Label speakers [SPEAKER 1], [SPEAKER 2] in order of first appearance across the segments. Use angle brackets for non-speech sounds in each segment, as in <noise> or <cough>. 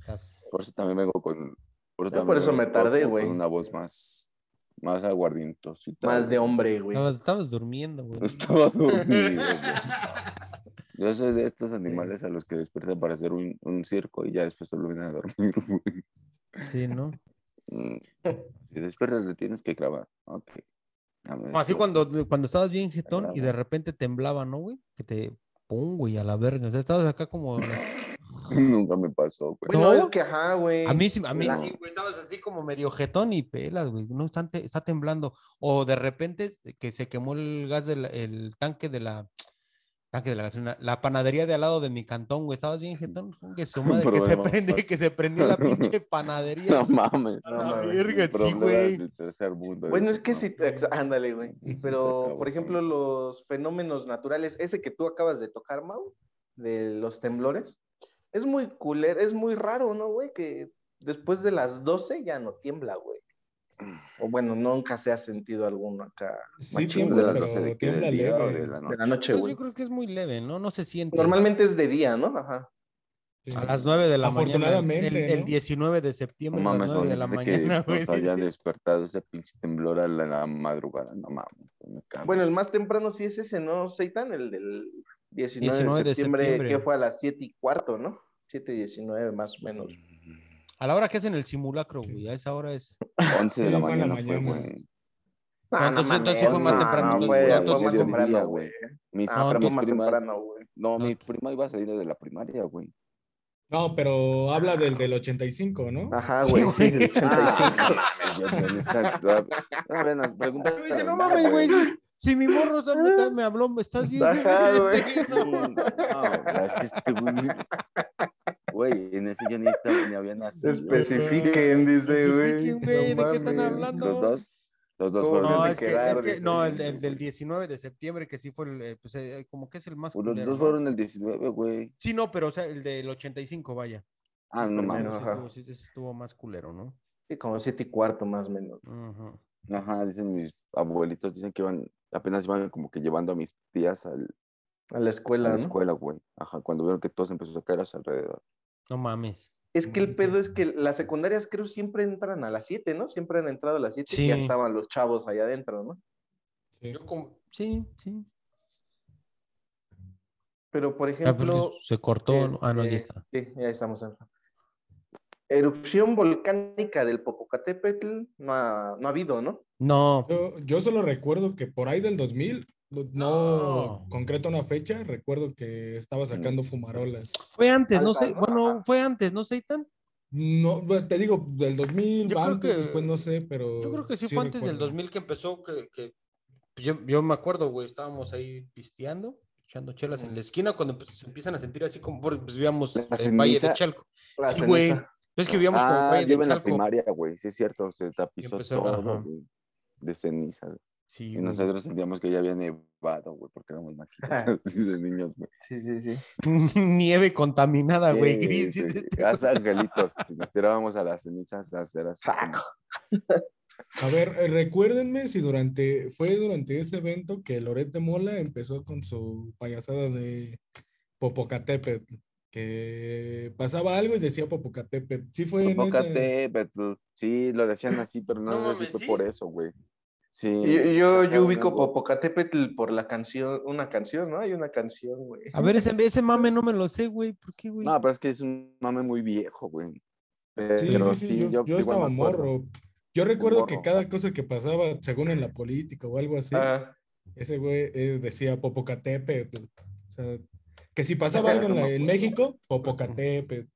[SPEAKER 1] Estás...
[SPEAKER 2] Por eso también vengo con. Por
[SPEAKER 3] Ya por
[SPEAKER 2] también
[SPEAKER 3] eso me
[SPEAKER 2] vengo
[SPEAKER 3] tardé,
[SPEAKER 2] con
[SPEAKER 3] güey.
[SPEAKER 2] una voz más. Más aguardientosita.
[SPEAKER 3] Más de
[SPEAKER 2] güey.
[SPEAKER 3] hombre, güey.
[SPEAKER 1] Estabas, estabas durmiendo, güey.
[SPEAKER 2] <laughs> Estaba
[SPEAKER 3] <laughs>
[SPEAKER 2] dormido, güey. Yo soy de estos animales a los que despiertan para hacer un, un circo y ya después se vuelven a dormir, <laughs> güey.
[SPEAKER 1] Sí, ¿no?
[SPEAKER 2] Mm. <laughs> Si despiertas, le tienes que grabar. Ok. Ya me
[SPEAKER 1] Como <laughs> Así
[SPEAKER 2] despierto.
[SPEAKER 1] cuando, cuando estabas bien jetón y de repente temblaba, ¿no, güey? Que te... Pum, güey, a la verga. O sea, estabas acá como...
[SPEAKER 2] <laughs> Nunca me pasó, güey.
[SPEAKER 3] Güey, no,
[SPEAKER 1] No.
[SPEAKER 3] es que ajá, güey.
[SPEAKER 1] A mí, sí- a mí
[SPEAKER 2] No.
[SPEAKER 1] sí, güey, estabas así como medio jetón y pelas, güey. No está, está temblando. O de repente que se quemó el gas del el tanque de la tanque de la gasolina, la panadería de al lado de mi cantón, güey. Estabas bien jetón, Con <laughs> que su madre que se
[SPEAKER 2] problema.
[SPEAKER 1] prende, que se prendió la <laughs> pinche panadería.
[SPEAKER 2] <laughs> No mames.
[SPEAKER 1] A
[SPEAKER 3] no
[SPEAKER 1] la
[SPEAKER 3] mames,
[SPEAKER 1] verga, sí,
[SPEAKER 2] Problemas
[SPEAKER 1] güey.
[SPEAKER 2] del tercer mundo.
[SPEAKER 3] Bueno,
[SPEAKER 2] dices,
[SPEAKER 3] es que
[SPEAKER 2] no.
[SPEAKER 3] si te... ex- Ándale,
[SPEAKER 1] <laughs>
[SPEAKER 3] güey.
[SPEAKER 2] Sí, está
[SPEAKER 3] Pero,
[SPEAKER 2] cabrón.
[SPEAKER 3] por ejemplo, los fenómenos naturales, ese que tú acabas de tocar, Mau, de los temblores, es muy culero, es muy raro, ¿no, güey? Que después de las 12 ya no tiembla, güey. O bueno, nunca se ha sentido alguno acá.
[SPEAKER 4] Pues Sí,
[SPEAKER 3] Machín,
[SPEAKER 4] tiembla,
[SPEAKER 2] ¿De las
[SPEAKER 4] pero
[SPEAKER 2] 12 de qué?
[SPEAKER 4] tiembla
[SPEAKER 2] ¿Del día o
[SPEAKER 4] leve.
[SPEAKER 2] de la
[SPEAKER 3] De
[SPEAKER 2] noche?
[SPEAKER 3] la noche,
[SPEAKER 1] Pues
[SPEAKER 3] güey.
[SPEAKER 1] yo creo que es muy leve, ¿no? No se siente.
[SPEAKER 3] Normalmente es de día, ¿no? Ajá.
[SPEAKER 4] Sí.
[SPEAKER 1] A las 9 de la mañana. El,
[SPEAKER 4] Afortunadamente,
[SPEAKER 1] el- el
[SPEAKER 4] ¿no?
[SPEAKER 1] 19 de septiembre,
[SPEAKER 2] No
[SPEAKER 1] a
[SPEAKER 2] mames,
[SPEAKER 1] las 9 de la
[SPEAKER 2] donde que
[SPEAKER 1] mañana, <laughs> güey.
[SPEAKER 2] nos hayan despertado ese pinche temblor a la, la madrugada. No mames, me cago.
[SPEAKER 3] Ah, Bueno, el más temprano sí es ese, ¿no, Seitan? El del 19,
[SPEAKER 1] 19
[SPEAKER 3] de
[SPEAKER 1] de
[SPEAKER 3] septiembre,
[SPEAKER 1] septiembre.
[SPEAKER 3] que fue a las 7 y cuarto, ¿no? 7 y 19 más o menos.
[SPEAKER 1] A la hora que hacen el simulacro, güey. A esa hora es.
[SPEAKER 2] 11 de la
[SPEAKER 4] Sí, fue en la
[SPEAKER 2] mañana fue,
[SPEAKER 4] mañana.
[SPEAKER 2] güey.
[SPEAKER 3] No,
[SPEAKER 1] No,
[SPEAKER 3] no
[SPEAKER 1] entonces- entonces
[SPEAKER 3] mames,
[SPEAKER 2] fue más temprano,
[SPEAKER 3] No,
[SPEAKER 2] entonces-
[SPEAKER 3] fue,
[SPEAKER 2] entonces
[SPEAKER 3] fue más
[SPEAKER 2] mediodía,
[SPEAKER 3] temprano, güey.
[SPEAKER 2] güey. Mis,
[SPEAKER 1] Ah,
[SPEAKER 3] Fue
[SPEAKER 1] pero
[SPEAKER 2] mis
[SPEAKER 3] más
[SPEAKER 2] primas,
[SPEAKER 3] temprano, güey.
[SPEAKER 2] no, mi
[SPEAKER 1] No.
[SPEAKER 2] prima iba a salir de la primaria, güey.
[SPEAKER 4] No, pero habla del del 85, ¿no?
[SPEAKER 2] Ah.
[SPEAKER 3] Ajá, güey, sí, <laughs> es el 85.
[SPEAKER 2] Yo en esa- Arenas, pregunta.
[SPEAKER 1] Güey, dice, no mames, güey. Si, si mi morro está- me, me habló, ¿estás bien? güey?"
[SPEAKER 3] Ajá, güey.
[SPEAKER 1] <laughs> Sí,
[SPEAKER 2] No,
[SPEAKER 1] no.
[SPEAKER 2] güey, es que este güey. Güey, en ese yo ni, estaba- ni había nacido.
[SPEAKER 3] Especifiquen, dice, güey.
[SPEAKER 1] Especifiquen, güey,
[SPEAKER 3] No
[SPEAKER 1] ¿de qué están
[SPEAKER 3] mames.
[SPEAKER 1] hablando?
[SPEAKER 2] Los dos, los dos
[SPEAKER 3] ¿Cómo
[SPEAKER 2] fueron.
[SPEAKER 1] No,
[SPEAKER 3] de
[SPEAKER 1] es que,
[SPEAKER 3] quedar,
[SPEAKER 1] es que-
[SPEAKER 3] dice.
[SPEAKER 1] no, el, el del 19 de septiembre, que sí fue el, eh, pues, eh, como que es el más
[SPEAKER 2] Pues Los
[SPEAKER 1] culero,
[SPEAKER 2] dos
[SPEAKER 1] ¿no?
[SPEAKER 2] fueron el 19, güey.
[SPEAKER 1] Sí, no, pero o sea, el del 85, vaya.
[SPEAKER 2] Ah, no
[SPEAKER 3] Primero.
[SPEAKER 2] mames.
[SPEAKER 1] Ese
[SPEAKER 3] ajá.
[SPEAKER 1] estuvo, sí, ese estuvo más culero, ¿no?
[SPEAKER 3] Sí, como 7 y cuarto más o menos.
[SPEAKER 1] Ajá.
[SPEAKER 2] Ajá, dicen mis abuelitos, dicen que iban, apenas iban como que llevando a mis tías al-
[SPEAKER 3] A la escuela,
[SPEAKER 2] a la
[SPEAKER 3] ¿no?
[SPEAKER 2] escuela, güey. Ajá, cuando vieron que todos empezó a caer a su alrededor.
[SPEAKER 1] No mames.
[SPEAKER 3] Es que el pedo es que las secundarias creo siempre entran a las 7, ¿no? Siempre han entrado a las 7 y ya
[SPEAKER 1] Sí.
[SPEAKER 3] estaban los chavos allá adentro, ¿no?
[SPEAKER 4] Sí.
[SPEAKER 1] Yo como- Sí, sí.
[SPEAKER 3] Pero, por
[SPEAKER 1] Ah, pues,
[SPEAKER 3] ejemplo...
[SPEAKER 1] se cortó. ¿no? Ah, no, ya
[SPEAKER 3] este,
[SPEAKER 1] está.
[SPEAKER 3] Sí, ya estamos. en- Erupción volcánica del Popocatépetl no ha, no ha habido, ¿no?
[SPEAKER 1] No.
[SPEAKER 4] Yo, yo solo recuerdo que por ahí del 2000, no,
[SPEAKER 1] No.
[SPEAKER 4] concreto una fecha, recuerdo que estaba sacando
[SPEAKER 2] Mm, sí, sí.
[SPEAKER 4] fumarolas.
[SPEAKER 1] Fue antes, no
[SPEAKER 3] Alta,
[SPEAKER 1] sé.
[SPEAKER 3] ¿no?
[SPEAKER 1] Bueno,
[SPEAKER 3] Ajá.
[SPEAKER 1] fue antes, ¿no sé, tan?
[SPEAKER 4] No, bueno, te digo, del 2000,
[SPEAKER 1] Yo creo
[SPEAKER 4] antes,
[SPEAKER 1] que-
[SPEAKER 4] después no sé, pero
[SPEAKER 1] Yo creo que Mm, sí, fue antes del
[SPEAKER 4] recuerdo.
[SPEAKER 1] 2000 que empezó, que, que- yo, yo me acuerdo, güey, estábamos ahí pisteando, echando chelas en la esquina, cuando empe- se empiezan a sentir así como, porque, pues, vivíamos
[SPEAKER 2] La
[SPEAKER 1] el Valle de
[SPEAKER 2] ceniza.
[SPEAKER 1] Chalco.
[SPEAKER 3] La
[SPEAKER 1] sí, güey.
[SPEAKER 3] ceniza.
[SPEAKER 1] Es que vivíamos como el
[SPEAKER 2] Ah,
[SPEAKER 1] Valle
[SPEAKER 2] yo iba
[SPEAKER 1] de
[SPEAKER 2] en la
[SPEAKER 1] Chalco.
[SPEAKER 2] primaria, güey. Sí, es cierto, se tapizó
[SPEAKER 1] empezó-
[SPEAKER 2] todo
[SPEAKER 1] ajá.
[SPEAKER 2] güey, de ceniza. güey.
[SPEAKER 1] Sí,
[SPEAKER 2] Y
[SPEAKER 1] güey.
[SPEAKER 2] nosotros sentíamos que ya había nevado, güey, porque éramos maquitas así de niños, güey.
[SPEAKER 3] Sí, sí, sí.
[SPEAKER 1] <laughs> Nieve contaminada, Ah, güey,
[SPEAKER 2] Sí,
[SPEAKER 1] gris.
[SPEAKER 2] sí,
[SPEAKER 1] es
[SPEAKER 2] sí.
[SPEAKER 1] este, güey.
[SPEAKER 2] Haz angelitos. Nos tirábamos a las cenizas a
[SPEAKER 1] <laughs>
[SPEAKER 2] hacer así.
[SPEAKER 1] Ah,
[SPEAKER 2] como-
[SPEAKER 3] Saco.
[SPEAKER 4] A ver, eh, recuérdenme si durante, fue durante ese evento que Loret de Mola empezó con su payasada de Popocatépetl, que pasaba algo y decía Popocatépetl. Sí fue en esa-
[SPEAKER 2] Popocatépetl. Sí, lo decían así, pero no,
[SPEAKER 1] No
[SPEAKER 2] sé si
[SPEAKER 1] mames,
[SPEAKER 2] fue
[SPEAKER 1] ¿sí?
[SPEAKER 2] por eso, güey. Sí.
[SPEAKER 3] Yo, yo, yo
[SPEAKER 2] sacaron
[SPEAKER 3] ubico
[SPEAKER 2] algo.
[SPEAKER 3] Popocatépetl por la canción, una canción, ¿no? Hay una canción, güey.
[SPEAKER 1] A ver, ese, ese mame no me lo sé, güey. ¿Por qué, güey?
[SPEAKER 2] No, pero es que es un mame muy viejo, güey.
[SPEAKER 4] Sí,
[SPEAKER 2] Pero sí,
[SPEAKER 4] sí, sí, yo, yo
[SPEAKER 2] igual
[SPEAKER 4] estaba
[SPEAKER 2] me acuerdo.
[SPEAKER 4] morro. Yo recuerdo que
[SPEAKER 2] morro.
[SPEAKER 4] cada cosa que pasaba, según en la política o algo así,
[SPEAKER 3] Ah,
[SPEAKER 4] ese güey eh, decía Popocatépetl. O sea, que si pasaba algo en, la- en México, Popocatépetl.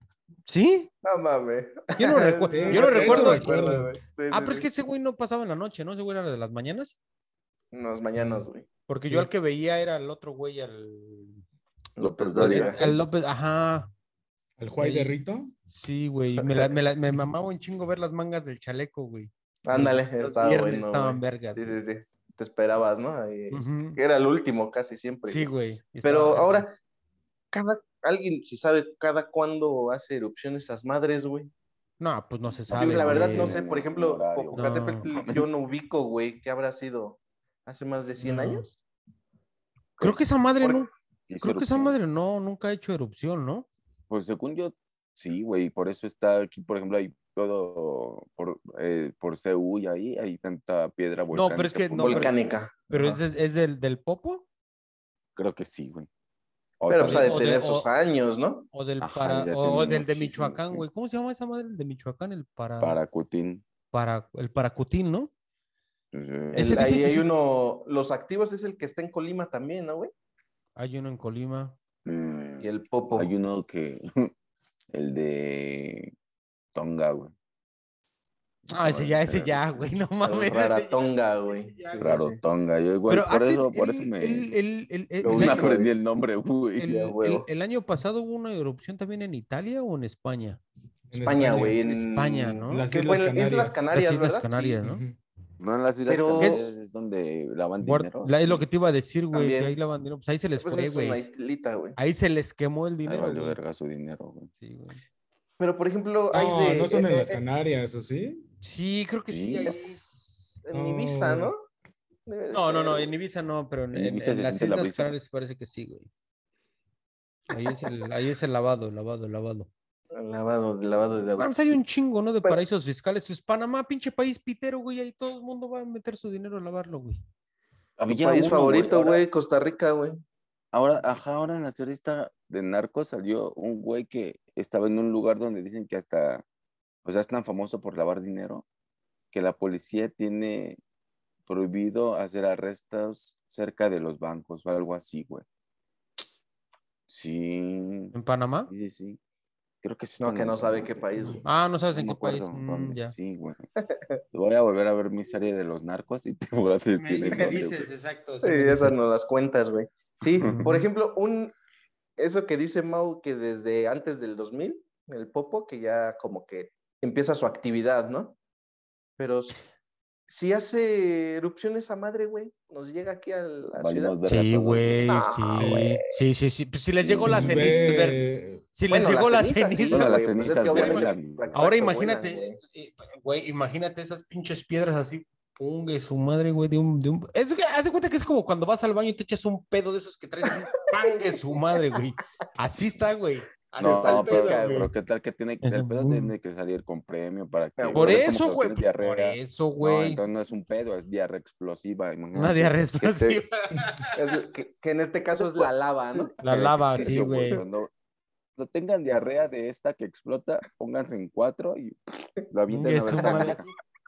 [SPEAKER 1] ¿Sí?
[SPEAKER 3] no mames.
[SPEAKER 1] Yo
[SPEAKER 2] <laughs>
[SPEAKER 1] no, recu-
[SPEAKER 3] Sí,
[SPEAKER 1] yo no
[SPEAKER 4] eso
[SPEAKER 1] recuerdo.
[SPEAKER 4] recuerdo.
[SPEAKER 3] güey. Sí,
[SPEAKER 1] Ah,
[SPEAKER 3] sí,
[SPEAKER 1] pero es
[SPEAKER 3] sí.
[SPEAKER 1] que ese güey no pasaba en la noche, ¿no? Ese güey era de las mañanas.
[SPEAKER 3] Unos mañanas, güey.
[SPEAKER 1] Porque
[SPEAKER 4] Sí.
[SPEAKER 1] yo al que veía era el otro güey, al.
[SPEAKER 2] López Dóriga.
[SPEAKER 3] Dóriga.
[SPEAKER 1] al López, ajá.
[SPEAKER 4] ¿Al Juay de
[SPEAKER 1] Oye.
[SPEAKER 4] Rito?
[SPEAKER 1] Sí, güey. Me, la- me, la- me mamaba un chingo ver las mangas del chaleco, güey.
[SPEAKER 3] Ándale,
[SPEAKER 1] Los
[SPEAKER 3] estaba
[SPEAKER 1] viernes
[SPEAKER 3] bueno.
[SPEAKER 1] estaban
[SPEAKER 3] güey.
[SPEAKER 1] vergas.
[SPEAKER 3] Sí,
[SPEAKER 1] güey.
[SPEAKER 3] sí, sí. Te esperabas, ¿no? Ahí-
[SPEAKER 1] Ujú.
[SPEAKER 3] Era el último casi siempre.
[SPEAKER 1] Sí, güey.
[SPEAKER 3] Pero
[SPEAKER 1] estaba verga.
[SPEAKER 3] ahora, cada, alguien si sabe cada cuándo hace erupción esas madres, güey.
[SPEAKER 1] No, pues no se
[SPEAKER 3] Yo,
[SPEAKER 1] sabe.
[SPEAKER 3] la verdad,
[SPEAKER 1] güey.
[SPEAKER 3] no sé, por ejemplo,
[SPEAKER 2] Horario.
[SPEAKER 3] Popocatépetl,
[SPEAKER 1] No.
[SPEAKER 3] yo no ubico, güey, ¿qué habrá sido? ¿Hace más de 100
[SPEAKER 4] No.
[SPEAKER 3] años?
[SPEAKER 1] Creo que esa madre
[SPEAKER 3] Por-
[SPEAKER 1] no,
[SPEAKER 2] Hizo
[SPEAKER 1] creo que esa
[SPEAKER 2] erupción.
[SPEAKER 1] madre no, nunca ha hecho erupción, ¿no?
[SPEAKER 2] Pues según yo, Sí, güey, por eso está aquí, por ejemplo, hay todo por, eh, por CU y ahí hay tanta piedra volcánica. pues,
[SPEAKER 1] pero es que no, pero-
[SPEAKER 3] Volcánica.
[SPEAKER 1] ¿Pero
[SPEAKER 2] Ajá.
[SPEAKER 1] ese es, es del, del Popo
[SPEAKER 2] Creo que sí, güey.
[SPEAKER 3] Pero pues ha de
[SPEAKER 1] o de-
[SPEAKER 3] tener
[SPEAKER 1] o-
[SPEAKER 3] sus años, ¿no?
[SPEAKER 1] o del,
[SPEAKER 2] Ajá,
[SPEAKER 1] para-
[SPEAKER 2] ya
[SPEAKER 1] o,
[SPEAKER 2] tiene
[SPEAKER 1] del de
[SPEAKER 2] muchísimo,
[SPEAKER 1] Michoacán,
[SPEAKER 2] sí.
[SPEAKER 1] güey? ¿Cómo se llama esa madre? El de Michoacán, el para, para...
[SPEAKER 2] Para Cutín. pues,
[SPEAKER 1] el Paracutín, ¿no?
[SPEAKER 2] Entonces,
[SPEAKER 1] Ese dicen
[SPEAKER 3] El- ahí
[SPEAKER 1] que
[SPEAKER 3] hay
[SPEAKER 1] sí-
[SPEAKER 3] uno, los activos es el que está en Colima también, ¿no, güey?
[SPEAKER 1] Hay uno en Colima.
[SPEAKER 2] eh,
[SPEAKER 3] Y el Popo.
[SPEAKER 2] Hay uno que. <laughs> El de Tonga, güey.
[SPEAKER 1] Ah, ese ya, ese ya,
[SPEAKER 2] <laughs>
[SPEAKER 1] güey, no mames.
[SPEAKER 3] el Raratonga, güey.
[SPEAKER 2] Claro, Tonga. Yo, güey,
[SPEAKER 1] Pero
[SPEAKER 2] por
[SPEAKER 1] hace
[SPEAKER 2] eso, por
[SPEAKER 1] el-
[SPEAKER 2] eso me.
[SPEAKER 1] el- el- el- el-
[SPEAKER 3] Lo
[SPEAKER 1] el
[SPEAKER 2] me
[SPEAKER 3] único-
[SPEAKER 1] año-
[SPEAKER 2] <laughs> aprendí el nombre, güey.
[SPEAKER 1] el-
[SPEAKER 3] ya,
[SPEAKER 1] el-
[SPEAKER 3] huevo.
[SPEAKER 1] el año pasado hubo una erupción también en Italia o en España.
[SPEAKER 4] En
[SPEAKER 3] España, güey.
[SPEAKER 1] En
[SPEAKER 3] En
[SPEAKER 1] España, ¿no?
[SPEAKER 4] Las
[SPEAKER 3] ¿Qué
[SPEAKER 4] Islas
[SPEAKER 3] fue? En Islas
[SPEAKER 4] Canarias.
[SPEAKER 3] Canarias,
[SPEAKER 1] Las Islas
[SPEAKER 3] ¿verdad?
[SPEAKER 1] Canarias, ¿no?
[SPEAKER 4] Ujú.
[SPEAKER 2] No en las Islas
[SPEAKER 3] Pero-
[SPEAKER 2] Canarias es donde lavan
[SPEAKER 1] Guar-
[SPEAKER 2] dinero.
[SPEAKER 1] la- es lo que te iba a decir, güey, que
[SPEAKER 3] También.
[SPEAKER 1] ahí la bandera, pues ahí se les
[SPEAKER 3] Pues
[SPEAKER 1] fue,
[SPEAKER 3] es una
[SPEAKER 1] güey.
[SPEAKER 3] islita, güey.
[SPEAKER 1] Ahí se les quemó el
[SPEAKER 2] Ahí
[SPEAKER 1] dinero.
[SPEAKER 2] valió
[SPEAKER 1] güey.
[SPEAKER 2] verga su dinero, güey.
[SPEAKER 1] Sí, güey.
[SPEAKER 3] Pero, por ejemplo, hay
[SPEAKER 4] No,
[SPEAKER 3] de...
[SPEAKER 4] no son
[SPEAKER 3] eh,
[SPEAKER 4] en las
[SPEAKER 3] eh,
[SPEAKER 4] Canarias, ¿o sí?
[SPEAKER 1] Sí, creo que sí.
[SPEAKER 2] Sí.
[SPEAKER 1] ahí.
[SPEAKER 3] es En Ibiza,
[SPEAKER 4] No.
[SPEAKER 3] ¿no? Debe de
[SPEAKER 1] No, no, no,
[SPEAKER 3] ser,
[SPEAKER 1] en
[SPEAKER 3] güey.
[SPEAKER 1] Ibiza no, pero en,
[SPEAKER 2] En
[SPEAKER 1] en-
[SPEAKER 2] Ibiza
[SPEAKER 1] en
[SPEAKER 2] se
[SPEAKER 1] las
[SPEAKER 2] siente la
[SPEAKER 1] Islas
[SPEAKER 2] brisa.
[SPEAKER 1] Canarias parece que sí, güey. Ahí es el, ahí es el lavado, lavado, lavado.
[SPEAKER 3] Lavado, lavado de agua.
[SPEAKER 1] Vamos, pues hay un chingo, ¿no? De
[SPEAKER 3] Pero-
[SPEAKER 1] paraísos fiscales. Pues Panamá, pinche país pitero, güey. Ahí todo el mundo va a meter su dinero a lavarlo, güey.
[SPEAKER 3] Tu
[SPEAKER 2] Había
[SPEAKER 3] país
[SPEAKER 2] uno,
[SPEAKER 3] favorito,
[SPEAKER 2] ahora-
[SPEAKER 3] güey, Costa Rica, güey.
[SPEAKER 2] Ahora, ajá, ahora en la serie esta de Narcos salió un güey que estaba en un lugar donde dicen que hasta, o sea, es tan famoso por lavar dinero que la policía tiene prohibido hacer arrestos cerca de los bancos o algo así, güey. Sí,
[SPEAKER 1] ¿En Panamá?
[SPEAKER 2] sí, sí, sí. Creo que sí.
[SPEAKER 3] No, que no sabe qué
[SPEAKER 2] sé.
[SPEAKER 3] país, güey.
[SPEAKER 1] Ah, no sabes
[SPEAKER 2] No
[SPEAKER 1] en
[SPEAKER 2] me
[SPEAKER 1] qué país.
[SPEAKER 2] acuerdo
[SPEAKER 1] Mm,
[SPEAKER 2] dónde.
[SPEAKER 1] ya.
[SPEAKER 2] Sí, güey. Voy a volver a ver mi serie de los narcos y te voy
[SPEAKER 1] <laughs>
[SPEAKER 2] a decir. en dónde, güey.
[SPEAKER 1] exacto.
[SPEAKER 3] Sí, esas no las cuentas, güey. Sí,
[SPEAKER 2] Ujú.
[SPEAKER 3] por ejemplo, un eso que dice Mau que desde antes del 2000, el Popo, que ya como que empieza su actividad, ¿no? Pero s- si hace erupción esa madre, güey, nos llega aquí a la ciudad.
[SPEAKER 2] Valimos verga
[SPEAKER 1] Sí,
[SPEAKER 2] todos.
[SPEAKER 1] güey,
[SPEAKER 3] No,
[SPEAKER 1] sí.
[SPEAKER 3] güey.
[SPEAKER 1] Sí, sí, sí. Pues si les llegó la
[SPEAKER 2] Ve-
[SPEAKER 1] ceniza, a ver,
[SPEAKER 4] Mm, Ve-
[SPEAKER 1] si les
[SPEAKER 3] Bueno,
[SPEAKER 1] llegó la
[SPEAKER 3] ceniza, sí,
[SPEAKER 1] ceniza, güey.
[SPEAKER 2] Bueno, las
[SPEAKER 3] güey, pues es
[SPEAKER 2] cenizas
[SPEAKER 3] que ahora
[SPEAKER 2] vuelan.
[SPEAKER 3] imagínate-
[SPEAKER 1] Ahora
[SPEAKER 3] Exacto,
[SPEAKER 1] imagínate,
[SPEAKER 3] vuelan,
[SPEAKER 1] eh, güey, imagínate esas pinches piedras así, pungue su madre, güey, de un, de un... Es que, haz de cuenta que es como cuando vas al baño y te echas un pedo de esos que traes
[SPEAKER 2] <laughs>
[SPEAKER 1] así, pangue su madre, güey. Así está, güey. Así
[SPEAKER 2] No,
[SPEAKER 1] Ah, está el
[SPEAKER 2] pero,
[SPEAKER 1] pedo,
[SPEAKER 2] pero
[SPEAKER 1] güey.
[SPEAKER 2] qué tal que tiene que
[SPEAKER 1] Es
[SPEAKER 2] el
[SPEAKER 1] un
[SPEAKER 2] pedo
[SPEAKER 1] boom.
[SPEAKER 2] tiene que salir con premio para que
[SPEAKER 3] Por
[SPEAKER 1] Por
[SPEAKER 2] es como
[SPEAKER 1] eso,
[SPEAKER 2] cuando
[SPEAKER 1] güey, pues,
[SPEAKER 2] tienes diarrea.
[SPEAKER 1] por eso,
[SPEAKER 2] No,
[SPEAKER 1] güey.
[SPEAKER 2] entonces no es un pedo, es diarrea explosiva. imagínate.
[SPEAKER 1] Una diarrea
[SPEAKER 2] Que esté-
[SPEAKER 1] explosiva.
[SPEAKER 3] Es el- que, que en este caso es la lava, ¿no?
[SPEAKER 1] La
[SPEAKER 2] que
[SPEAKER 1] lava,
[SPEAKER 2] existe,
[SPEAKER 1] sí, güey.
[SPEAKER 2] Cuando, cuando tengan diarrea de esta que explota, pónganse en cuatro y la
[SPEAKER 1] Pungue
[SPEAKER 2] avienten a ver
[SPEAKER 1] su
[SPEAKER 2] hasta
[SPEAKER 1] madre.
[SPEAKER 2] acá,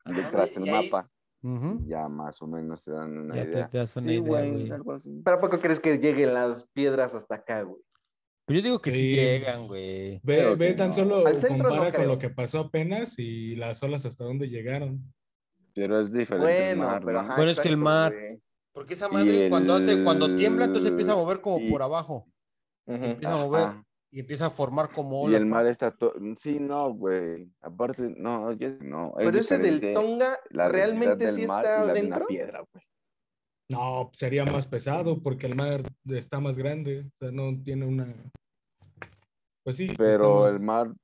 [SPEAKER 2] detrás
[SPEAKER 1] Y
[SPEAKER 2] del
[SPEAKER 1] ahí-
[SPEAKER 2] mapa.
[SPEAKER 1] Ujú.
[SPEAKER 2] Ya más o menos se dan una
[SPEAKER 1] Ya te-
[SPEAKER 2] idea.
[SPEAKER 1] te das una
[SPEAKER 2] sí,
[SPEAKER 1] idea,
[SPEAKER 2] güey,
[SPEAKER 1] güey.
[SPEAKER 2] algo así.
[SPEAKER 3] ¿Pero a poco crees que lleguen las piedras hasta acá, güey?
[SPEAKER 1] Pero Pues yo digo que sí,
[SPEAKER 4] Sí.
[SPEAKER 1] llegan, güey.
[SPEAKER 4] Ve,
[SPEAKER 2] Creo
[SPEAKER 4] ve
[SPEAKER 2] que
[SPEAKER 4] tan
[SPEAKER 2] no.
[SPEAKER 4] solo
[SPEAKER 3] Al centro no
[SPEAKER 4] compara con
[SPEAKER 3] creo.
[SPEAKER 4] lo que pasó apenas y las olas hasta dónde llegaron.
[SPEAKER 2] Pero es diferente. el
[SPEAKER 3] Bueno,
[SPEAKER 2] mar,
[SPEAKER 3] pero
[SPEAKER 2] ¿no?
[SPEAKER 3] ajá,
[SPEAKER 1] Bueno, es que el
[SPEAKER 3] exacto,
[SPEAKER 1] mar-
[SPEAKER 3] güey.
[SPEAKER 1] Porque esa
[SPEAKER 2] Y
[SPEAKER 1] madre cuando hace, cuando tiembla, entonces empieza a
[SPEAKER 2] el-
[SPEAKER 1] mover como
[SPEAKER 2] y-
[SPEAKER 1] por abajo.
[SPEAKER 3] Ujú.
[SPEAKER 1] Empieza a mover
[SPEAKER 2] Ajá.
[SPEAKER 1] y empieza a formar como
[SPEAKER 2] Y
[SPEAKER 1] olas.
[SPEAKER 2] el mar está todo. Sí, no, güey. Aparte, no, yo- no. es
[SPEAKER 3] Pero ese del
[SPEAKER 2] diferente
[SPEAKER 3] Tonga,
[SPEAKER 2] la densidad
[SPEAKER 3] ¿realmente
[SPEAKER 2] del
[SPEAKER 3] sí
[SPEAKER 2] mar
[SPEAKER 3] está
[SPEAKER 2] y la de
[SPEAKER 3] dentro?
[SPEAKER 2] una piedra, güey.
[SPEAKER 1] Pues
[SPEAKER 4] No, sería más pesado porque el mar está más grande. O sea, no tiene una. Pues sí.
[SPEAKER 2] Pero el
[SPEAKER 4] estamos-
[SPEAKER 2] mar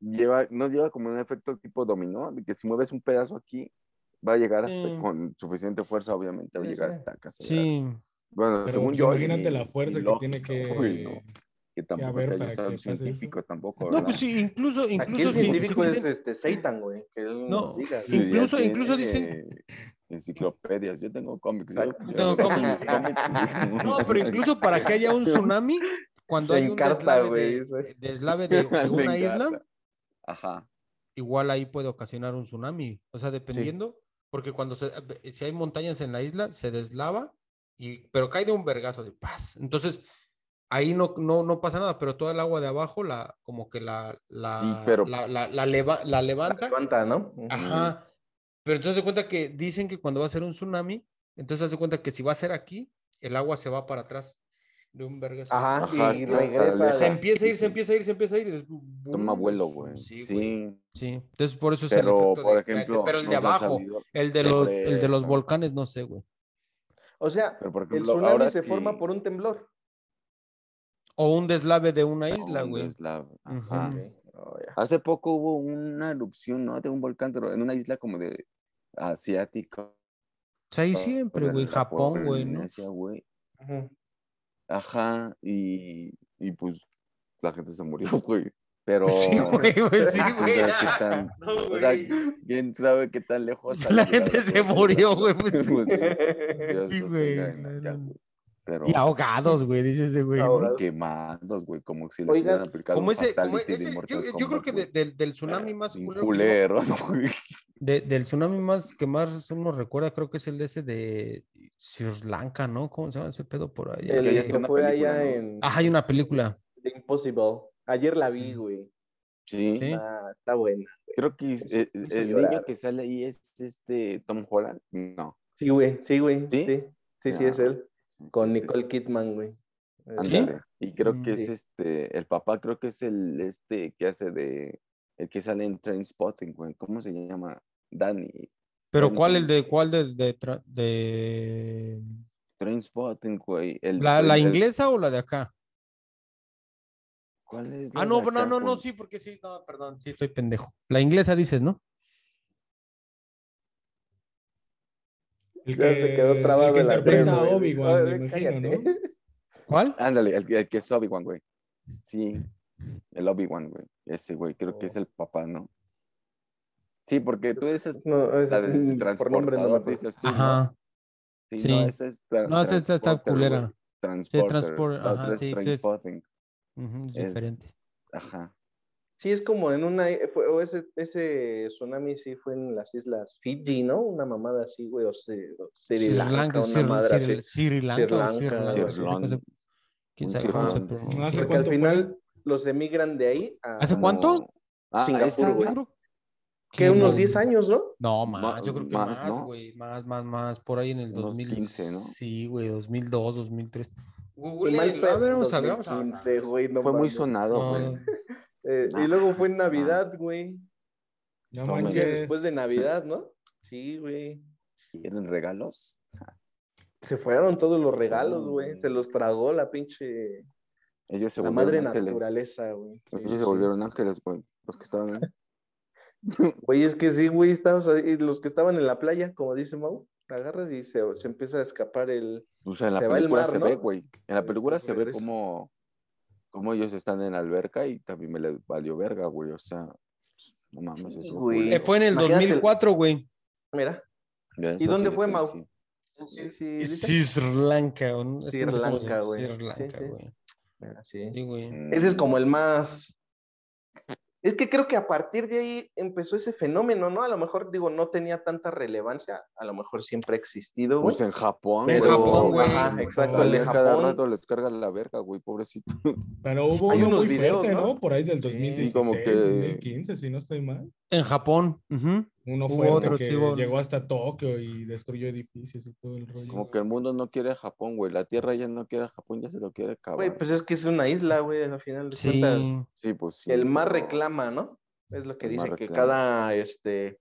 [SPEAKER 2] lleva, no lleva como un efecto tipo dominó, de que si mueves un pedazo aquí, va a llegar hasta
[SPEAKER 1] Sí.
[SPEAKER 2] con suficiente fuerza, obviamente, va a
[SPEAKER 3] Mm. Sí,
[SPEAKER 2] llegar
[SPEAKER 3] sí.
[SPEAKER 2] hasta acá. se va a llegar.
[SPEAKER 1] Sí.
[SPEAKER 2] Bueno,
[SPEAKER 4] Pero
[SPEAKER 2] según
[SPEAKER 4] pues,
[SPEAKER 2] yo.
[SPEAKER 4] imagínate
[SPEAKER 2] y-
[SPEAKER 4] la fuerza
[SPEAKER 2] y
[SPEAKER 4] que tiene
[SPEAKER 2] lógica,
[SPEAKER 4] que.
[SPEAKER 2] güey, no, que tampoco
[SPEAKER 4] ver
[SPEAKER 2] es que
[SPEAKER 4] para
[SPEAKER 2] haya sido
[SPEAKER 4] que pase eso.
[SPEAKER 2] científico tampoco.
[SPEAKER 1] No,
[SPEAKER 2] ¿verdad?
[SPEAKER 1] pues sí, incluso,
[SPEAKER 3] Aquí
[SPEAKER 1] incluso
[SPEAKER 3] el
[SPEAKER 1] si- si
[SPEAKER 3] científico es
[SPEAKER 1] dicen-
[SPEAKER 3] este Seitan, güey. Que él
[SPEAKER 1] No,
[SPEAKER 3] nos diga.
[SPEAKER 2] Sí, ya
[SPEAKER 1] Incluso-
[SPEAKER 2] tiene
[SPEAKER 1] incluso dicen-
[SPEAKER 2] Enciclopedias, yo tengo cómics. Yo,
[SPEAKER 3] Exacto.
[SPEAKER 1] Yo tengo cómics. <laughs> No,
[SPEAKER 2] <laughs>
[SPEAKER 1] pero incluso para que haya un tsunami, cuando
[SPEAKER 3] Se
[SPEAKER 1] hay un
[SPEAKER 3] encarta,
[SPEAKER 1] deslave,
[SPEAKER 3] güey,
[SPEAKER 1] de,
[SPEAKER 3] eso.
[SPEAKER 1] deslave
[SPEAKER 2] <laughs>
[SPEAKER 1] de, de
[SPEAKER 2] Me
[SPEAKER 1] una isla,
[SPEAKER 2] encanta. Ajá.
[SPEAKER 1] igual ahí puede ocasionar un tsunami. O sea, dependiendo, porque cuando se- eh, si hay montañas en la isla, se deslava, y, pero cae de un vergazo de paz. Entonces, ahí no, no, no pasa nada, pero toda el agua de abajo, la, como que la, la,
[SPEAKER 2] Sí, pero-
[SPEAKER 1] la, la- la leva- la levanta.
[SPEAKER 3] Levanta, ¿no?
[SPEAKER 1] Ah. Ajá. Pero entonces se cuenta que dicen que cuando va a ser un tsunami, entonces se cuenta que si va a ser aquí, el agua se va para atrás de un vergazo.
[SPEAKER 3] Ajá,
[SPEAKER 2] Ajá,
[SPEAKER 3] y
[SPEAKER 2] está-
[SPEAKER 3] Ah, regresa.
[SPEAKER 1] Se
[SPEAKER 2] aleja.
[SPEAKER 1] empieza a ir, se
[SPEAKER 2] Sí.
[SPEAKER 1] empieza a ir, se empieza a ir. y después,
[SPEAKER 2] Toma
[SPEAKER 1] ¡bum!
[SPEAKER 2] vuelo, güey.
[SPEAKER 1] Uh, Sí,
[SPEAKER 2] Sí,
[SPEAKER 1] güey, sí. Entonces por eso es el
[SPEAKER 2] pero
[SPEAKER 1] efecto
[SPEAKER 2] por
[SPEAKER 1] de- de-
[SPEAKER 2] ejemplo.
[SPEAKER 1] pero el de
[SPEAKER 2] no se ha
[SPEAKER 1] abajo,
[SPEAKER 2] sabido-
[SPEAKER 1] el de los, el de los
[SPEAKER 2] Eso.
[SPEAKER 1] volcanes, no sé, güey.
[SPEAKER 3] O sea,
[SPEAKER 2] Pero por
[SPEAKER 3] el
[SPEAKER 2] ejemplo,
[SPEAKER 3] tsunami
[SPEAKER 2] ahora
[SPEAKER 3] se
[SPEAKER 2] que-
[SPEAKER 3] forma por un temblor.
[SPEAKER 1] O un deslave de una
[SPEAKER 2] no,
[SPEAKER 1] isla,
[SPEAKER 2] un
[SPEAKER 1] güey.
[SPEAKER 2] deslave,
[SPEAKER 1] Ujú.
[SPEAKER 2] ajá.
[SPEAKER 1] Mm.
[SPEAKER 3] Ok, oh, ya.
[SPEAKER 2] Hace poco hubo una erupción, ¿no? De un volcán, pero en una isla como de asiático.
[SPEAKER 1] O sea, ahí siempre, güey. Japón, güey, ¿no?
[SPEAKER 2] güey.
[SPEAKER 3] Ujú.
[SPEAKER 2] Ajá, y, y pues la gente se murió, <laughs> güey. Pero.
[SPEAKER 1] <laughs>
[SPEAKER 2] <laughs>
[SPEAKER 1] Sí, güey, pues sí,
[SPEAKER 2] ¿quién
[SPEAKER 1] güey.
[SPEAKER 2] sabe qué tan-
[SPEAKER 1] <laughs> No,
[SPEAKER 2] o sea,
[SPEAKER 1] güey.
[SPEAKER 2] ¿Quién sabe qué tan lejos?
[SPEAKER 1] <laughs>
[SPEAKER 2] ha
[SPEAKER 1] La
[SPEAKER 2] llegado
[SPEAKER 1] gente se
[SPEAKER 2] todo esto? <laughs>
[SPEAKER 1] murió, güey. pues <laughs> sí.
[SPEAKER 2] Pues sí,
[SPEAKER 3] <laughs>
[SPEAKER 2] Dios
[SPEAKER 1] Sí,
[SPEAKER 2] los
[SPEAKER 1] güey,
[SPEAKER 2] tenga en la- ya,
[SPEAKER 1] claro.
[SPEAKER 2] güey. Pero
[SPEAKER 1] Y ahogados, güey, dice ese güey. ¿no?
[SPEAKER 3] Ahogados.
[SPEAKER 2] quemados, güey, como si les
[SPEAKER 3] Oigan,
[SPEAKER 2] hubieran aplicado
[SPEAKER 1] Como
[SPEAKER 2] un
[SPEAKER 1] ese, como
[SPEAKER 2] fatality de
[SPEAKER 1] ese- yo, yo
[SPEAKER 2] Mortal Kombat,
[SPEAKER 1] creo que de-
[SPEAKER 2] güey.
[SPEAKER 1] del, del tsunami más
[SPEAKER 2] Bien
[SPEAKER 1] culero que yo-
[SPEAKER 2] culeros, <laughs> güey.
[SPEAKER 1] de- del tsunami más que más uno recuerda, creo que es el de ese de Sri Lanka, ¿no? ¿Cómo se llama ese pedo por allá?
[SPEAKER 2] que había
[SPEAKER 3] El
[SPEAKER 2] hasta
[SPEAKER 3] que
[SPEAKER 2] una
[SPEAKER 3] fue
[SPEAKER 2] película,
[SPEAKER 3] allá
[SPEAKER 2] ¿no?
[SPEAKER 3] en
[SPEAKER 1] Ah, hay una película.
[SPEAKER 3] The Impossible. Ayer la vi,
[SPEAKER 1] Sí.
[SPEAKER 3] güey.
[SPEAKER 2] Sí,
[SPEAKER 1] Sí.
[SPEAKER 3] Ah, está buena.
[SPEAKER 2] creo que es- eh,
[SPEAKER 3] hizo
[SPEAKER 2] el niño
[SPEAKER 3] llorar.
[SPEAKER 2] que sale ahí es este Tom Holland. No.
[SPEAKER 3] Sí, güey, sí, güey.
[SPEAKER 2] ¿Sí?
[SPEAKER 3] Sí, sí, sí,
[SPEAKER 2] Ah,
[SPEAKER 3] es él.
[SPEAKER 2] sí, sí,
[SPEAKER 3] Con
[SPEAKER 2] sí,
[SPEAKER 3] Nicole
[SPEAKER 2] sí.
[SPEAKER 3] Kidman, güey.
[SPEAKER 2] Ándale. Y creo que
[SPEAKER 1] Mm,
[SPEAKER 2] es
[SPEAKER 3] sí.
[SPEAKER 2] este, el papá creo que es el este que hace de, el que sale en Train Spotting, güey. ¿Cómo se llama? Danny.
[SPEAKER 1] Pero
[SPEAKER 2] Bueno,
[SPEAKER 1] ¿cuál el
[SPEAKER 2] también.
[SPEAKER 1] de cuál de, de, tra- de-
[SPEAKER 2] Train Spotting, güey. El,
[SPEAKER 1] la, la
[SPEAKER 2] el- el-
[SPEAKER 1] inglesa o la de acá?
[SPEAKER 2] ¿Cuál es?
[SPEAKER 1] Ah,
[SPEAKER 2] la
[SPEAKER 1] no,
[SPEAKER 2] de
[SPEAKER 1] no,
[SPEAKER 2] acá
[SPEAKER 1] no, no,
[SPEAKER 2] con-
[SPEAKER 1] sí, porque sí, no, perdón, sí, soy pendejo. La inglesa dices, ¿no?
[SPEAKER 4] El
[SPEAKER 3] Ya se quedó trabado
[SPEAKER 4] el que
[SPEAKER 3] en la
[SPEAKER 4] interpreta
[SPEAKER 3] tres,
[SPEAKER 4] a
[SPEAKER 3] güey.
[SPEAKER 4] Obi-Wan, me
[SPEAKER 3] Ay,
[SPEAKER 4] imagino, ¿no?
[SPEAKER 3] cállate.
[SPEAKER 1] ¿Cuál?
[SPEAKER 2] Ándale, el, que- el que es Obi-Wan, güey. Sí, el Obi-Wan, güey. Ese, güey, creo que es
[SPEAKER 3] Oh.
[SPEAKER 2] el papá, ¿no? Sí, porque tú dices
[SPEAKER 3] <laughs> No, ese
[SPEAKER 2] la
[SPEAKER 3] es
[SPEAKER 2] del
[SPEAKER 3] un- por nombre no
[SPEAKER 2] transportador,
[SPEAKER 3] me acuerdo.
[SPEAKER 2] dices tú, ¿no?
[SPEAKER 1] Ajá.
[SPEAKER 2] Sí,
[SPEAKER 1] sí.
[SPEAKER 2] no, esa es tra-
[SPEAKER 1] No, esa está- está
[SPEAKER 2] transporter, güey.
[SPEAKER 1] culera.
[SPEAKER 2] Transporter.
[SPEAKER 1] transpor-
[SPEAKER 2] La
[SPEAKER 1] ajá,
[SPEAKER 2] otra es
[SPEAKER 1] sí, que es-
[SPEAKER 2] transporting.
[SPEAKER 1] Ujú, es
[SPEAKER 2] Es-
[SPEAKER 1] diferente.
[SPEAKER 2] Ajá.
[SPEAKER 3] Sí, es como en una. fue- o ese, ese tsunami sí fue en las islas Fiji, ¿no? Una mamada así, güey. O Sri, o Sri
[SPEAKER 1] Sri
[SPEAKER 3] Lanka,
[SPEAKER 1] Lanka,
[SPEAKER 3] una
[SPEAKER 1] Sri-
[SPEAKER 3] madre
[SPEAKER 1] Sri-
[SPEAKER 3] así.
[SPEAKER 1] Sri Lanka o
[SPEAKER 3] Lanka,
[SPEAKER 1] Sri Lanka,
[SPEAKER 3] algo
[SPEAKER 1] sí,
[SPEAKER 2] así.
[SPEAKER 1] no sé- quién sabe cómo
[SPEAKER 2] Un
[SPEAKER 1] se
[SPEAKER 2] Sri Lanka.
[SPEAKER 1] pronuncia.
[SPEAKER 4] No hace
[SPEAKER 3] Porque al
[SPEAKER 4] cuánto
[SPEAKER 3] final los emigran de ahí a.
[SPEAKER 1] ¿Hace cuánto?
[SPEAKER 2] Ah,
[SPEAKER 3] Singapur,
[SPEAKER 2] esa,
[SPEAKER 3] güey.
[SPEAKER 2] ¿no?
[SPEAKER 3] Que unos
[SPEAKER 1] no,
[SPEAKER 3] 10 años, ¿no?
[SPEAKER 1] No,
[SPEAKER 2] Ma-
[SPEAKER 1] más, yo creo que
[SPEAKER 2] más,
[SPEAKER 1] más,
[SPEAKER 2] ¿no?
[SPEAKER 1] güey, más, más, más, por ahí en el
[SPEAKER 2] Unos
[SPEAKER 1] 2000,
[SPEAKER 2] 15, ¿no?
[SPEAKER 1] sí, güey, 2002, 2003.
[SPEAKER 3] Y
[SPEAKER 1] Google,
[SPEAKER 3] mal
[SPEAKER 1] a
[SPEAKER 3] pedo,
[SPEAKER 1] ver, vamos a ver, vamos a
[SPEAKER 3] 2015, güey, no
[SPEAKER 2] Fue muy
[SPEAKER 3] mames.
[SPEAKER 2] sonado, güey.
[SPEAKER 3] Eh,
[SPEAKER 2] Ah,
[SPEAKER 3] y luego fue en
[SPEAKER 1] pues,
[SPEAKER 2] está.
[SPEAKER 3] Navidad, güey.
[SPEAKER 4] No
[SPEAKER 2] Toma, ya
[SPEAKER 3] Un día
[SPEAKER 4] manches.
[SPEAKER 3] después de Navidad, ¿no? Sí, güey.
[SPEAKER 2] ¿Quieren regalos?
[SPEAKER 3] Se fueron todos los regalos,
[SPEAKER 2] Mm.
[SPEAKER 3] güey. Se los tragó la pinche.
[SPEAKER 2] Ellos se
[SPEAKER 3] La madre
[SPEAKER 2] volvieron ángeles.
[SPEAKER 3] naturaleza, güey. Sí,
[SPEAKER 2] Ellos
[SPEAKER 3] sí.
[SPEAKER 2] se volvieron ángeles, güey. Los que estaban ahí.
[SPEAKER 3] Güey, es que sí, güey. Estabas ahí, los que estaban en la playa, como dice Mau, agarras y se, se empieza a escapar el.
[SPEAKER 2] O sea, Pues, en la
[SPEAKER 3] Se va el
[SPEAKER 2] película
[SPEAKER 3] mar,
[SPEAKER 2] se
[SPEAKER 3] ¿no? Eh, pues,
[SPEAKER 2] ve, güey. En la
[SPEAKER 3] Y
[SPEAKER 2] película se ve
[SPEAKER 3] regresa.
[SPEAKER 2] como, como ellos están en la alberca y también me les valió verga, güey. O sea, pues, no mames,
[SPEAKER 3] Sí,
[SPEAKER 2] eso
[SPEAKER 3] güey.
[SPEAKER 1] Eh, fue en el
[SPEAKER 3] Imagínate-
[SPEAKER 1] 2004, güey.
[SPEAKER 3] Mira,
[SPEAKER 2] Ya es
[SPEAKER 3] ¿Y
[SPEAKER 2] lo
[SPEAKER 3] dónde
[SPEAKER 2] que yo
[SPEAKER 3] fue,
[SPEAKER 2] te
[SPEAKER 3] Mau?
[SPEAKER 2] decía.
[SPEAKER 3] Sí, sí,
[SPEAKER 1] Es
[SPEAKER 3] ¿viste?
[SPEAKER 1] Sri Lanka, o no- es que no sé
[SPEAKER 3] Sri
[SPEAKER 1] cómo se
[SPEAKER 3] Lanka,
[SPEAKER 1] llama,
[SPEAKER 3] güey.
[SPEAKER 1] Sri Lanka,
[SPEAKER 3] Sí, sí.
[SPEAKER 1] güey.
[SPEAKER 3] mira, sí.
[SPEAKER 1] Sí, güey.
[SPEAKER 3] Ese es
[SPEAKER 2] Mm,
[SPEAKER 3] como el más. Es que creo que a partir de ahí empezó ese fenómeno, ¿no? A lo mejor, digo, no tenía tanta relevancia, a lo mejor siempre ha existido, güey.
[SPEAKER 2] Pues en Japón,
[SPEAKER 1] En
[SPEAKER 2] güey.
[SPEAKER 1] Japón, güey.
[SPEAKER 3] Ajá, exacto,
[SPEAKER 4] Ahí
[SPEAKER 3] el de
[SPEAKER 2] Allá Cada
[SPEAKER 3] Japón.
[SPEAKER 2] rato les carga la verga, güey, pobrecitos.
[SPEAKER 4] Pero hubo
[SPEAKER 3] Hay
[SPEAKER 4] uno
[SPEAKER 3] unos
[SPEAKER 4] muy
[SPEAKER 3] videos,
[SPEAKER 4] fuerte,
[SPEAKER 3] ¿no?
[SPEAKER 4] ¿no? Por ahí del
[SPEAKER 3] Sí,
[SPEAKER 4] 2016,
[SPEAKER 2] como que-
[SPEAKER 4] 2015, si no estoy mal.
[SPEAKER 1] En Japón, ujú.
[SPEAKER 4] Uno
[SPEAKER 1] Hubo
[SPEAKER 4] fuerte
[SPEAKER 1] otro,
[SPEAKER 4] que
[SPEAKER 1] sí, hubo-
[SPEAKER 4] llegó hasta Tokio y destruyó edificios y todo el rollo.
[SPEAKER 2] Como que el mundo no quiere a Japón, güey. La tierra ya no quiere a Japón, ya se lo quiere acabar.
[SPEAKER 3] Güey, pues es que es una isla, güey, al final de
[SPEAKER 1] sí.
[SPEAKER 3] cuentas.
[SPEAKER 2] sí, pues sí.
[SPEAKER 3] El mar
[SPEAKER 2] pero-
[SPEAKER 3] reclama, ¿no? Es lo que
[SPEAKER 2] El mar
[SPEAKER 3] dice que
[SPEAKER 2] reclama.
[SPEAKER 3] cada este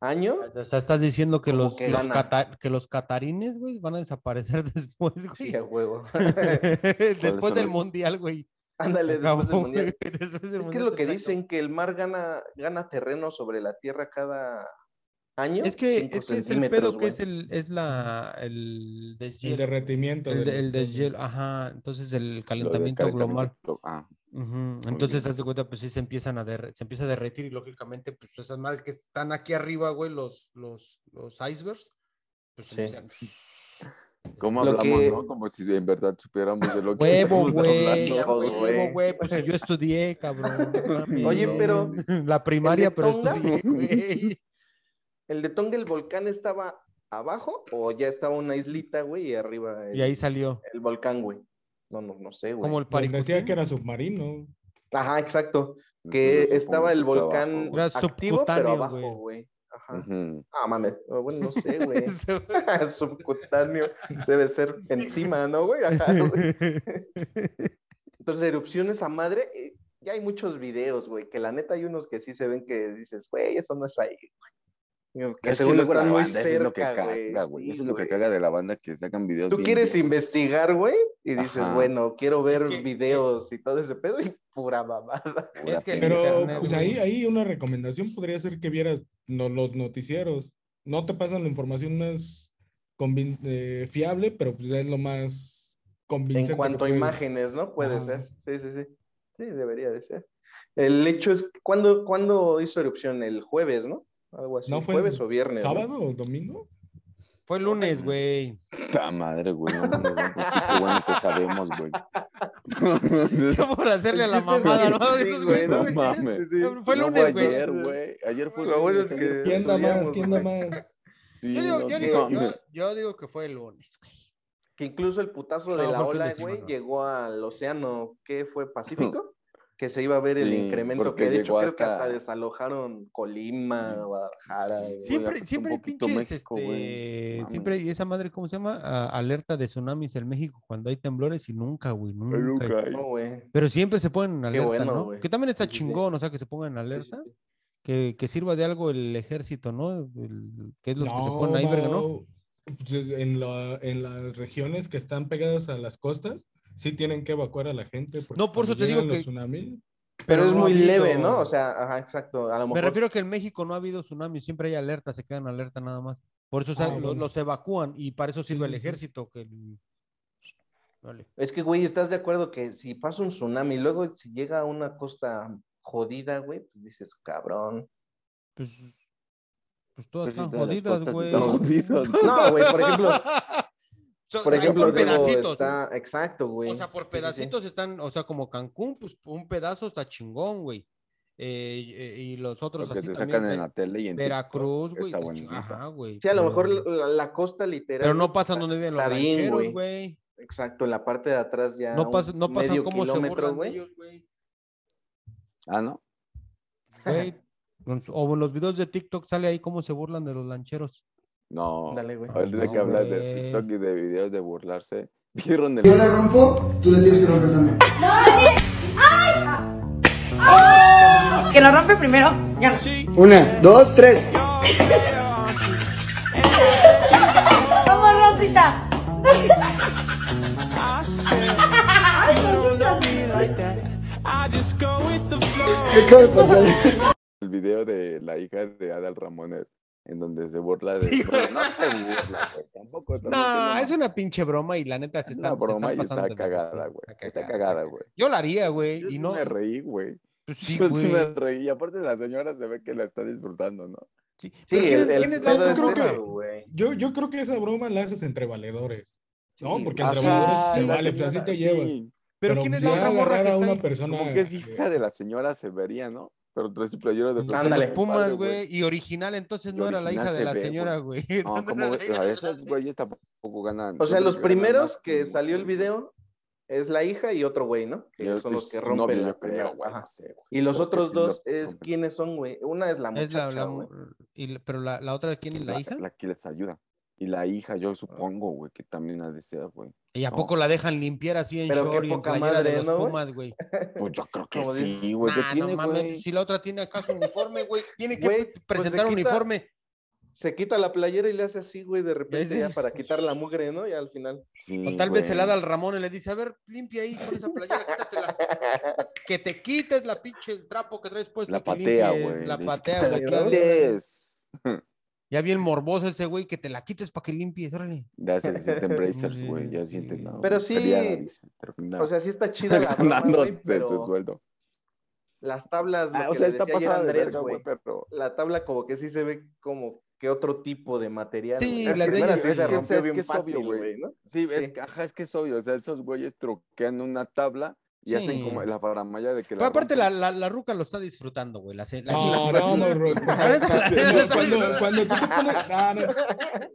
[SPEAKER 3] año.
[SPEAKER 1] O sea, estás diciendo que
[SPEAKER 3] Como
[SPEAKER 1] los,
[SPEAKER 3] que
[SPEAKER 1] los
[SPEAKER 3] gana.
[SPEAKER 1] cata- que los catarines, güey, van a desaparecer <laughs> después, güey.
[SPEAKER 3] Sí, a huevo.
[SPEAKER 1] después
[SPEAKER 3] <laughs>
[SPEAKER 2] son
[SPEAKER 1] del
[SPEAKER 2] los-
[SPEAKER 1] mundial, güey.
[SPEAKER 3] Ándale, después del
[SPEAKER 1] Acabó,
[SPEAKER 3] mundial.
[SPEAKER 1] güey, después este del
[SPEAKER 3] Es que es
[SPEAKER 1] mundial,
[SPEAKER 3] lo que
[SPEAKER 1] exacto.
[SPEAKER 3] dicen que el mar gana, gana terreno sobre la tierra cada año.
[SPEAKER 1] Es que,
[SPEAKER 3] Cinco
[SPEAKER 1] es que es el
[SPEAKER 3] centímetros,
[SPEAKER 1] pedo que
[SPEAKER 3] güey.
[SPEAKER 1] es el, es la, el
[SPEAKER 4] El
[SPEAKER 1] deshielo.
[SPEAKER 4] derretimiento.
[SPEAKER 1] El, de-
[SPEAKER 4] del-
[SPEAKER 1] el ah, deshielo, ajá. Entonces el
[SPEAKER 2] lo del
[SPEAKER 1] calentamiento global.
[SPEAKER 2] calentamiento- Ah,
[SPEAKER 1] Ujú, Entonces,
[SPEAKER 2] bien.
[SPEAKER 1] haz de cuenta, pues sí se empiezan a derre- se empieza a derretir y lógicamente, pues esas madres que están aquí arriba, güey, los, los, los icebergs, pues
[SPEAKER 3] Sí.
[SPEAKER 1] empiezan-
[SPEAKER 3] <laughs>
[SPEAKER 2] ¿Cómo
[SPEAKER 3] Lo
[SPEAKER 2] hablamos,
[SPEAKER 3] que-
[SPEAKER 2] no? Como si en verdad supiéramos de lo que
[SPEAKER 1] Huevo,
[SPEAKER 2] estamos
[SPEAKER 1] güey,
[SPEAKER 2] hablando.
[SPEAKER 1] a
[SPEAKER 3] Pues, todos,
[SPEAKER 1] huevo,
[SPEAKER 3] güey.
[SPEAKER 1] güey, pues
[SPEAKER 3] <laughs>
[SPEAKER 1] si yo estudié, cabrón. no mames.
[SPEAKER 3] Oye, pero <laughs>
[SPEAKER 1] La primaria, pero
[SPEAKER 3] Tonga?
[SPEAKER 1] estudié, güey.
[SPEAKER 3] ¿El de Tonga, el volcán estaba abajo o ya estaba una islita, güey, y arriba el,
[SPEAKER 1] Y ahí salió,
[SPEAKER 3] el volcán, güey? No, no, no sé, güey.
[SPEAKER 1] como el
[SPEAKER 4] Les decía
[SPEAKER 1] paricutín.
[SPEAKER 4] que era submarino.
[SPEAKER 3] Ajá, exacto.
[SPEAKER 2] Yo
[SPEAKER 3] Que
[SPEAKER 2] supongo
[SPEAKER 3] estaba
[SPEAKER 2] que
[SPEAKER 3] el
[SPEAKER 2] está abajo,
[SPEAKER 3] volcán
[SPEAKER 2] güey.
[SPEAKER 1] Era
[SPEAKER 3] activo, pero
[SPEAKER 1] subcutáneo,
[SPEAKER 3] abajo,
[SPEAKER 1] güey.
[SPEAKER 3] güey. Ajá.
[SPEAKER 2] Ujú.
[SPEAKER 3] Ah, mames. Oh, Bueno, no sé,
[SPEAKER 1] <laughs>
[SPEAKER 3] güey.
[SPEAKER 1] Eso-
[SPEAKER 3] <laughs> Subcutáneo debe ser
[SPEAKER 1] Sí.
[SPEAKER 3] encima, ¿no, güey?
[SPEAKER 1] <laughs>
[SPEAKER 3] Ajá, güey. Entonces, erupciones a madre. eh, Ya hay muchos videos, güey, que la neta hay unos que sí se ven que dices, güey, eso no es ahí, güey. Que
[SPEAKER 2] Es
[SPEAKER 3] según
[SPEAKER 2] luego la
[SPEAKER 3] están muy
[SPEAKER 2] banda, eso es lo que
[SPEAKER 3] cerca, güey.
[SPEAKER 2] caga, güey.
[SPEAKER 3] Sí,
[SPEAKER 2] Eso es lo que
[SPEAKER 3] güey.
[SPEAKER 2] caga de la banda que sacan videos.
[SPEAKER 3] Tú
[SPEAKER 2] bien
[SPEAKER 3] quieres
[SPEAKER 2] viejos.
[SPEAKER 3] investigar, güey, y dices,
[SPEAKER 2] Ajá.
[SPEAKER 3] bueno, quiero ver
[SPEAKER 1] que- eh,
[SPEAKER 3] videos y todo ese pedo, y pura mamada.
[SPEAKER 2] Pura
[SPEAKER 1] Es que-
[SPEAKER 2] pendeja.
[SPEAKER 4] Pero
[SPEAKER 1] internet,
[SPEAKER 4] pues
[SPEAKER 1] güey.
[SPEAKER 4] ahí, ahí una recomendación podría ser que vieras no- los noticieros. No te pasan la información más convin- eh, fiable, pero pues es lo más convincente.
[SPEAKER 3] en
[SPEAKER 4] que
[SPEAKER 3] cuanto a
[SPEAKER 4] puedes.
[SPEAKER 3] imágenes, ¿no? Puede
[SPEAKER 4] Ajá.
[SPEAKER 3] ser. Sí, sí, sí. Sí, debería de ser. El hecho es, ¿cuándo, ¿cuándo hizo erupción? El jueves, ¿no? Algo así.
[SPEAKER 4] ¿No fue
[SPEAKER 3] jueves
[SPEAKER 4] el
[SPEAKER 3] o viernes. ¿no?
[SPEAKER 4] ¿Sábado o domingo?
[SPEAKER 1] Fue el lunes, güey.
[SPEAKER 2] Puta madre, güey. No, mames, güey, pues sí, qué bueno que sabemos,
[SPEAKER 3] <laughs>
[SPEAKER 2] güey.
[SPEAKER 1] Yo <laughs> por hacerle a la
[SPEAKER 3] El chiste es que-
[SPEAKER 1] mamada, ¿no?
[SPEAKER 3] sí,
[SPEAKER 1] Esos
[SPEAKER 3] güey,
[SPEAKER 1] güeyes,
[SPEAKER 3] no
[SPEAKER 1] güey.
[SPEAKER 2] mames.
[SPEAKER 3] Sí, sí.
[SPEAKER 1] Fue el
[SPEAKER 2] No
[SPEAKER 1] lunes,
[SPEAKER 2] fue
[SPEAKER 1] güey.
[SPEAKER 2] ayer, güey. Ayer fue
[SPEAKER 3] Lo
[SPEAKER 2] el
[SPEAKER 3] bueno
[SPEAKER 2] lunes,
[SPEAKER 3] es
[SPEAKER 2] ayer
[SPEAKER 3] que-
[SPEAKER 2] fue
[SPEAKER 4] ¿Quién
[SPEAKER 2] el
[SPEAKER 4] da
[SPEAKER 2] lunes,
[SPEAKER 4] más? ¿Quién da más?
[SPEAKER 2] sí,
[SPEAKER 1] Yo digo,
[SPEAKER 2] no,
[SPEAKER 1] yo,
[SPEAKER 2] no
[SPEAKER 1] digo, yo,
[SPEAKER 2] mames.
[SPEAKER 3] <laughs>
[SPEAKER 1] yo digo que fue el lunes, güey.
[SPEAKER 3] Que incluso el putazo de
[SPEAKER 1] No,
[SPEAKER 3] la
[SPEAKER 1] fue el fin
[SPEAKER 3] ola,
[SPEAKER 1] de
[SPEAKER 3] güey,
[SPEAKER 1] semana.
[SPEAKER 3] llegó al océano, ¿qué fue?
[SPEAKER 1] <laughs>
[SPEAKER 3] ¿Pacífico? Que se iba a ver el
[SPEAKER 2] Sí,
[SPEAKER 3] incremento,
[SPEAKER 2] porque
[SPEAKER 3] que de hecho
[SPEAKER 2] llegó
[SPEAKER 3] creo que
[SPEAKER 2] hasta-
[SPEAKER 3] hasta desalojaron Colima,
[SPEAKER 2] Sí.
[SPEAKER 3] Guadalajara. güey.
[SPEAKER 2] Sí,
[SPEAKER 1] Siempre,
[SPEAKER 2] afectó un
[SPEAKER 1] siempre hay
[SPEAKER 2] poquito
[SPEAKER 1] pinches,
[SPEAKER 2] México, güey.
[SPEAKER 1] este,
[SPEAKER 2] Mames.
[SPEAKER 1] siempre hay esa madre, ¿cómo se llama? A- alerta de tsunamis en México cuando hay temblores y nunca, güey, nunca.
[SPEAKER 2] Ay, nunca, ay.
[SPEAKER 3] No, güey.
[SPEAKER 1] Pero siempre se ponen en alerta,
[SPEAKER 3] bueno,
[SPEAKER 1] ¿no?
[SPEAKER 3] güey.
[SPEAKER 1] Que también está
[SPEAKER 3] Sí, sí, sí.
[SPEAKER 1] chingón, o sea, que se pongan en
[SPEAKER 3] Sí, sí,
[SPEAKER 1] alerta,
[SPEAKER 3] sí.
[SPEAKER 1] Que, que sirva de algo el ejército, ¿no? El- que es los que se
[SPEAKER 4] No,
[SPEAKER 1] ponen ahí, verga, ¿no?
[SPEAKER 4] Mau. Pues, En, la- en las regiones que están pegadas a las costas, sí tienen que evacuar a la gente. porque
[SPEAKER 1] No, por eso
[SPEAKER 4] cuando
[SPEAKER 1] te digo
[SPEAKER 4] llegan los
[SPEAKER 1] que-
[SPEAKER 4] tsunamis,
[SPEAKER 3] Pero, es
[SPEAKER 1] no ha
[SPEAKER 3] muy leve,
[SPEAKER 1] habido-
[SPEAKER 3] ¿no? O sea, ajá, exacto. A lo
[SPEAKER 1] Me
[SPEAKER 3] mejor.
[SPEAKER 1] refiero a que en México no ha habido tsunamis, siempre hay alerta, se quedan alerta nada más. Por eso o sea,
[SPEAKER 4] Ah,
[SPEAKER 1] lo-
[SPEAKER 4] bueno.
[SPEAKER 1] los evacúan y para eso
[SPEAKER 4] Sí,
[SPEAKER 1] sirve el
[SPEAKER 4] sí, sí.
[SPEAKER 1] ejército. Que el- pues, Vale.
[SPEAKER 3] Es que, güey, ¿estás de acuerdo que si pasa un tsunami, luego si llega a una costa jodida, güey, pues dices, cabrón.
[SPEAKER 1] Pues, pues todas
[SPEAKER 2] Pues sí,
[SPEAKER 1] están
[SPEAKER 2] todas las
[SPEAKER 1] jodidas,
[SPEAKER 2] costas
[SPEAKER 1] güey.
[SPEAKER 2] están
[SPEAKER 1] <laughs>
[SPEAKER 2] jodidas.
[SPEAKER 3] No, güey, por ejemplo,
[SPEAKER 1] So-
[SPEAKER 3] por
[SPEAKER 1] o sea,
[SPEAKER 3] ejemplo,
[SPEAKER 1] por
[SPEAKER 3] digo,
[SPEAKER 1] pedacitos.
[SPEAKER 3] está- exacto, güey.
[SPEAKER 1] O sea, por
[SPEAKER 3] Sí, sí, sí.
[SPEAKER 1] pedacitos están, o sea, como Cancún, pues un pedazo está chingón, güey. Eh, y- eh, y los otros
[SPEAKER 2] Lo que
[SPEAKER 1] así
[SPEAKER 2] te
[SPEAKER 1] también.
[SPEAKER 2] sacan en
[SPEAKER 1] Ve-
[SPEAKER 2] la tele y en
[SPEAKER 1] Veracruz,
[SPEAKER 2] TikTok
[SPEAKER 1] güey.
[SPEAKER 2] Está
[SPEAKER 1] está
[SPEAKER 2] bonito.
[SPEAKER 1] chingón. Ajá, güey.
[SPEAKER 3] Sí, a lo
[SPEAKER 1] pero-
[SPEAKER 3] mejor
[SPEAKER 2] Mm.
[SPEAKER 3] la, la costa literal.
[SPEAKER 1] Pero no pasan donde viven los
[SPEAKER 3] está bien,
[SPEAKER 1] rancheros,
[SPEAKER 3] güey.
[SPEAKER 1] güey.
[SPEAKER 3] Exacto, en la parte de atrás ya.
[SPEAKER 1] No,
[SPEAKER 3] un
[SPEAKER 1] pasan, no pasan
[SPEAKER 3] medio
[SPEAKER 1] cómo se
[SPEAKER 3] kilómetro,
[SPEAKER 1] burlan de
[SPEAKER 3] güey.
[SPEAKER 1] ellos, güey.
[SPEAKER 2] Ah, ¿no?
[SPEAKER 1] Güey,
[SPEAKER 3] <laughs>
[SPEAKER 1] con su- O en los videos de TikTok sale ahí cómo se burlan de los lancheros.
[SPEAKER 2] No.
[SPEAKER 3] Dale, güey.
[SPEAKER 2] Ahorita
[SPEAKER 1] No,
[SPEAKER 2] que hablas de
[SPEAKER 1] güey.
[SPEAKER 2] TikTok y de videos de burlarse, <laughs> ¿vieron el
[SPEAKER 5] Si yo la rompo, tú la tienes que romper también.
[SPEAKER 6] Que lo rompe primero, gana.
[SPEAKER 5] Una, dos, tres.
[SPEAKER 6] ¡Vamos, Rosita!
[SPEAKER 5] ¿Qué acaba de pasar?
[SPEAKER 2] el video de la hija de Adal Ramones, en donde se burla de.
[SPEAKER 1] Sí,
[SPEAKER 2] Pero no
[SPEAKER 1] <laughs>
[SPEAKER 2] se burla, güey. Tampoco
[SPEAKER 1] No,
[SPEAKER 2] tampoco
[SPEAKER 1] es una pinche broma y la neta se
[SPEAKER 2] Es
[SPEAKER 1] está,
[SPEAKER 2] una broma y está cagada, güey. Está cagada, güey.
[SPEAKER 1] Yo la haría, güey.
[SPEAKER 2] Yo
[SPEAKER 1] Y
[SPEAKER 2] sí
[SPEAKER 1] no.
[SPEAKER 2] me reí, güey.
[SPEAKER 1] Pues sí,
[SPEAKER 2] <laughs> Yo sí me
[SPEAKER 1] güey.
[SPEAKER 2] reí. Y aparte la señora se ve que la está disfrutando, ¿no?
[SPEAKER 1] Sí,
[SPEAKER 3] Sí,
[SPEAKER 1] pero
[SPEAKER 3] el,
[SPEAKER 1] ¿quién-
[SPEAKER 3] el
[SPEAKER 1] quién es la-
[SPEAKER 3] pedo
[SPEAKER 1] yo
[SPEAKER 3] es
[SPEAKER 1] creo que-
[SPEAKER 3] eso, güey.
[SPEAKER 4] yo, yo creo que esa broma la haces entre valedores. No,
[SPEAKER 3] Sí,
[SPEAKER 4] porque
[SPEAKER 3] güey.
[SPEAKER 4] entre
[SPEAKER 1] Ajá,
[SPEAKER 4] valedores se
[SPEAKER 1] sí,
[SPEAKER 2] la
[SPEAKER 4] vale, pues así
[SPEAKER 2] señora,
[SPEAKER 4] te
[SPEAKER 2] sí.
[SPEAKER 4] llevan.
[SPEAKER 1] Pero ¿quién es la
[SPEAKER 4] ya
[SPEAKER 1] otra morra
[SPEAKER 4] agarrar
[SPEAKER 1] que
[SPEAKER 4] a
[SPEAKER 1] está
[SPEAKER 4] una
[SPEAKER 1] ahí?
[SPEAKER 4] persona
[SPEAKER 2] Como que es hija de la señora Severía, ¿no? Pero trae su playera de
[SPEAKER 4] Los
[SPEAKER 2] Pumas,
[SPEAKER 3] Ándale.
[SPEAKER 1] Pumas, güey. <laughs> Y original, entonces
[SPEAKER 2] Y
[SPEAKER 1] no era la
[SPEAKER 2] original
[SPEAKER 1] hija de
[SPEAKER 2] se
[SPEAKER 1] la
[SPEAKER 2] ve,
[SPEAKER 1] señora, güey. <laughs>
[SPEAKER 2] No,
[SPEAKER 1] No
[SPEAKER 2] ¿cómo,
[SPEAKER 1] era la
[SPEAKER 2] güey?
[SPEAKER 1] hija
[SPEAKER 2] A
[SPEAKER 1] de la
[SPEAKER 2] esos
[SPEAKER 1] señora.
[SPEAKER 2] güeyes tampoco ganan.
[SPEAKER 3] O sea,
[SPEAKER 2] yo creo
[SPEAKER 3] los
[SPEAKER 2] ganan
[SPEAKER 3] primeros
[SPEAKER 2] más
[SPEAKER 3] que
[SPEAKER 2] muchos,
[SPEAKER 3] salió el
[SPEAKER 2] güey.
[SPEAKER 3] video es la hija y otro güey, ¿no? Que
[SPEAKER 2] Yo-
[SPEAKER 3] son los
[SPEAKER 2] es
[SPEAKER 3] que
[SPEAKER 2] su
[SPEAKER 3] rompen
[SPEAKER 2] novio,
[SPEAKER 3] la
[SPEAKER 2] yo creo,
[SPEAKER 3] primera,
[SPEAKER 2] güey,
[SPEAKER 3] ajá.
[SPEAKER 2] no sé, güey.
[SPEAKER 3] Y los
[SPEAKER 2] Pero es que
[SPEAKER 3] otros
[SPEAKER 2] sí lo
[SPEAKER 3] dos es
[SPEAKER 2] rompen.
[SPEAKER 3] quiénes son, güey. Una es la muchacha,
[SPEAKER 1] Es la, la
[SPEAKER 3] güey.
[SPEAKER 1] mu- y la- pero la, la otra, ¿quién es la, hija? Ah.
[SPEAKER 2] La que les ayuda. Y la hija, yo supongo, güey, que también ha de ser, güey.
[SPEAKER 1] ¿Y a
[SPEAKER 2] no.
[SPEAKER 1] poco la dejan limpiar así en
[SPEAKER 3] Pero qué
[SPEAKER 1] short y en
[SPEAKER 3] poca
[SPEAKER 1] playera
[SPEAKER 3] madre,
[SPEAKER 1] de los
[SPEAKER 3] ¿no, güey?
[SPEAKER 1] Pumas, güey?
[SPEAKER 2] Pues yo creo que
[SPEAKER 3] Como dice-
[SPEAKER 2] sí, güey. Pues, ¿Qué
[SPEAKER 1] Nah,
[SPEAKER 2] tiene,
[SPEAKER 1] no mames, pues
[SPEAKER 2] güey?
[SPEAKER 1] si la otra tiene acaso uniforme, güey, tiene que
[SPEAKER 3] Güey,
[SPEAKER 1] p-
[SPEAKER 3] pues se
[SPEAKER 1] presentar
[SPEAKER 3] quita-
[SPEAKER 1] uniforme.
[SPEAKER 3] Se quita la playera y le hace así, güey, de repente
[SPEAKER 1] sí.
[SPEAKER 3] ya para quitar la mugre, ¿no? Y al final.
[SPEAKER 2] Sí,
[SPEAKER 1] O tal vez se la
[SPEAKER 2] güey.
[SPEAKER 1] da al Ramón y le dice, a ver, limpia ahí con esa playera,
[SPEAKER 2] <laughs>
[SPEAKER 1] quítatela. que te quites la pinche el trapo que traes puesto.
[SPEAKER 2] La
[SPEAKER 1] y que
[SPEAKER 2] patea,
[SPEAKER 1] limpies,
[SPEAKER 2] güey.
[SPEAKER 1] La
[SPEAKER 2] Dice,
[SPEAKER 1] patea,
[SPEAKER 2] "Quita
[SPEAKER 1] güey.
[SPEAKER 3] la
[SPEAKER 1] claro.
[SPEAKER 3] patea".
[SPEAKER 2] quites.
[SPEAKER 1] Ya bien morboso ese güey, que te la quites para que limpies, órale.
[SPEAKER 2] Ya
[SPEAKER 1] <laughs>
[SPEAKER 2] se sienten bracers,
[SPEAKER 1] Sí,
[SPEAKER 2] güey. Ya
[SPEAKER 1] sí.
[SPEAKER 2] sienten. no,
[SPEAKER 3] Pero
[SPEAKER 2] güey,
[SPEAKER 3] sí,
[SPEAKER 2] cariada, dice, termina <laughs>
[SPEAKER 3] O sea, sí está chida la broma, güey,
[SPEAKER 2] ganándose su
[SPEAKER 3] pero
[SPEAKER 2] sueldo.
[SPEAKER 3] las tablas, lo
[SPEAKER 2] Ah,
[SPEAKER 3] que
[SPEAKER 2] o sea,
[SPEAKER 3] le
[SPEAKER 2] está
[SPEAKER 3] decía ayer
[SPEAKER 2] pasada de
[SPEAKER 3] Andrés,
[SPEAKER 2] verga, güey,
[SPEAKER 3] güey.
[SPEAKER 2] pero.
[SPEAKER 3] La tabla como que sí se ve como que otro tipo de material.
[SPEAKER 1] Sí,
[SPEAKER 3] güey.
[SPEAKER 1] la de
[SPEAKER 3] primera
[SPEAKER 1] ellos-
[SPEAKER 3] sí
[SPEAKER 1] es
[SPEAKER 3] se
[SPEAKER 1] que,
[SPEAKER 2] o sea,
[SPEAKER 3] rompió
[SPEAKER 2] es
[SPEAKER 3] bien
[SPEAKER 2] que es obvio,
[SPEAKER 3] fácil,
[SPEAKER 2] güey.
[SPEAKER 3] güey, ¿no?
[SPEAKER 2] Sí, es
[SPEAKER 3] Sí.
[SPEAKER 2] que, ajá, es que es obvio, o sea, esos güeyes troquean una tabla y
[SPEAKER 1] Sí.
[SPEAKER 2] hacen como la faramaya de que
[SPEAKER 1] Pero aparte
[SPEAKER 2] rompen.
[SPEAKER 1] la, la, la ruca lo está disfrutando, güey. La, se- la-
[SPEAKER 4] No,
[SPEAKER 1] la-
[SPEAKER 4] no, no,
[SPEAKER 1] <laughs>
[SPEAKER 4] bro.
[SPEAKER 1] la neta,
[SPEAKER 4] <laughs>
[SPEAKER 1] la neta lo está
[SPEAKER 4] Cuando,
[SPEAKER 1] disfrutando.
[SPEAKER 4] cuando tú te pones. no, no.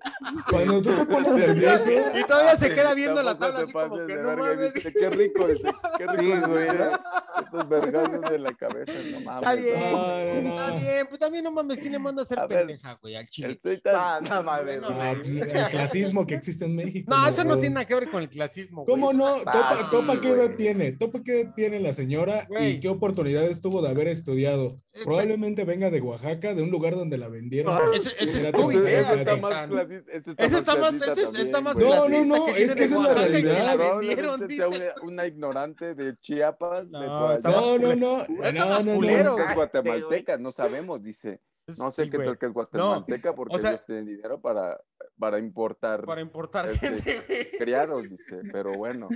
[SPEAKER 4] Cuando tú te pones nervioso.
[SPEAKER 1] <laughs> Y todavía se queda
[SPEAKER 2] Sí,
[SPEAKER 1] viendo la
[SPEAKER 2] tampoco
[SPEAKER 1] tabla
[SPEAKER 2] te
[SPEAKER 1] así como que no
[SPEAKER 2] pases de verga",
[SPEAKER 1] mames.
[SPEAKER 2] dice, qué rico, dice, qué rico.
[SPEAKER 3] Sí,
[SPEAKER 2] se
[SPEAKER 3] güey,
[SPEAKER 2] siente
[SPEAKER 3] ¿no?
[SPEAKER 2] Estos vergazos de la cabeza, no mames.
[SPEAKER 1] Está bien,
[SPEAKER 2] ¿no?
[SPEAKER 4] No, no,
[SPEAKER 1] Está
[SPEAKER 4] no.
[SPEAKER 1] bien, pues también no mames, ¿quién le manda a ser
[SPEAKER 2] A ver,
[SPEAKER 1] pendeja, güey, al chile?
[SPEAKER 2] El Zeta-
[SPEAKER 3] Ah, no
[SPEAKER 1] <laughs>
[SPEAKER 3] mames,
[SPEAKER 1] No,
[SPEAKER 4] Ah,
[SPEAKER 3] güey.
[SPEAKER 4] pues, el clasismo que existe en México.
[SPEAKER 1] No, eso no
[SPEAKER 4] bro.
[SPEAKER 1] tiene nada que ver con el clasismo, güey.
[SPEAKER 4] ¿Cómo no?
[SPEAKER 3] Ah,
[SPEAKER 4] Topa,
[SPEAKER 3] sí,
[SPEAKER 4] topa qué
[SPEAKER 3] güey.
[SPEAKER 4] edad tiene, topa qué edad tiene la señora
[SPEAKER 1] Güey.
[SPEAKER 4] y qué oportunidades tuvo de haber estudiado.
[SPEAKER 1] Eh,
[SPEAKER 4] Probablemente venga de Oaxaca, de un lugar donde la vendieron.
[SPEAKER 1] No, ese- ese Ah, es
[SPEAKER 4] Era
[SPEAKER 1] tu
[SPEAKER 4] tu
[SPEAKER 2] Entonces,
[SPEAKER 1] idea,
[SPEAKER 2] eso está
[SPEAKER 1] Zeta.
[SPEAKER 2] más clasista. Eso está
[SPEAKER 1] Eso está
[SPEAKER 2] más
[SPEAKER 1] más,
[SPEAKER 2] clasista
[SPEAKER 1] ese es-
[SPEAKER 2] también,
[SPEAKER 1] está más
[SPEAKER 2] güey. este
[SPEAKER 4] No, no, no,
[SPEAKER 1] clasista
[SPEAKER 4] es que
[SPEAKER 1] viene de
[SPEAKER 4] esa es la
[SPEAKER 1] Oaxaca y que la
[SPEAKER 4] realidad.
[SPEAKER 1] vendieron,
[SPEAKER 2] Probablemente sea
[SPEAKER 1] dice.
[SPEAKER 2] una, una ignorante de Chiapas, de
[SPEAKER 1] No,
[SPEAKER 2] por
[SPEAKER 1] está
[SPEAKER 2] allá.
[SPEAKER 1] más
[SPEAKER 4] No, no, no.
[SPEAKER 1] Está
[SPEAKER 4] no,
[SPEAKER 1] más
[SPEAKER 4] no, no.
[SPEAKER 1] culero.
[SPEAKER 2] Es guatemalteca, no sabemos, dice. No
[SPEAKER 1] Sí,
[SPEAKER 2] sé qué
[SPEAKER 1] güey.
[SPEAKER 2] tal que es guatemalteca porque
[SPEAKER 1] o sea-
[SPEAKER 2] ellos tienen dinero para, para importar
[SPEAKER 1] Para importar
[SPEAKER 2] Este,
[SPEAKER 1] gente, güey.
[SPEAKER 2] criados, dice. Pero bueno,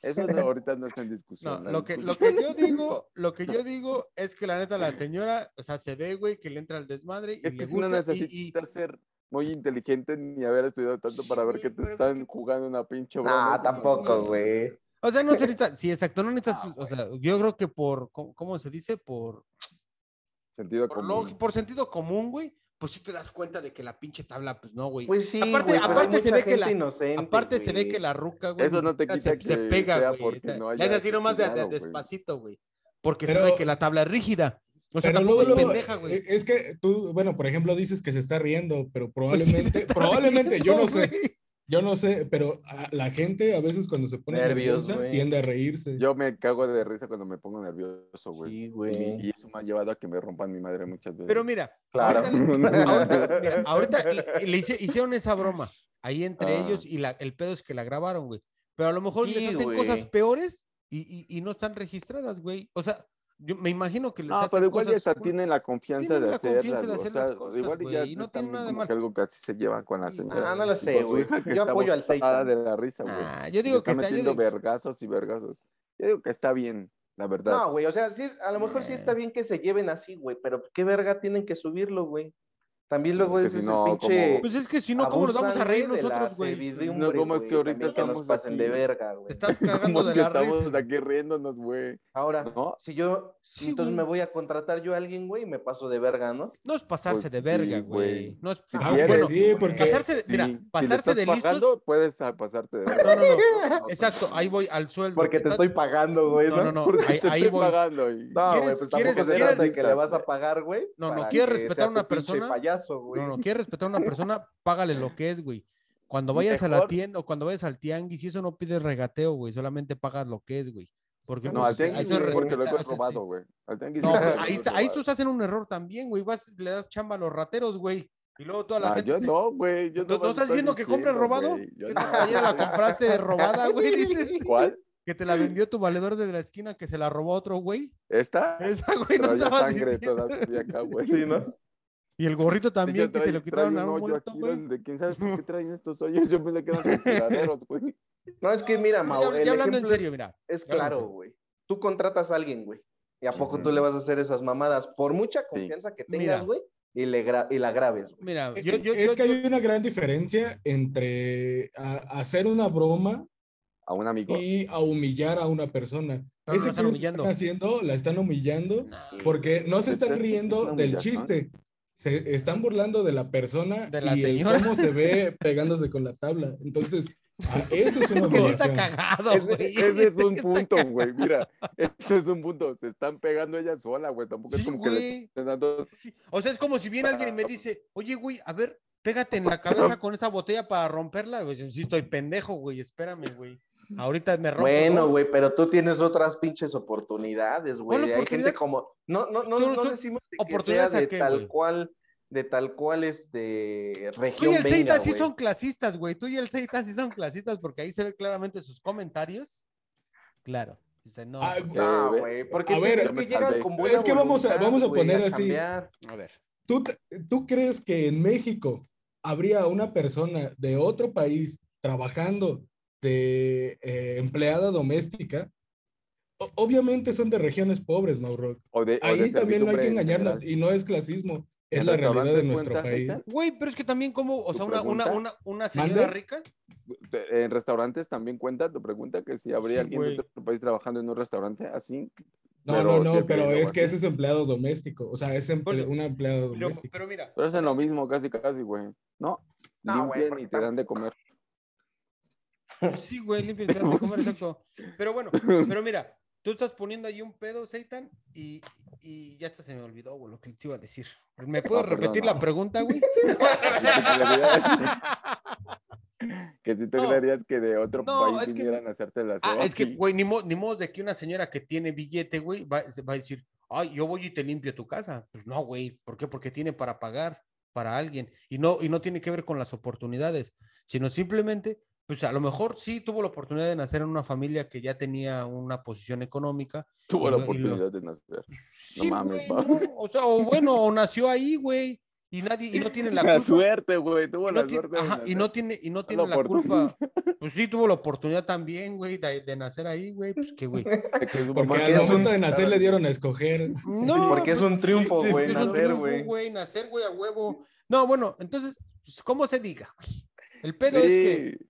[SPEAKER 2] eso
[SPEAKER 1] <laughs>
[SPEAKER 2] no- ahorita no está en
[SPEAKER 1] No,
[SPEAKER 2] discusión. la
[SPEAKER 1] lo que, lo
[SPEAKER 2] discusión
[SPEAKER 1] que yo
[SPEAKER 2] <laughs> es-
[SPEAKER 1] digo, lo que yo digo es que la neta la señora, o sea, se ve, güey, que le entra al desmadre y
[SPEAKER 2] Es
[SPEAKER 1] le
[SPEAKER 2] que si no
[SPEAKER 1] gusta y- y-
[SPEAKER 2] necesitas ser muy inteligente ni haber estudiado tanto
[SPEAKER 1] Sí,
[SPEAKER 2] para ver
[SPEAKER 1] güey,
[SPEAKER 2] que te
[SPEAKER 1] pero es
[SPEAKER 2] están
[SPEAKER 1] que-
[SPEAKER 2] jugando una pinche broma.
[SPEAKER 3] Ah,
[SPEAKER 2] así como,
[SPEAKER 3] tampoco, güey.
[SPEAKER 1] o sea, no
[SPEAKER 2] <laughs>
[SPEAKER 1] se necesita, sí, exacto, no
[SPEAKER 2] Ah,
[SPEAKER 1] necesitas, o sea, yo creo que por, ¿cómo, cómo se dice? Por,
[SPEAKER 2] Sentido
[SPEAKER 1] por,
[SPEAKER 2] común.
[SPEAKER 1] log- por sentido común, güey, pues sí te das cuenta de que la pinche tabla, pues no, güey.
[SPEAKER 3] Pues sí,
[SPEAKER 1] Aparte-
[SPEAKER 3] güey, pero
[SPEAKER 1] aparte
[SPEAKER 3] hay
[SPEAKER 1] se
[SPEAKER 3] mucha
[SPEAKER 1] ve que
[SPEAKER 3] gente
[SPEAKER 1] la-
[SPEAKER 3] inocente,
[SPEAKER 1] Aparte se ve
[SPEAKER 3] güey.
[SPEAKER 1] que la ruca, güey,
[SPEAKER 2] Eso
[SPEAKER 1] ni
[SPEAKER 2] no te
[SPEAKER 1] siquiera
[SPEAKER 2] quita que sea porque no
[SPEAKER 1] le hace
[SPEAKER 2] haya
[SPEAKER 1] así nomás de, de-
[SPEAKER 2] estudiado, güey.
[SPEAKER 1] despacito, güey. Porque se
[SPEAKER 4] Pero-
[SPEAKER 1] ve que la tabla es rígida. O sea,
[SPEAKER 4] Pero
[SPEAKER 1] tampoco
[SPEAKER 4] luego,
[SPEAKER 1] es
[SPEAKER 4] luego,
[SPEAKER 1] pendeja, güey.
[SPEAKER 4] eh, es que tú, bueno, por ejemplo, dices que se está riendo, pero
[SPEAKER 1] sí, <laughs> se
[SPEAKER 4] probablemente,
[SPEAKER 1] está
[SPEAKER 4] probablemente, yo no
[SPEAKER 1] riendo,
[SPEAKER 4] sé, yo no sé, pero a- la gente a veces cuando se pone
[SPEAKER 3] Nervios,
[SPEAKER 4] nerviosa
[SPEAKER 3] güey.
[SPEAKER 4] tiende a reírse.
[SPEAKER 2] Yo me cago de risa cuando me pongo nervioso, güey.
[SPEAKER 3] Sí,
[SPEAKER 2] Y,
[SPEAKER 3] güey.
[SPEAKER 2] y eso me ha llevado a que me rompan mi madre muchas veces. <laughs>
[SPEAKER 1] Pero mira,
[SPEAKER 3] Claro.
[SPEAKER 1] ahorita- Ahorita, mira, ahorita le, le hice- hicieron esa broma ahí entre
[SPEAKER 2] Ah.
[SPEAKER 1] ellos y la- el pedo es que la grabaron, güey. Pero a lo mejor les
[SPEAKER 3] Sí,
[SPEAKER 1] hacen cosas
[SPEAKER 3] güey.
[SPEAKER 1] peores y, y- y no están registradas, güey. O sea, yo me imagino que les
[SPEAKER 2] No,
[SPEAKER 1] hacen
[SPEAKER 2] pero igual ya
[SPEAKER 1] cosas
[SPEAKER 2] hasta
[SPEAKER 1] cul-
[SPEAKER 2] tienen la confianza
[SPEAKER 1] Tienen
[SPEAKER 2] de
[SPEAKER 1] la
[SPEAKER 2] hacerlas.
[SPEAKER 1] confianza de
[SPEAKER 2] o
[SPEAKER 1] hacer las
[SPEAKER 2] sea,
[SPEAKER 1] cosas,
[SPEAKER 2] igual
[SPEAKER 1] güey,
[SPEAKER 2] ya
[SPEAKER 1] y no
[SPEAKER 2] están
[SPEAKER 1] tiene nada de
[SPEAKER 2] como
[SPEAKER 1] mal.
[SPEAKER 2] que algo casi se lleva con la
[SPEAKER 1] Sí,
[SPEAKER 2] señora.
[SPEAKER 3] Ah, no lo sé,
[SPEAKER 2] Con su
[SPEAKER 3] güey.
[SPEAKER 2] hija que
[SPEAKER 3] Yo
[SPEAKER 2] está
[SPEAKER 3] apoyo al
[SPEAKER 2] botada
[SPEAKER 3] Seitan.
[SPEAKER 2] de la risa, güey.
[SPEAKER 1] Ah, yo
[SPEAKER 2] Le
[SPEAKER 1] digo que
[SPEAKER 2] está
[SPEAKER 1] está, yo
[SPEAKER 2] metiendo
[SPEAKER 1] digo-
[SPEAKER 2] vergazos y vergazos. Yo digo que está bien, la verdad.
[SPEAKER 3] No, güey, o sea, sí, a lo mejor sí está bien que se lleven así, güey, pero qué verga tienen que subirlo, güey. También
[SPEAKER 2] Pues
[SPEAKER 3] luego
[SPEAKER 2] es que
[SPEAKER 3] es
[SPEAKER 2] si
[SPEAKER 3] ese
[SPEAKER 2] no,
[SPEAKER 3] pinche.
[SPEAKER 2] como-
[SPEAKER 1] Pues es que si no, ¿cómo nos vamos a
[SPEAKER 3] abusan,
[SPEAKER 1] reír
[SPEAKER 3] güey, de la
[SPEAKER 1] nosotros, güey?
[SPEAKER 3] servidumbre,
[SPEAKER 2] Pues No, como es que
[SPEAKER 3] güey,
[SPEAKER 2] ahorita
[SPEAKER 3] también que nos
[SPEAKER 2] estamos
[SPEAKER 3] pasen
[SPEAKER 2] aquí.
[SPEAKER 3] de verga, güey.
[SPEAKER 1] Te estás
[SPEAKER 2] <laughs> <laughs> Como
[SPEAKER 1] cagando de
[SPEAKER 2] que
[SPEAKER 1] la
[SPEAKER 2] estamos
[SPEAKER 1] risa.
[SPEAKER 2] aquí riéndonos, güey.
[SPEAKER 3] Ahora,
[SPEAKER 2] ¿No?
[SPEAKER 3] si yo,
[SPEAKER 1] Sí,
[SPEAKER 3] entonces
[SPEAKER 1] güey.
[SPEAKER 3] me voy a contratar yo a alguien, güey, y me paso de verga, ¿no?
[SPEAKER 1] No es pasarse
[SPEAKER 2] Pues
[SPEAKER 1] de
[SPEAKER 2] sí,
[SPEAKER 1] verga, güey.
[SPEAKER 2] güey.
[SPEAKER 1] No es
[SPEAKER 2] Si
[SPEAKER 1] Ah,
[SPEAKER 2] quieres,
[SPEAKER 1] bueno,
[SPEAKER 4] sí, porque
[SPEAKER 1] pasarse, de- mira,
[SPEAKER 2] Sí, si le
[SPEAKER 1] pasarse
[SPEAKER 2] estás
[SPEAKER 1] de listos.
[SPEAKER 2] pagando, puedes a- pasarte de
[SPEAKER 1] No,
[SPEAKER 2] verga. <laughs>
[SPEAKER 1] no, no. Exacto, ahí voy al sueldo.
[SPEAKER 3] Porque te
[SPEAKER 1] Estás-
[SPEAKER 3] estoy pagando, güey,
[SPEAKER 1] No, no,
[SPEAKER 3] ¿no?
[SPEAKER 1] no.
[SPEAKER 2] Porque
[SPEAKER 1] Ahí,
[SPEAKER 2] te
[SPEAKER 1] ahí
[SPEAKER 2] estoy
[SPEAKER 1] voy.
[SPEAKER 2] pagando y-
[SPEAKER 3] No, güey,
[SPEAKER 1] ¿Quieres-
[SPEAKER 3] pues
[SPEAKER 1] quieres-
[SPEAKER 3] tampoco se
[SPEAKER 1] quieres-
[SPEAKER 3] trata de que le vas a
[SPEAKER 2] güey.
[SPEAKER 3] pagar, güey.
[SPEAKER 1] No, no,
[SPEAKER 3] para
[SPEAKER 1] ¿quieres
[SPEAKER 3] que
[SPEAKER 1] respetar
[SPEAKER 3] sea
[SPEAKER 1] a una
[SPEAKER 3] tu pinche
[SPEAKER 1] persona?
[SPEAKER 3] payaso, güey.
[SPEAKER 1] No, no, quieres respetar a una persona, págale lo que es, güey. Cuando vayas a la
[SPEAKER 2] Mejor.
[SPEAKER 1] tienda o cuando vayas al tianguis, y eso no pides regateo, güey, solamente pagas lo que es, güey. Porque
[SPEAKER 2] No,
[SPEAKER 1] pues,
[SPEAKER 2] al tianguis
[SPEAKER 1] eso es
[SPEAKER 2] sí,
[SPEAKER 1] respetar,
[SPEAKER 2] porque luego
[SPEAKER 1] o
[SPEAKER 2] es
[SPEAKER 1] sea, sí.
[SPEAKER 2] robado, güey. Al tianguis <laughs>
[SPEAKER 1] No,
[SPEAKER 2] sí,
[SPEAKER 1] güey,
[SPEAKER 2] porque
[SPEAKER 1] ahí,
[SPEAKER 2] luego es
[SPEAKER 1] está, ahí
[SPEAKER 2] robado.
[SPEAKER 1] tú estás en un error también, güey. Vas, le das chamba a los rateros, güey. Y luego toda la
[SPEAKER 2] Ah,
[SPEAKER 1] gente.
[SPEAKER 2] yo
[SPEAKER 1] se-
[SPEAKER 2] no, güey. yo
[SPEAKER 1] ¿No-
[SPEAKER 2] nomás
[SPEAKER 1] no estás
[SPEAKER 2] estoy
[SPEAKER 1] diciendo que compres
[SPEAKER 2] diciendo,
[SPEAKER 1] robado?
[SPEAKER 2] güey, yo
[SPEAKER 1] Esa
[SPEAKER 2] no- <laughs>
[SPEAKER 1] playera la compraste robada, güey. dices,
[SPEAKER 2] ¿Cuál?
[SPEAKER 1] Que te la vendió tu valedor de la esquina que se la robó otro, güey. <laughs>
[SPEAKER 2] ¿Esta?
[SPEAKER 1] Esa, güey, no
[SPEAKER 2] Traía
[SPEAKER 1] estabas
[SPEAKER 2] sangre
[SPEAKER 1] diciendo.
[SPEAKER 2] todavía acá, güey.
[SPEAKER 3] Sí, ¿no?
[SPEAKER 1] Y el gorrito
[SPEAKER 2] Yo
[SPEAKER 1] también, que se
[SPEAKER 2] trae-
[SPEAKER 1] lo
[SPEAKER 2] trae
[SPEAKER 1] quitaron
[SPEAKER 2] un
[SPEAKER 1] a un
[SPEAKER 2] hoyo
[SPEAKER 1] muerto,
[SPEAKER 2] aquí
[SPEAKER 1] güey.
[SPEAKER 2] donde ¿Quién sabe por
[SPEAKER 1] <laughs>
[SPEAKER 2] qué traen estos hoyos? Yo pensé que eran tiraderos, güey.
[SPEAKER 3] No, es que mira,
[SPEAKER 1] No,
[SPEAKER 3] Mau,
[SPEAKER 1] ya-
[SPEAKER 3] el
[SPEAKER 1] ya hablando en
[SPEAKER 3] ejemplo es-
[SPEAKER 1] serio, mira. ya hablando
[SPEAKER 3] es
[SPEAKER 1] en
[SPEAKER 3] claro,
[SPEAKER 1] serio.
[SPEAKER 3] güey. Tú contratas a alguien, güey. ¿Y a poco tú
[SPEAKER 2] Ujú.
[SPEAKER 3] le vas a hacer esas mamadas? Por mucha confianza que
[SPEAKER 1] Mira.
[SPEAKER 3] tengas, güey, y, le gra- y la grabes, güey.
[SPEAKER 1] Mira,
[SPEAKER 4] Eh,
[SPEAKER 1] yo, yo,
[SPEAKER 4] es
[SPEAKER 1] yo-
[SPEAKER 4] que
[SPEAKER 1] yo-
[SPEAKER 4] hay una gran diferencia entre a- hacer una broma
[SPEAKER 2] A un amigo.
[SPEAKER 4] y a humillar a una persona.
[SPEAKER 1] Pero no la
[SPEAKER 4] Ese
[SPEAKER 1] están
[SPEAKER 4] que ellos
[SPEAKER 1] humillando.
[SPEAKER 4] están haciendo, la están humillando
[SPEAKER 1] Nah.
[SPEAKER 4] porque no se
[SPEAKER 2] Es-
[SPEAKER 4] están
[SPEAKER 2] es una
[SPEAKER 4] riendo del
[SPEAKER 2] humillación.
[SPEAKER 4] chiste. Se están burlando de la persona
[SPEAKER 1] De la
[SPEAKER 4] y el
[SPEAKER 1] señora.
[SPEAKER 4] cómo se ve pegándose con la tabla. Entonces, a- eso
[SPEAKER 1] <laughs>
[SPEAKER 4] es una
[SPEAKER 1] Es que sí está
[SPEAKER 4] humillación.
[SPEAKER 1] cagado,
[SPEAKER 2] Ese,
[SPEAKER 1] güey.
[SPEAKER 2] ese es un
[SPEAKER 1] <laughs> Está
[SPEAKER 2] punto,
[SPEAKER 1] cagado.
[SPEAKER 2] güey. Mira, ese es un punto. Se están pegando ellas sola, güey. Tampoco
[SPEAKER 1] Sí,
[SPEAKER 2] es como que le
[SPEAKER 1] güey.
[SPEAKER 2] estén dando.
[SPEAKER 1] Sí. O sea, es como si viene alguien y me dice, oye, güey, a ver, pégate en la cabeza con esa botella para romperla. Güey, yo, sí, estoy pendejo, güey, espérame, güey. Ahorita me rompo.
[SPEAKER 3] Bueno,
[SPEAKER 1] dos.
[SPEAKER 3] güey, pero tú tienes otras pinches oportunidades, güey.
[SPEAKER 1] ¿Cuál
[SPEAKER 3] Hay
[SPEAKER 1] oportunidad?
[SPEAKER 3] gente como. No, no, no,
[SPEAKER 1] Pero
[SPEAKER 3] no
[SPEAKER 1] son
[SPEAKER 3] decimos de que sea
[SPEAKER 1] oportunidades a
[SPEAKER 3] de
[SPEAKER 1] qué,
[SPEAKER 3] tal
[SPEAKER 1] güey.
[SPEAKER 3] cual, de tal cual este
[SPEAKER 1] Tú
[SPEAKER 3] región.
[SPEAKER 1] y el
[SPEAKER 3] venga,
[SPEAKER 1] Seitan sí
[SPEAKER 3] güey.
[SPEAKER 1] son clasistas, güey. Tú y el Seitan sí son clasistas porque ahí se ve claramente sus comentarios. Claro. Dice, no.
[SPEAKER 4] Ah,
[SPEAKER 1] porque-
[SPEAKER 3] No,
[SPEAKER 2] ¿ves?
[SPEAKER 3] güey, porque
[SPEAKER 4] A
[SPEAKER 3] te-
[SPEAKER 4] ver,
[SPEAKER 3] es
[SPEAKER 2] yo me
[SPEAKER 3] que llegan
[SPEAKER 2] salvé.
[SPEAKER 3] con buena
[SPEAKER 4] Es que vamos a-
[SPEAKER 3] voluntad,
[SPEAKER 4] vamos a
[SPEAKER 3] güey,
[SPEAKER 4] poner así.
[SPEAKER 3] cambiar.
[SPEAKER 1] A ver.
[SPEAKER 4] ¿Tú, te- ¿Tú crees que en México habría una persona de otro país trabajando de eh, empleada doméstica? O- obviamente son de regiones pobres, Mauro.
[SPEAKER 2] O de, o de
[SPEAKER 4] Ahí también no hay
[SPEAKER 2] servidumbre
[SPEAKER 4] que
[SPEAKER 2] en
[SPEAKER 4] engañarnos
[SPEAKER 2] general.
[SPEAKER 4] y no es clasismo, es
[SPEAKER 2] ¿En
[SPEAKER 4] la realidad de
[SPEAKER 2] restaurantes
[SPEAKER 4] nuestro
[SPEAKER 2] cuentas, ahí
[SPEAKER 4] país.
[SPEAKER 2] está?
[SPEAKER 1] Güey, pero es que también como, o
[SPEAKER 2] ¿Tu
[SPEAKER 1] sea, una, una,
[SPEAKER 2] pregunta?
[SPEAKER 1] una, una señora
[SPEAKER 4] ¿Mande?
[SPEAKER 1] rica.
[SPEAKER 2] Te- En restaurantes también cuenta. Te pregunta que si habría
[SPEAKER 1] Sí,
[SPEAKER 2] alguien
[SPEAKER 1] güey.
[SPEAKER 2] de otro país trabajando en un restaurante así.
[SPEAKER 4] No,
[SPEAKER 2] Pero
[SPEAKER 4] no,
[SPEAKER 2] sí
[SPEAKER 4] no,
[SPEAKER 2] hay
[SPEAKER 4] pero
[SPEAKER 2] pedo,
[SPEAKER 4] es que
[SPEAKER 2] así.
[SPEAKER 4] ese es empleado doméstico, o sea, es emple-
[SPEAKER 1] Ole.
[SPEAKER 4] una empleada
[SPEAKER 1] Pero,
[SPEAKER 4] doméstica.
[SPEAKER 1] pero mira,
[SPEAKER 2] Pero hacen lo mismo, casi, casi, güey. No,
[SPEAKER 3] No, güey,
[SPEAKER 2] limpian
[SPEAKER 3] porque
[SPEAKER 2] y te dan de comer.
[SPEAKER 1] sí, güey, limpia y trata de comer, exacto. Pero
[SPEAKER 2] <laughs>
[SPEAKER 1] bueno, pero mira, tú estás poniendo ahí un pedo, Seitan, y, y ya hasta se me olvidó, güey, lo que te iba a decir. ¿Me puedes
[SPEAKER 2] Ah, perdón,
[SPEAKER 1] repetir
[SPEAKER 2] no.
[SPEAKER 1] la pregunta, güey?
[SPEAKER 2] que <laughs> si tú
[SPEAKER 1] No.
[SPEAKER 2] creerías que de otro
[SPEAKER 1] No, es
[SPEAKER 2] país
[SPEAKER 1] que-
[SPEAKER 2] vinieran a hacerte la
[SPEAKER 1] Ah,
[SPEAKER 2] sopa
[SPEAKER 1] es que,
[SPEAKER 2] y-
[SPEAKER 1] güey, ni, mo- ni modo de que una señora que tiene billete, güey, va, se va a decir, ay, yo voy y te limpio tu casa. Pues no, güey, ¿por qué? Porque tiene para pagar para alguien y no, y no tiene que ver con las oportunidades, sino simplemente pues a lo mejor sí tuvo la oportunidad de nacer en una familia que ya tenía una posición económica.
[SPEAKER 2] Tuvo la
[SPEAKER 1] Y lo- y lo-
[SPEAKER 2] oportunidad de nacer. No
[SPEAKER 1] Sí,
[SPEAKER 2] mames,
[SPEAKER 1] güey,
[SPEAKER 2] Pablo.
[SPEAKER 1] no, o sea, o bueno, o nació ahí, güey, y nadie, y no tiene la
[SPEAKER 2] <laughs> <laughs> La,
[SPEAKER 1] culpa.
[SPEAKER 2] suerte, güey. Tuvo
[SPEAKER 1] y
[SPEAKER 2] la
[SPEAKER 1] no tiene,
[SPEAKER 2] suerte. de
[SPEAKER 1] ajá, y
[SPEAKER 2] nacer.
[SPEAKER 1] no tiene, y no tiene
[SPEAKER 2] Tuvo la
[SPEAKER 1] la culpa.
[SPEAKER 2] <laughs>
[SPEAKER 1] Pues sí, tuvo la oportunidad también, güey, de, de nacer ahí, güey. Pues que, güey.
[SPEAKER 2] De que su
[SPEAKER 4] Porque
[SPEAKER 2] mamá
[SPEAKER 4] al
[SPEAKER 3] es un-
[SPEAKER 4] momento de nacer le dieron a escoger.
[SPEAKER 1] No,
[SPEAKER 3] porque es
[SPEAKER 1] pues,
[SPEAKER 3] un triunfo,
[SPEAKER 2] sí,
[SPEAKER 3] güey,
[SPEAKER 2] sí,
[SPEAKER 1] es un
[SPEAKER 3] nacer,
[SPEAKER 1] triunfo,
[SPEAKER 3] güey.
[SPEAKER 1] güey. Nacer, güey, a huevo. No, bueno, entonces, pues, ¿cómo se diga? güey? El pedo es que
[SPEAKER 2] Sí.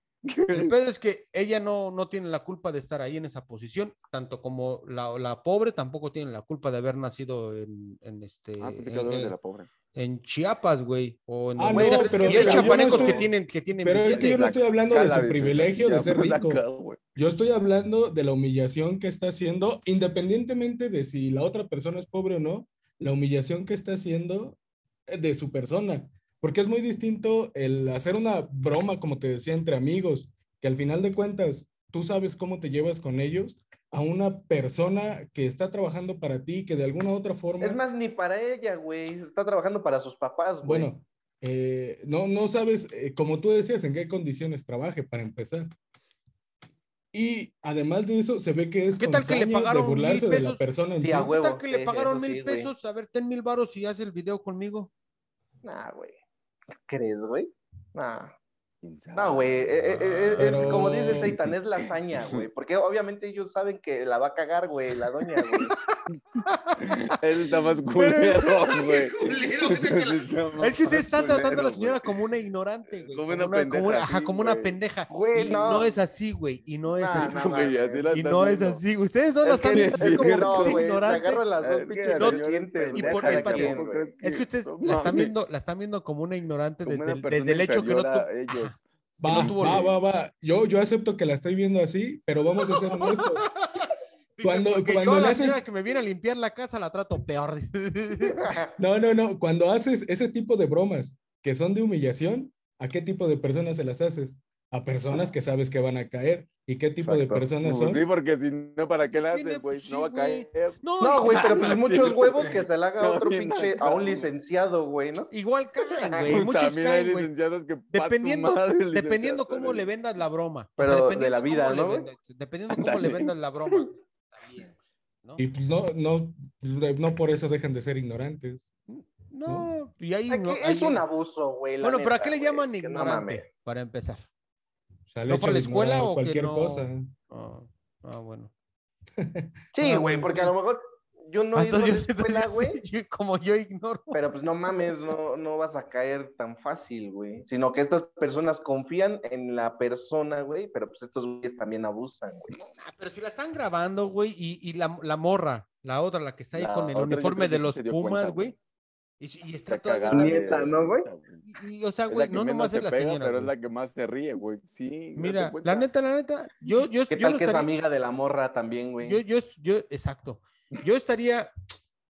[SPEAKER 1] El pedo es que ella no, no tiene la culpa de estar ahí en esa posición, tanto como la, la pobre tampoco tiene la culpa de haber nacido en, en este
[SPEAKER 2] Ah,
[SPEAKER 3] pues,
[SPEAKER 4] pues,
[SPEAKER 2] pensé
[SPEAKER 1] en,
[SPEAKER 2] que hablabas de
[SPEAKER 1] en-
[SPEAKER 2] la pobre.
[SPEAKER 1] en Chiapas, güey. O en
[SPEAKER 4] Ah,
[SPEAKER 1] donde
[SPEAKER 4] no,
[SPEAKER 1] sea.
[SPEAKER 4] pero
[SPEAKER 1] y hay
[SPEAKER 4] mira, yo no
[SPEAKER 1] chapanecos que
[SPEAKER 4] estoy-
[SPEAKER 1] tienen, que tienen
[SPEAKER 4] pero es que
[SPEAKER 1] billete.
[SPEAKER 4] yo no estoy hablando de
[SPEAKER 2] Escala
[SPEAKER 4] su privilegio de ser
[SPEAKER 2] ya, pues,
[SPEAKER 4] rico.
[SPEAKER 2] acá, güey.
[SPEAKER 4] Yo estoy hablando de la humillación que está haciendo, independientemente de si la otra persona es pobre o no, la humillación que está haciendo eh, de su persona. Porque es muy distinto el hacer una broma, como te decía, entre amigos, que al final de cuentas tú sabes cómo te llevas con ellos, a una persona que está trabajando para ti, que de alguna u otra forma...
[SPEAKER 3] Es más, ni para ella, güey. Está trabajando para sus papás, güey.
[SPEAKER 4] Bueno, eh, no, no sabes, eh, como tú decías, en qué condiciones trabaje para empezar. Y además de eso, se ve que es
[SPEAKER 1] ¿Qué
[SPEAKER 4] con
[SPEAKER 1] tal que le
[SPEAKER 4] saña
[SPEAKER 1] pagaron
[SPEAKER 4] de
[SPEAKER 1] mil
[SPEAKER 4] burlarse de la
[SPEAKER 1] pesos?
[SPEAKER 4] persona en
[SPEAKER 3] Sí,
[SPEAKER 4] sí.
[SPEAKER 3] a
[SPEAKER 1] ¿Qué tal
[SPEAKER 3] huevo,
[SPEAKER 1] que le
[SPEAKER 3] sí,
[SPEAKER 1] pagaron
[SPEAKER 3] eso sí,
[SPEAKER 1] mil
[SPEAKER 3] güey.
[SPEAKER 1] pesos? A ver, ten mil varos y haz el video conmigo.
[SPEAKER 3] Nah, güey. ¿Qué crees, güey? Nah.
[SPEAKER 2] ¿Quién sabe?
[SPEAKER 3] No, güey, eh, eh, eh, es
[SPEAKER 4] Pero-
[SPEAKER 3] como dice Seitan, es la
[SPEAKER 1] <laughs>
[SPEAKER 3] hazaña, güey, porque obviamente ellos saben que la va a cagar, güey, la doña, güey.
[SPEAKER 2] <laughs>
[SPEAKER 3] <laughs>
[SPEAKER 2] Él está más culero,
[SPEAKER 1] <laughs>
[SPEAKER 2] güey.
[SPEAKER 1] culero, es
[SPEAKER 2] <laughs>
[SPEAKER 1] que la-
[SPEAKER 2] Está más
[SPEAKER 1] Es que usted está
[SPEAKER 2] culero,
[SPEAKER 1] tratando a la señora
[SPEAKER 2] güey.
[SPEAKER 1] como una ignorante, güey.
[SPEAKER 2] Como una pendeja,
[SPEAKER 1] como una- ajá,
[SPEAKER 2] sí,
[SPEAKER 1] como una
[SPEAKER 2] güey.
[SPEAKER 1] pendeja.
[SPEAKER 3] Güey,
[SPEAKER 1] y
[SPEAKER 3] no.
[SPEAKER 1] no. es así, güey. Y no es
[SPEAKER 3] Nah,
[SPEAKER 1] así.
[SPEAKER 2] <laughs>
[SPEAKER 3] nah,
[SPEAKER 2] Güey,
[SPEAKER 3] mames,
[SPEAKER 2] así la
[SPEAKER 3] güey.
[SPEAKER 1] Y
[SPEAKER 2] están
[SPEAKER 1] no es
[SPEAKER 2] viendo.
[SPEAKER 1] así, ustedes no
[SPEAKER 3] Es
[SPEAKER 1] la están
[SPEAKER 2] que
[SPEAKER 1] viendo
[SPEAKER 2] sí,
[SPEAKER 1] así como
[SPEAKER 2] güey,
[SPEAKER 1] no,
[SPEAKER 3] no, güey, te
[SPEAKER 1] ignorante.
[SPEAKER 3] agarro las dos
[SPEAKER 2] Es que
[SPEAKER 3] pinches
[SPEAKER 2] la
[SPEAKER 3] serpientes,
[SPEAKER 1] y
[SPEAKER 3] güey,
[SPEAKER 1] por-
[SPEAKER 3] deja
[SPEAKER 1] es
[SPEAKER 3] de
[SPEAKER 1] para-
[SPEAKER 3] caer,
[SPEAKER 2] tampoco
[SPEAKER 3] güey.
[SPEAKER 2] es que-
[SPEAKER 1] Es que ustedes
[SPEAKER 2] no
[SPEAKER 1] la están
[SPEAKER 2] mames.
[SPEAKER 1] viendo, la están viendo como una ignorante
[SPEAKER 2] <laughs> Como
[SPEAKER 1] desde,
[SPEAKER 2] una
[SPEAKER 1] el-
[SPEAKER 2] persona
[SPEAKER 1] desde el hecho que no,
[SPEAKER 2] inferior a
[SPEAKER 1] tu- <laughs>
[SPEAKER 2] ellos.
[SPEAKER 1] si
[SPEAKER 4] Va,
[SPEAKER 1] no tuvo
[SPEAKER 4] va, va, va. Yo, yo acepto que la estoy viendo así, pero vamos a
[SPEAKER 1] <laughs>
[SPEAKER 4] ser honestos.
[SPEAKER 1] Dice,
[SPEAKER 4] Cuando-
[SPEAKER 1] porque
[SPEAKER 4] cuando
[SPEAKER 1] yo a
[SPEAKER 4] le
[SPEAKER 1] la
[SPEAKER 4] haces-
[SPEAKER 1] señora que me viene a limpiar la casa la trato peor.
[SPEAKER 4] No, no, no. Cuando haces ese tipo de bromas que son de humillación, ¿a qué tipo de personas se las haces? A personas que sabes que van a caer. ¿Y qué tipo de
[SPEAKER 2] Exacto.
[SPEAKER 4] personas
[SPEAKER 2] Pues
[SPEAKER 4] son?
[SPEAKER 2] Sí, porque si no, ¿para qué la
[SPEAKER 1] Tiene-
[SPEAKER 2] hacen, güey?
[SPEAKER 1] pues
[SPEAKER 2] No va a
[SPEAKER 1] sí, güey.
[SPEAKER 2] caer.
[SPEAKER 3] No, güey, pero pues
[SPEAKER 2] Sí,
[SPEAKER 3] muchos
[SPEAKER 2] güey.
[SPEAKER 3] huevos que se le haga a
[SPEAKER 2] Está
[SPEAKER 3] otro
[SPEAKER 2] bien
[SPEAKER 3] pinche,
[SPEAKER 2] acá,
[SPEAKER 3] a un
[SPEAKER 2] güey.
[SPEAKER 3] licenciado, güey, ¿no?
[SPEAKER 1] Igual caen, güey.
[SPEAKER 2] <laughs> Pues
[SPEAKER 1] muchos
[SPEAKER 2] también hay
[SPEAKER 1] caen, güey.
[SPEAKER 2] licenciados que pa' tu
[SPEAKER 1] Dependiendo,
[SPEAKER 2] madre, <laughs>
[SPEAKER 1] dependiendo
[SPEAKER 2] licenciados,
[SPEAKER 1] cómo
[SPEAKER 2] güey.
[SPEAKER 1] le vendas la broma.
[SPEAKER 3] Pero de
[SPEAKER 1] dependiendo
[SPEAKER 3] la vida,
[SPEAKER 1] cómo le
[SPEAKER 3] ¿no, güey?
[SPEAKER 1] vendas- dependiendo cómo le
[SPEAKER 2] Ándale.
[SPEAKER 1] vendas la broma. güey, También, ¿no?
[SPEAKER 4] Y pues no, no, no por eso dejan de ser ignorantes.
[SPEAKER 1] No, y ahí
[SPEAKER 3] Aquí
[SPEAKER 1] no-
[SPEAKER 3] es
[SPEAKER 1] ahí-
[SPEAKER 3] un abuso, güey. la
[SPEAKER 1] Bueno, pero ¿a
[SPEAKER 3] neta,
[SPEAKER 1] qué le
[SPEAKER 3] güey,
[SPEAKER 1] llaman
[SPEAKER 3] que no
[SPEAKER 1] ignorante?
[SPEAKER 3] mames.
[SPEAKER 1] para empezar.
[SPEAKER 4] O sea, el
[SPEAKER 1] ¿No
[SPEAKER 4] hecho
[SPEAKER 1] fue a la
[SPEAKER 4] de
[SPEAKER 1] escuela
[SPEAKER 4] ignorar
[SPEAKER 1] o que
[SPEAKER 4] cualquier
[SPEAKER 1] no?
[SPEAKER 4] cosa.
[SPEAKER 1] Ah, ah, bueno.
[SPEAKER 3] Sí,
[SPEAKER 1] Ah,
[SPEAKER 3] güey,
[SPEAKER 1] bueno,
[SPEAKER 3] porque
[SPEAKER 1] sí.
[SPEAKER 3] a lo mejor yo no he ido a la
[SPEAKER 1] Ah, Entonces, yo-
[SPEAKER 3] escuela,
[SPEAKER 1] entonces,
[SPEAKER 3] güey,
[SPEAKER 1] <laughs> yo- como yo ignoro.
[SPEAKER 3] Pero pues no mames, no, no vas a caer tan fácil, güey. Sino que estas personas confían en la persona, güey, pero pues estos güeyes también abusan, güey.
[SPEAKER 1] Ah, pero si la están grabando, güey, y, y la, la morra, la otra, la que está ahí
[SPEAKER 2] La
[SPEAKER 1] con el
[SPEAKER 2] otra yo
[SPEAKER 1] uniforme
[SPEAKER 2] creo que
[SPEAKER 1] de
[SPEAKER 2] sí
[SPEAKER 1] los
[SPEAKER 2] se dio cuenta,
[SPEAKER 1] Pumas,
[SPEAKER 2] güey.
[SPEAKER 1] güey. Y, y está
[SPEAKER 2] Está
[SPEAKER 1] todavía-
[SPEAKER 2] cagada
[SPEAKER 3] Nieta,
[SPEAKER 2] de
[SPEAKER 3] ¿no, güey?
[SPEAKER 2] risa, Es
[SPEAKER 1] y- y, o sea,
[SPEAKER 2] la
[SPEAKER 1] güey,
[SPEAKER 2] que
[SPEAKER 1] no
[SPEAKER 2] menos
[SPEAKER 1] nomás
[SPEAKER 2] se
[SPEAKER 1] es la
[SPEAKER 2] pega,
[SPEAKER 1] señora.
[SPEAKER 2] Pero es
[SPEAKER 1] güey.
[SPEAKER 2] la que más se ríe, güey. Sí. date
[SPEAKER 1] Mira,
[SPEAKER 2] cuenta.
[SPEAKER 1] la neta, la neta, yo, yo,
[SPEAKER 3] ¿Qué
[SPEAKER 1] yo
[SPEAKER 3] tal
[SPEAKER 1] no
[SPEAKER 3] que es
[SPEAKER 1] estaría-
[SPEAKER 3] amiga de la morra también, güey?
[SPEAKER 1] Yo, yo, yo, exacto. Yo estaría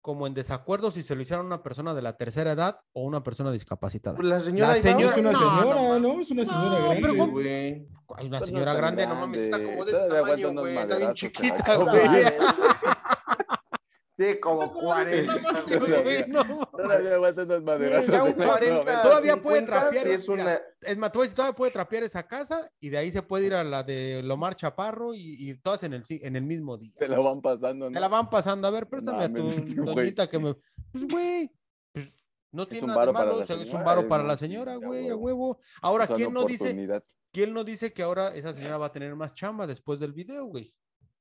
[SPEAKER 1] como en desacuerdo si se lo hicieran a una persona de la tercera edad o una persona discapacitada.
[SPEAKER 3] Pues la señora.
[SPEAKER 1] La
[SPEAKER 3] ahí va,
[SPEAKER 1] señora-
[SPEAKER 4] Es una
[SPEAKER 1] No,
[SPEAKER 4] señora,
[SPEAKER 1] no,
[SPEAKER 4] ¿no? Es una señora
[SPEAKER 1] No,
[SPEAKER 4] grande.
[SPEAKER 1] pero
[SPEAKER 3] güey, <laughs>
[SPEAKER 1] ¿cómo- <laughs>
[SPEAKER 3] güey.
[SPEAKER 1] Hay una
[SPEAKER 2] Pues no
[SPEAKER 1] señora
[SPEAKER 2] tan
[SPEAKER 1] grande, no mames, está
[SPEAKER 2] grande.
[SPEAKER 1] como de
[SPEAKER 2] Todavía
[SPEAKER 1] este
[SPEAKER 2] aguanta
[SPEAKER 1] tamaño,
[SPEAKER 2] unos
[SPEAKER 1] güey. Está bien
[SPEAKER 2] madrazos, se la
[SPEAKER 1] chiquita,
[SPEAKER 2] acaba,
[SPEAKER 1] güey.
[SPEAKER 2] güey.
[SPEAKER 1] <laughs>
[SPEAKER 3] Sí, como
[SPEAKER 1] Está como de este
[SPEAKER 3] 40.
[SPEAKER 1] tamaño,
[SPEAKER 3] güey.
[SPEAKER 1] güey, no mames.
[SPEAKER 2] Todavía aguantan los maderazos.
[SPEAKER 3] Ya un
[SPEAKER 2] en la
[SPEAKER 3] 40.
[SPEAKER 2] cabeza.
[SPEAKER 1] Todavía puede
[SPEAKER 3] 50,
[SPEAKER 1] trapear,
[SPEAKER 3] sí es
[SPEAKER 1] mira.
[SPEAKER 3] una-
[SPEAKER 1] Es más, te voy a decir, todavía puede trapear esa casa y de ahí se puede ir a la de Lomar Chaparro y, y todas en el, si- en el mismo día.
[SPEAKER 2] Te la van pasando, ¿no?
[SPEAKER 1] Te la van pasando. A ver, préstame a tu
[SPEAKER 2] mames, <laughs> sí, güey.
[SPEAKER 1] doñita que me. Pues, güey. pues, no tiene
[SPEAKER 2] un
[SPEAKER 1] nada de
[SPEAKER 2] varo para
[SPEAKER 1] malo.
[SPEAKER 2] la
[SPEAKER 1] o sea, Es un
[SPEAKER 2] señora, eh,
[SPEAKER 1] varo
[SPEAKER 2] es
[SPEAKER 1] para
[SPEAKER 2] una
[SPEAKER 1] la señora,
[SPEAKER 2] chinga,
[SPEAKER 1] güey, a
[SPEAKER 2] huevo.
[SPEAKER 1] huevo. Ahora,
[SPEAKER 2] Es una
[SPEAKER 1] ¿quién no dice?
[SPEAKER 2] oportunidad.
[SPEAKER 1] ¿Quién no dice que ahora esa señora va a tener más chamba después del video, güey?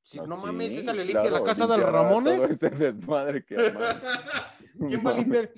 [SPEAKER 1] Si no,
[SPEAKER 2] Ah, Sí,
[SPEAKER 1] mames, esa le limpia la
[SPEAKER 2] claro,
[SPEAKER 1] casa de los
[SPEAKER 2] limpiará todo
[SPEAKER 1] Ramones.
[SPEAKER 2] ese desmadre que armaron.
[SPEAKER 1] <laughs> ¿Quién va a
[SPEAKER 2] Mames.
[SPEAKER 1] limpiar?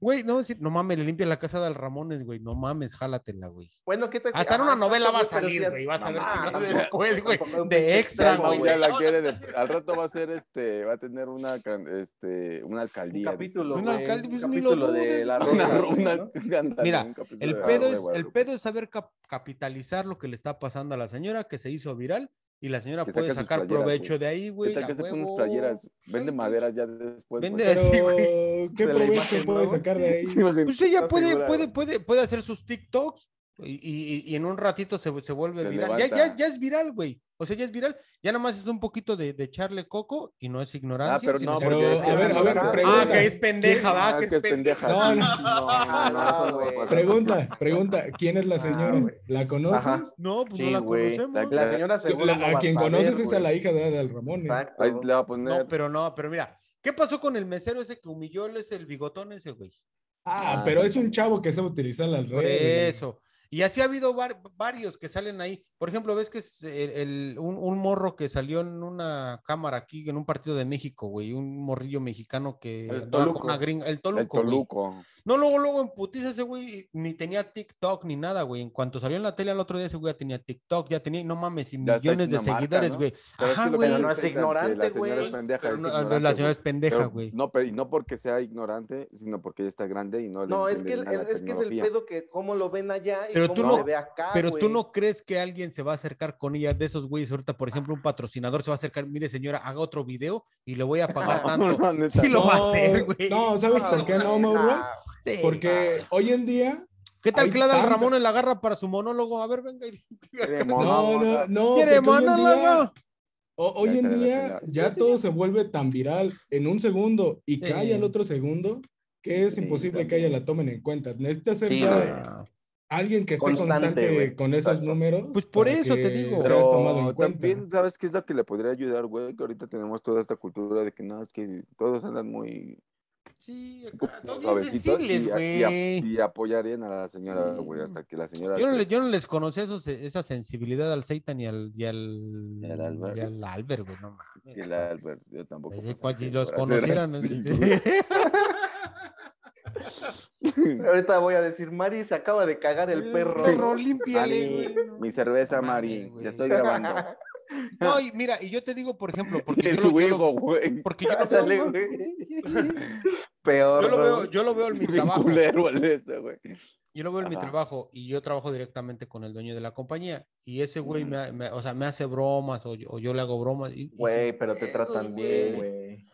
[SPEAKER 1] Güey, no, sí, no mames, le limpia la casa de los Ramones, güey. No mames, jálatela, güey.
[SPEAKER 3] Bueno, ¿qué tal? que-
[SPEAKER 1] Hasta en
[SPEAKER 3] ah,
[SPEAKER 1] una novela
[SPEAKER 3] exacto,
[SPEAKER 1] va a
[SPEAKER 3] pero sí
[SPEAKER 1] salir,
[SPEAKER 3] es-
[SPEAKER 1] güey. Vas a ver
[SPEAKER 3] Ah,
[SPEAKER 1] si no
[SPEAKER 2] <laughs>
[SPEAKER 3] tampoco-
[SPEAKER 1] tampoco es, güey.
[SPEAKER 3] tampoco es un pinche
[SPEAKER 1] De extra,
[SPEAKER 2] Dalmau
[SPEAKER 1] güey.
[SPEAKER 2] ya la quiere de- al rato va a ser este, va a tener una can- este una
[SPEAKER 3] Un
[SPEAKER 2] alcaldía.
[SPEAKER 3] capítulo,
[SPEAKER 1] Un
[SPEAKER 3] güey,
[SPEAKER 1] alcalde, pues,
[SPEAKER 3] un
[SPEAKER 1] ni lo
[SPEAKER 3] capítulo de
[SPEAKER 1] dudes,
[SPEAKER 3] la
[SPEAKER 1] güey.
[SPEAKER 2] dice. Una
[SPEAKER 3] rosa,
[SPEAKER 1] <laughs> Una-
[SPEAKER 3] güey,
[SPEAKER 2] ronda-
[SPEAKER 3] ¿no?
[SPEAKER 2] ándale,
[SPEAKER 1] Mira,
[SPEAKER 2] un capítulo
[SPEAKER 1] El
[SPEAKER 2] de la
[SPEAKER 1] pedo,
[SPEAKER 2] Rosa de
[SPEAKER 1] es, el
[SPEAKER 2] Guadalupe.
[SPEAKER 1] pedo es saber cap- capitalizar lo que le está pasando a la señora que se hizo viral y la señora
[SPEAKER 2] Que
[SPEAKER 1] puede
[SPEAKER 2] saca sus
[SPEAKER 1] sacar
[SPEAKER 2] playeras, güey.
[SPEAKER 1] provecho de ahí,
[SPEAKER 2] ¿Qué
[SPEAKER 1] güey.
[SPEAKER 2] tal
[SPEAKER 1] a
[SPEAKER 2] que se ponen unas
[SPEAKER 1] huevo.
[SPEAKER 2] playeras? Vende
[SPEAKER 1] Sí,
[SPEAKER 2] madera ya después. güey.
[SPEAKER 1] Vende-
[SPEAKER 4] Pero,
[SPEAKER 1] Sí,
[SPEAKER 4] ¿qué
[SPEAKER 3] De la
[SPEAKER 4] provecho
[SPEAKER 3] imagen,
[SPEAKER 4] puedes
[SPEAKER 3] ¿no?
[SPEAKER 4] sacar de ahí?
[SPEAKER 2] Sí, güey.
[SPEAKER 1] Pues ella
[SPEAKER 3] Una
[SPEAKER 1] puede,
[SPEAKER 3] figura,
[SPEAKER 1] puede,
[SPEAKER 3] güey.
[SPEAKER 1] puede, puede hacer sus TikToks, Y, y- y en un ratito se, se vuelve
[SPEAKER 2] Se
[SPEAKER 1] viral. Ya, ya,
[SPEAKER 2] levanta.
[SPEAKER 1] ya es viral, güey. O sea, ya es viral. Ya nada más es un poquito de, de echarle coco y no es ignorancia.
[SPEAKER 2] pero
[SPEAKER 1] sino
[SPEAKER 2] no,
[SPEAKER 1] es-
[SPEAKER 4] Pero,
[SPEAKER 2] porque es que
[SPEAKER 4] a
[SPEAKER 2] es
[SPEAKER 4] ver, a ver,
[SPEAKER 2] ignorancia.
[SPEAKER 1] Ah,
[SPEAKER 4] pregunta.
[SPEAKER 1] que es pendeja, va,
[SPEAKER 2] Ah,
[SPEAKER 1] que es pendeja.
[SPEAKER 4] No,
[SPEAKER 2] No,
[SPEAKER 4] no.
[SPEAKER 2] no, eso no va a pasar.
[SPEAKER 4] Pregunta, pregunta, ¿quién es la
[SPEAKER 3] Ah,
[SPEAKER 4] señora?
[SPEAKER 3] güey.
[SPEAKER 4] ¿La conoces?
[SPEAKER 3] Ajá.
[SPEAKER 1] No, pues no
[SPEAKER 2] Sí,
[SPEAKER 1] la
[SPEAKER 2] güey,
[SPEAKER 1] conocemos.
[SPEAKER 2] la-
[SPEAKER 3] La señora seguro
[SPEAKER 4] La-
[SPEAKER 3] no va
[SPEAKER 4] a quien
[SPEAKER 3] saber,
[SPEAKER 4] conoces es a
[SPEAKER 3] güey.
[SPEAKER 4] la hija de Adal Ramones.
[SPEAKER 3] Exacto.
[SPEAKER 2] Ahí le va a poner.
[SPEAKER 1] No, pero no, pero mira, ¿qué pasó con el mesero ese que humilló? Él es el bigotón ese, güey.
[SPEAKER 4] Ah,
[SPEAKER 2] Ah,
[SPEAKER 4] pero
[SPEAKER 2] sí.
[SPEAKER 4] es un chavo que sabe utilizar las
[SPEAKER 1] Por
[SPEAKER 4] redes. güey.
[SPEAKER 1] eso. Y así ha habido var- varios que salen ahí. Por ejemplo, ves que es el, el- un, un morro que salió en una cámara aquí, en un partido de México, güey. Un morrillo mexicano que
[SPEAKER 3] El
[SPEAKER 1] andaba con
[SPEAKER 3] Toluco.
[SPEAKER 1] una gringa. El
[SPEAKER 2] el
[SPEAKER 1] Toluco, güey.
[SPEAKER 2] Toluco.
[SPEAKER 1] No, luego, luego en putiza ese güey ni tenía TikTok ni nada, güey. En cuanto salió en la tele al otro día, ese güey ya tenía TikTok, ya tenía, no mames, y
[SPEAKER 2] Ya está, es
[SPEAKER 1] millones de
[SPEAKER 2] una marca,
[SPEAKER 1] seguidores,
[SPEAKER 2] ¿no?
[SPEAKER 1] güey.
[SPEAKER 2] Pero es
[SPEAKER 1] Ajá,
[SPEAKER 2] que lo que
[SPEAKER 1] güey.
[SPEAKER 3] no
[SPEAKER 1] Pero
[SPEAKER 3] es
[SPEAKER 2] dicen que
[SPEAKER 3] ignorante,
[SPEAKER 2] la señora
[SPEAKER 3] güey.
[SPEAKER 2] es pendeja, es
[SPEAKER 1] no-
[SPEAKER 2] ignorante,
[SPEAKER 1] la señora es
[SPEAKER 2] güey.
[SPEAKER 1] pendeja,
[SPEAKER 2] Pero
[SPEAKER 1] güey.
[SPEAKER 2] No, pero y no porque sea ignorante, sino porque ella está grande y no le
[SPEAKER 3] No, es que,
[SPEAKER 2] entiende
[SPEAKER 3] el-
[SPEAKER 2] bien a la
[SPEAKER 3] es que
[SPEAKER 2] <laughs>
[SPEAKER 3] es el
[SPEAKER 2] tecnología.
[SPEAKER 3] pedo que cómo lo ven allá y
[SPEAKER 1] Pero
[SPEAKER 3] cómo
[SPEAKER 1] tú
[SPEAKER 2] no-
[SPEAKER 3] se ve acá,
[SPEAKER 1] Pero tú
[SPEAKER 3] güey.
[SPEAKER 1] no crees que alguien se va a acercar con ella de esos güeyes. Ahorita, por ejemplo, un patrocinador se va a acercar. Mire, señora, haga otro video y le voy a
[SPEAKER 2] <laughs>
[SPEAKER 1] pagar tanto.
[SPEAKER 2] No, neta,
[SPEAKER 1] Ah, Sí lo
[SPEAKER 2] no.
[SPEAKER 1] va a hacer, güey.
[SPEAKER 4] No, ¿sabes por qué no, Mauro?
[SPEAKER 3] Ah,
[SPEAKER 1] Sí.
[SPEAKER 4] Porque hoy en día.
[SPEAKER 1] ¿Qué tal
[SPEAKER 4] hay
[SPEAKER 1] que la del
[SPEAKER 4] tanta-
[SPEAKER 1] Ramón en la garra para su monólogo? A ver, venga y diga.
[SPEAKER 2] Quiere
[SPEAKER 4] No,
[SPEAKER 2] monólogo.
[SPEAKER 4] no, no.
[SPEAKER 1] ¿Quiere
[SPEAKER 4] porque hoy en día-
[SPEAKER 1] monólogo?
[SPEAKER 4] o- hoy
[SPEAKER 2] Ya
[SPEAKER 4] en
[SPEAKER 2] se la
[SPEAKER 4] día
[SPEAKER 2] chingada.
[SPEAKER 4] ya todo se vuelve tan viral en un segundo y
[SPEAKER 1] Sí.
[SPEAKER 4] cae al otro segundo que es
[SPEAKER 2] Sí,
[SPEAKER 4] imposible que
[SPEAKER 2] también.
[SPEAKER 4] ella la tomen en cuenta. Necesita ser
[SPEAKER 3] Sí,
[SPEAKER 4] ya
[SPEAKER 3] güey.
[SPEAKER 2] Ah.
[SPEAKER 4] alguien que esté
[SPEAKER 3] Constante,
[SPEAKER 4] constante,
[SPEAKER 3] güey.
[SPEAKER 4] con esos
[SPEAKER 3] Exacto.
[SPEAKER 4] números.
[SPEAKER 1] Pues por
[SPEAKER 4] para
[SPEAKER 1] eso te
[SPEAKER 4] que
[SPEAKER 1] digo.
[SPEAKER 4] seas
[SPEAKER 2] Pero
[SPEAKER 4] tomado en cuenta.
[SPEAKER 2] también, ¿sabes qué es lo que le podría ayudar, güey? Que ahorita tenemos toda esta cultura de que no, es que todos andan muy
[SPEAKER 1] Sí,
[SPEAKER 2] como
[SPEAKER 1] acá, todos bien
[SPEAKER 2] suavecitos
[SPEAKER 1] sensibles,
[SPEAKER 2] y, a- y a-
[SPEAKER 1] güey.
[SPEAKER 2] y apoyarían a la señora,
[SPEAKER 1] Sí.
[SPEAKER 2] güey, hasta que la señora.
[SPEAKER 1] Yo no, le-
[SPEAKER 2] crezca.
[SPEAKER 1] yo no les conocía esos- esa sensibilidad al Seitan y al, y al,
[SPEAKER 2] Y al Albert.
[SPEAKER 1] y al Albert, güey, no mames.
[SPEAKER 2] Y la Albert, yo tampoco.
[SPEAKER 1] Así
[SPEAKER 2] pensé
[SPEAKER 1] cual Pues, si
[SPEAKER 2] que
[SPEAKER 1] los
[SPEAKER 2] fuera a ser
[SPEAKER 1] conocieran.
[SPEAKER 2] así,
[SPEAKER 1] este, <laughs>
[SPEAKER 2] güey.
[SPEAKER 3] Ahorita voy a decir, Mari se acaba de cagar el
[SPEAKER 1] <laughs>
[SPEAKER 3] perro.
[SPEAKER 1] Perro, límpiale,
[SPEAKER 2] Mari, <laughs>
[SPEAKER 1] güey, no.
[SPEAKER 2] mi cerveza,
[SPEAKER 1] No mames,
[SPEAKER 2] Mari.
[SPEAKER 1] güey.
[SPEAKER 2] Ya
[SPEAKER 1] <laughs>
[SPEAKER 2] estoy grabando.
[SPEAKER 1] No, y mira, y yo te digo, por ejemplo, porque
[SPEAKER 2] Es
[SPEAKER 1] yo, lo- yo lo-
[SPEAKER 2] huevo, <laughs> güey.
[SPEAKER 1] porque yo lo veo,
[SPEAKER 3] <laughs> Ándale,
[SPEAKER 1] güey.
[SPEAKER 3] güey. Peor.
[SPEAKER 1] yo lo veo,
[SPEAKER 3] güey.
[SPEAKER 1] yo lo veo en mi
[SPEAKER 2] <laughs> Bien
[SPEAKER 1] trabajo.
[SPEAKER 2] culero el este, güey.
[SPEAKER 1] Yo lo veo en mi
[SPEAKER 2] Ajá.
[SPEAKER 1] trabajo y yo trabajo directamente con el dueño de la compañía y ese güey
[SPEAKER 2] Ujú.
[SPEAKER 1] me, ha- me- o sea, me hace bromas o yo, o yo le hago bromas. y- y sí,
[SPEAKER 3] Güey, pero te
[SPEAKER 1] pedos,
[SPEAKER 3] tratan bien, güey.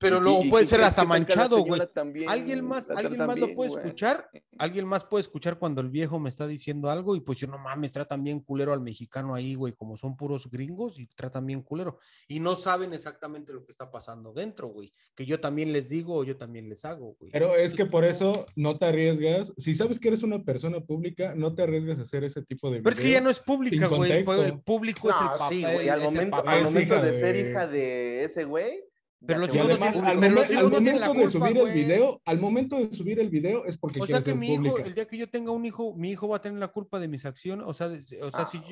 [SPEAKER 1] Pero
[SPEAKER 2] Y-
[SPEAKER 1] luego
[SPEAKER 2] y- y
[SPEAKER 1] puede
[SPEAKER 2] ¿qué
[SPEAKER 1] ser
[SPEAKER 2] crees
[SPEAKER 1] hasta
[SPEAKER 2] que tal que a la
[SPEAKER 1] manchado,
[SPEAKER 2] señora
[SPEAKER 1] güey.
[SPEAKER 2] también
[SPEAKER 1] Alguien más,
[SPEAKER 2] la
[SPEAKER 1] alguien
[SPEAKER 2] tratan
[SPEAKER 1] más lo
[SPEAKER 2] bien,
[SPEAKER 1] puede
[SPEAKER 2] güey?
[SPEAKER 1] escuchar. Alguien más puede escuchar cuando el viejo me está diciendo algo y pues yo no mames, tratan bien culero al mexicano ahí, güey, como son puros gringos y tratan bien culero. Y no saben exactamente lo que está pasando dentro, güey. Que yo también les digo o yo también les hago, güey.
[SPEAKER 4] Pero es que por eso no te arriesgas. Si sabes que eres una persona pública, no te arriesgas a hacer ese tipo de
[SPEAKER 1] Pero es que ya no es pública,
[SPEAKER 4] sin
[SPEAKER 1] güey.
[SPEAKER 4] contexto.
[SPEAKER 1] El público es el
[SPEAKER 3] No,
[SPEAKER 1] papel.
[SPEAKER 3] sí, güey. Al
[SPEAKER 1] es el
[SPEAKER 3] momento,
[SPEAKER 1] papel.
[SPEAKER 3] al
[SPEAKER 4] Es
[SPEAKER 3] momento
[SPEAKER 4] hija
[SPEAKER 3] de
[SPEAKER 4] de-
[SPEAKER 3] ser hija de ese güey.
[SPEAKER 1] Pero
[SPEAKER 3] ya
[SPEAKER 1] los
[SPEAKER 4] Y
[SPEAKER 3] te
[SPEAKER 1] hijos no
[SPEAKER 3] vuelves
[SPEAKER 4] además,
[SPEAKER 1] tienen-
[SPEAKER 3] público.
[SPEAKER 4] al,
[SPEAKER 1] pero los
[SPEAKER 4] momen-
[SPEAKER 1] hijos
[SPEAKER 4] al
[SPEAKER 1] no tienen la
[SPEAKER 4] momento de
[SPEAKER 1] culpa,
[SPEAKER 4] subir
[SPEAKER 1] güey.
[SPEAKER 4] el video, al momento de subir el video es porque
[SPEAKER 1] O sea
[SPEAKER 4] quieres
[SPEAKER 1] que
[SPEAKER 4] ser
[SPEAKER 1] mi hijo,
[SPEAKER 4] pública.
[SPEAKER 1] el día que yo tenga un hijo, mi hijo va a tener la culpa de mis acciones. O sea, de- o sea,
[SPEAKER 3] Ah,
[SPEAKER 1] si yo.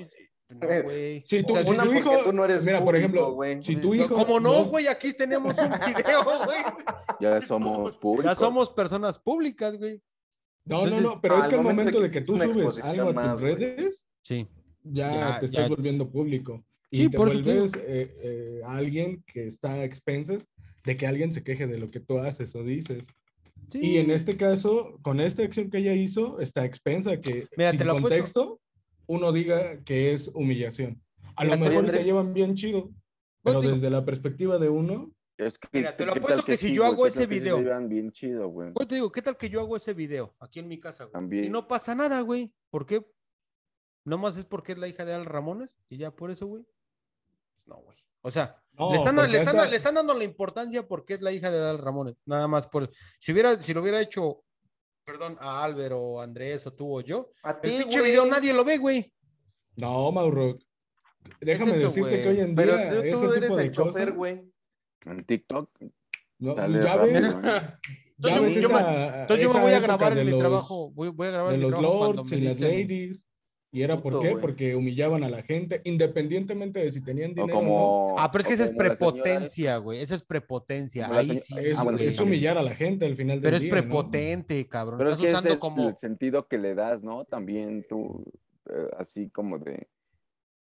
[SPEAKER 3] güey.
[SPEAKER 1] No, güey.
[SPEAKER 4] Si tú-
[SPEAKER 1] o sea,
[SPEAKER 4] si
[SPEAKER 3] Una,
[SPEAKER 4] tu
[SPEAKER 3] porque
[SPEAKER 4] hijo-
[SPEAKER 3] tú no eres
[SPEAKER 4] mira, por
[SPEAKER 3] público,
[SPEAKER 4] ejemplo,
[SPEAKER 3] güey.
[SPEAKER 4] si tu hijo
[SPEAKER 1] Como no,
[SPEAKER 4] no-
[SPEAKER 1] güey, aquí tenemos un video, güey.
[SPEAKER 2] Ya somos públicos.
[SPEAKER 1] Ya somos personas públicas, güey.
[SPEAKER 4] No, no,
[SPEAKER 1] Entonces,
[SPEAKER 4] no, pero es
[SPEAKER 3] al
[SPEAKER 4] que al
[SPEAKER 3] momento
[SPEAKER 4] momento
[SPEAKER 3] de
[SPEAKER 4] de
[SPEAKER 3] que
[SPEAKER 4] que tú
[SPEAKER 3] una
[SPEAKER 4] subes
[SPEAKER 3] exposición
[SPEAKER 4] algo a tus
[SPEAKER 3] más, güey.
[SPEAKER 4] redes,
[SPEAKER 1] Sí.
[SPEAKER 4] ya
[SPEAKER 1] Ya-
[SPEAKER 4] te estás
[SPEAKER 1] ya-
[SPEAKER 4] volviendo público. Y
[SPEAKER 1] Sí,
[SPEAKER 4] te
[SPEAKER 1] por eso te digo.
[SPEAKER 4] vuelves eh, eh, alguien que está a expensas de que alguien se queje de lo que tú haces o dices. Y en este caso, con esta acción que ella hizo, está a expensa que
[SPEAKER 1] Mira, te
[SPEAKER 4] sin
[SPEAKER 1] lo apuesto.
[SPEAKER 4] contexto uno diga que es humillación. A
[SPEAKER 1] Mira,
[SPEAKER 4] lo
[SPEAKER 1] te
[SPEAKER 4] mejor
[SPEAKER 1] Andrés.
[SPEAKER 4] se llevan bien chido, pero
[SPEAKER 1] digo-
[SPEAKER 4] desde la perspectiva de uno,
[SPEAKER 2] Es que,
[SPEAKER 1] Mira, te lo
[SPEAKER 2] ¿qué tal
[SPEAKER 1] apuesto que si yo
[SPEAKER 2] güey?
[SPEAKER 1] hago
[SPEAKER 2] ¿Qué
[SPEAKER 1] ese
[SPEAKER 2] tal que sí
[SPEAKER 1] video?
[SPEAKER 2] se llevan bien chido, güey.
[SPEAKER 1] Pues te digo, ¿qué tal que yo hago ese video aquí en mi casa, güey? Y
[SPEAKER 2] También.
[SPEAKER 1] no pasa nada, güey. ¿Por qué? Nomás es porque es la hija de Al Ramones y ya por eso, güey. Pues no, güey. O sea,
[SPEAKER 4] No,
[SPEAKER 1] le, están,
[SPEAKER 4] porque
[SPEAKER 1] le, están,
[SPEAKER 4] hasta-
[SPEAKER 1] le están dando la importancia porque es la hija de Al Ramones. Nada más por Si hubiera, si lo hubiera hecho, perdón, a Álvaro o Andrés o tú o yo,
[SPEAKER 3] A ti,
[SPEAKER 1] el pinche
[SPEAKER 3] güey.
[SPEAKER 1] video nadie lo ve, güey.
[SPEAKER 4] no, Mauro. Déjame
[SPEAKER 1] eso,
[SPEAKER 4] decirte
[SPEAKER 1] güey.
[SPEAKER 4] que hoy en
[SPEAKER 3] Pero
[SPEAKER 4] día
[SPEAKER 3] tú,
[SPEAKER 4] ese
[SPEAKER 3] tú eres
[SPEAKER 4] tipo de
[SPEAKER 3] el chofer,
[SPEAKER 4] cosas,
[SPEAKER 3] güey.
[SPEAKER 2] En TikTok
[SPEAKER 4] no,
[SPEAKER 2] sale
[SPEAKER 4] ya
[SPEAKER 2] rápido,
[SPEAKER 4] ves, <laughs>
[SPEAKER 2] güey.
[SPEAKER 4] ya
[SPEAKER 1] Entonces,
[SPEAKER 4] ves
[SPEAKER 1] yo me-
[SPEAKER 4] esa-
[SPEAKER 1] Entonces yo me
[SPEAKER 4] esa
[SPEAKER 1] voy a
[SPEAKER 4] época
[SPEAKER 1] grabar en
[SPEAKER 4] de
[SPEAKER 1] mi
[SPEAKER 4] los-
[SPEAKER 1] trabajo. Voy, voy a grabar
[SPEAKER 4] de
[SPEAKER 1] en mi
[SPEAKER 4] los
[SPEAKER 1] trabajo cuando
[SPEAKER 4] lords
[SPEAKER 1] me
[SPEAKER 4] y las
[SPEAKER 1] dicen-
[SPEAKER 4] ladies. ¿Y era por
[SPEAKER 3] Puto,
[SPEAKER 4] qué?
[SPEAKER 3] güey.
[SPEAKER 4] Porque humillaban a la gente, independientemente de si tenían
[SPEAKER 2] O
[SPEAKER 4] dinero o no.
[SPEAKER 2] como.
[SPEAKER 1] Ah, pero es que
[SPEAKER 2] o
[SPEAKER 1] esa es
[SPEAKER 2] como la señora esta.
[SPEAKER 1] prepotencia, güey. Esa es prepotencia.
[SPEAKER 2] Como la
[SPEAKER 1] Ahí
[SPEAKER 2] señora-
[SPEAKER 1] sí.
[SPEAKER 4] Es,
[SPEAKER 2] Ah, bueno,
[SPEAKER 1] güey.
[SPEAKER 4] es
[SPEAKER 2] sí.
[SPEAKER 4] humillar a la gente al final del
[SPEAKER 1] Pero es
[SPEAKER 4] día. ¿no?
[SPEAKER 1] prepotente, cabrón.
[SPEAKER 2] Pero es
[SPEAKER 1] Estás
[SPEAKER 2] que ese
[SPEAKER 1] usando
[SPEAKER 2] es
[SPEAKER 1] como.
[SPEAKER 2] el sentido que le das, ¿no? También tú, eh, así como de,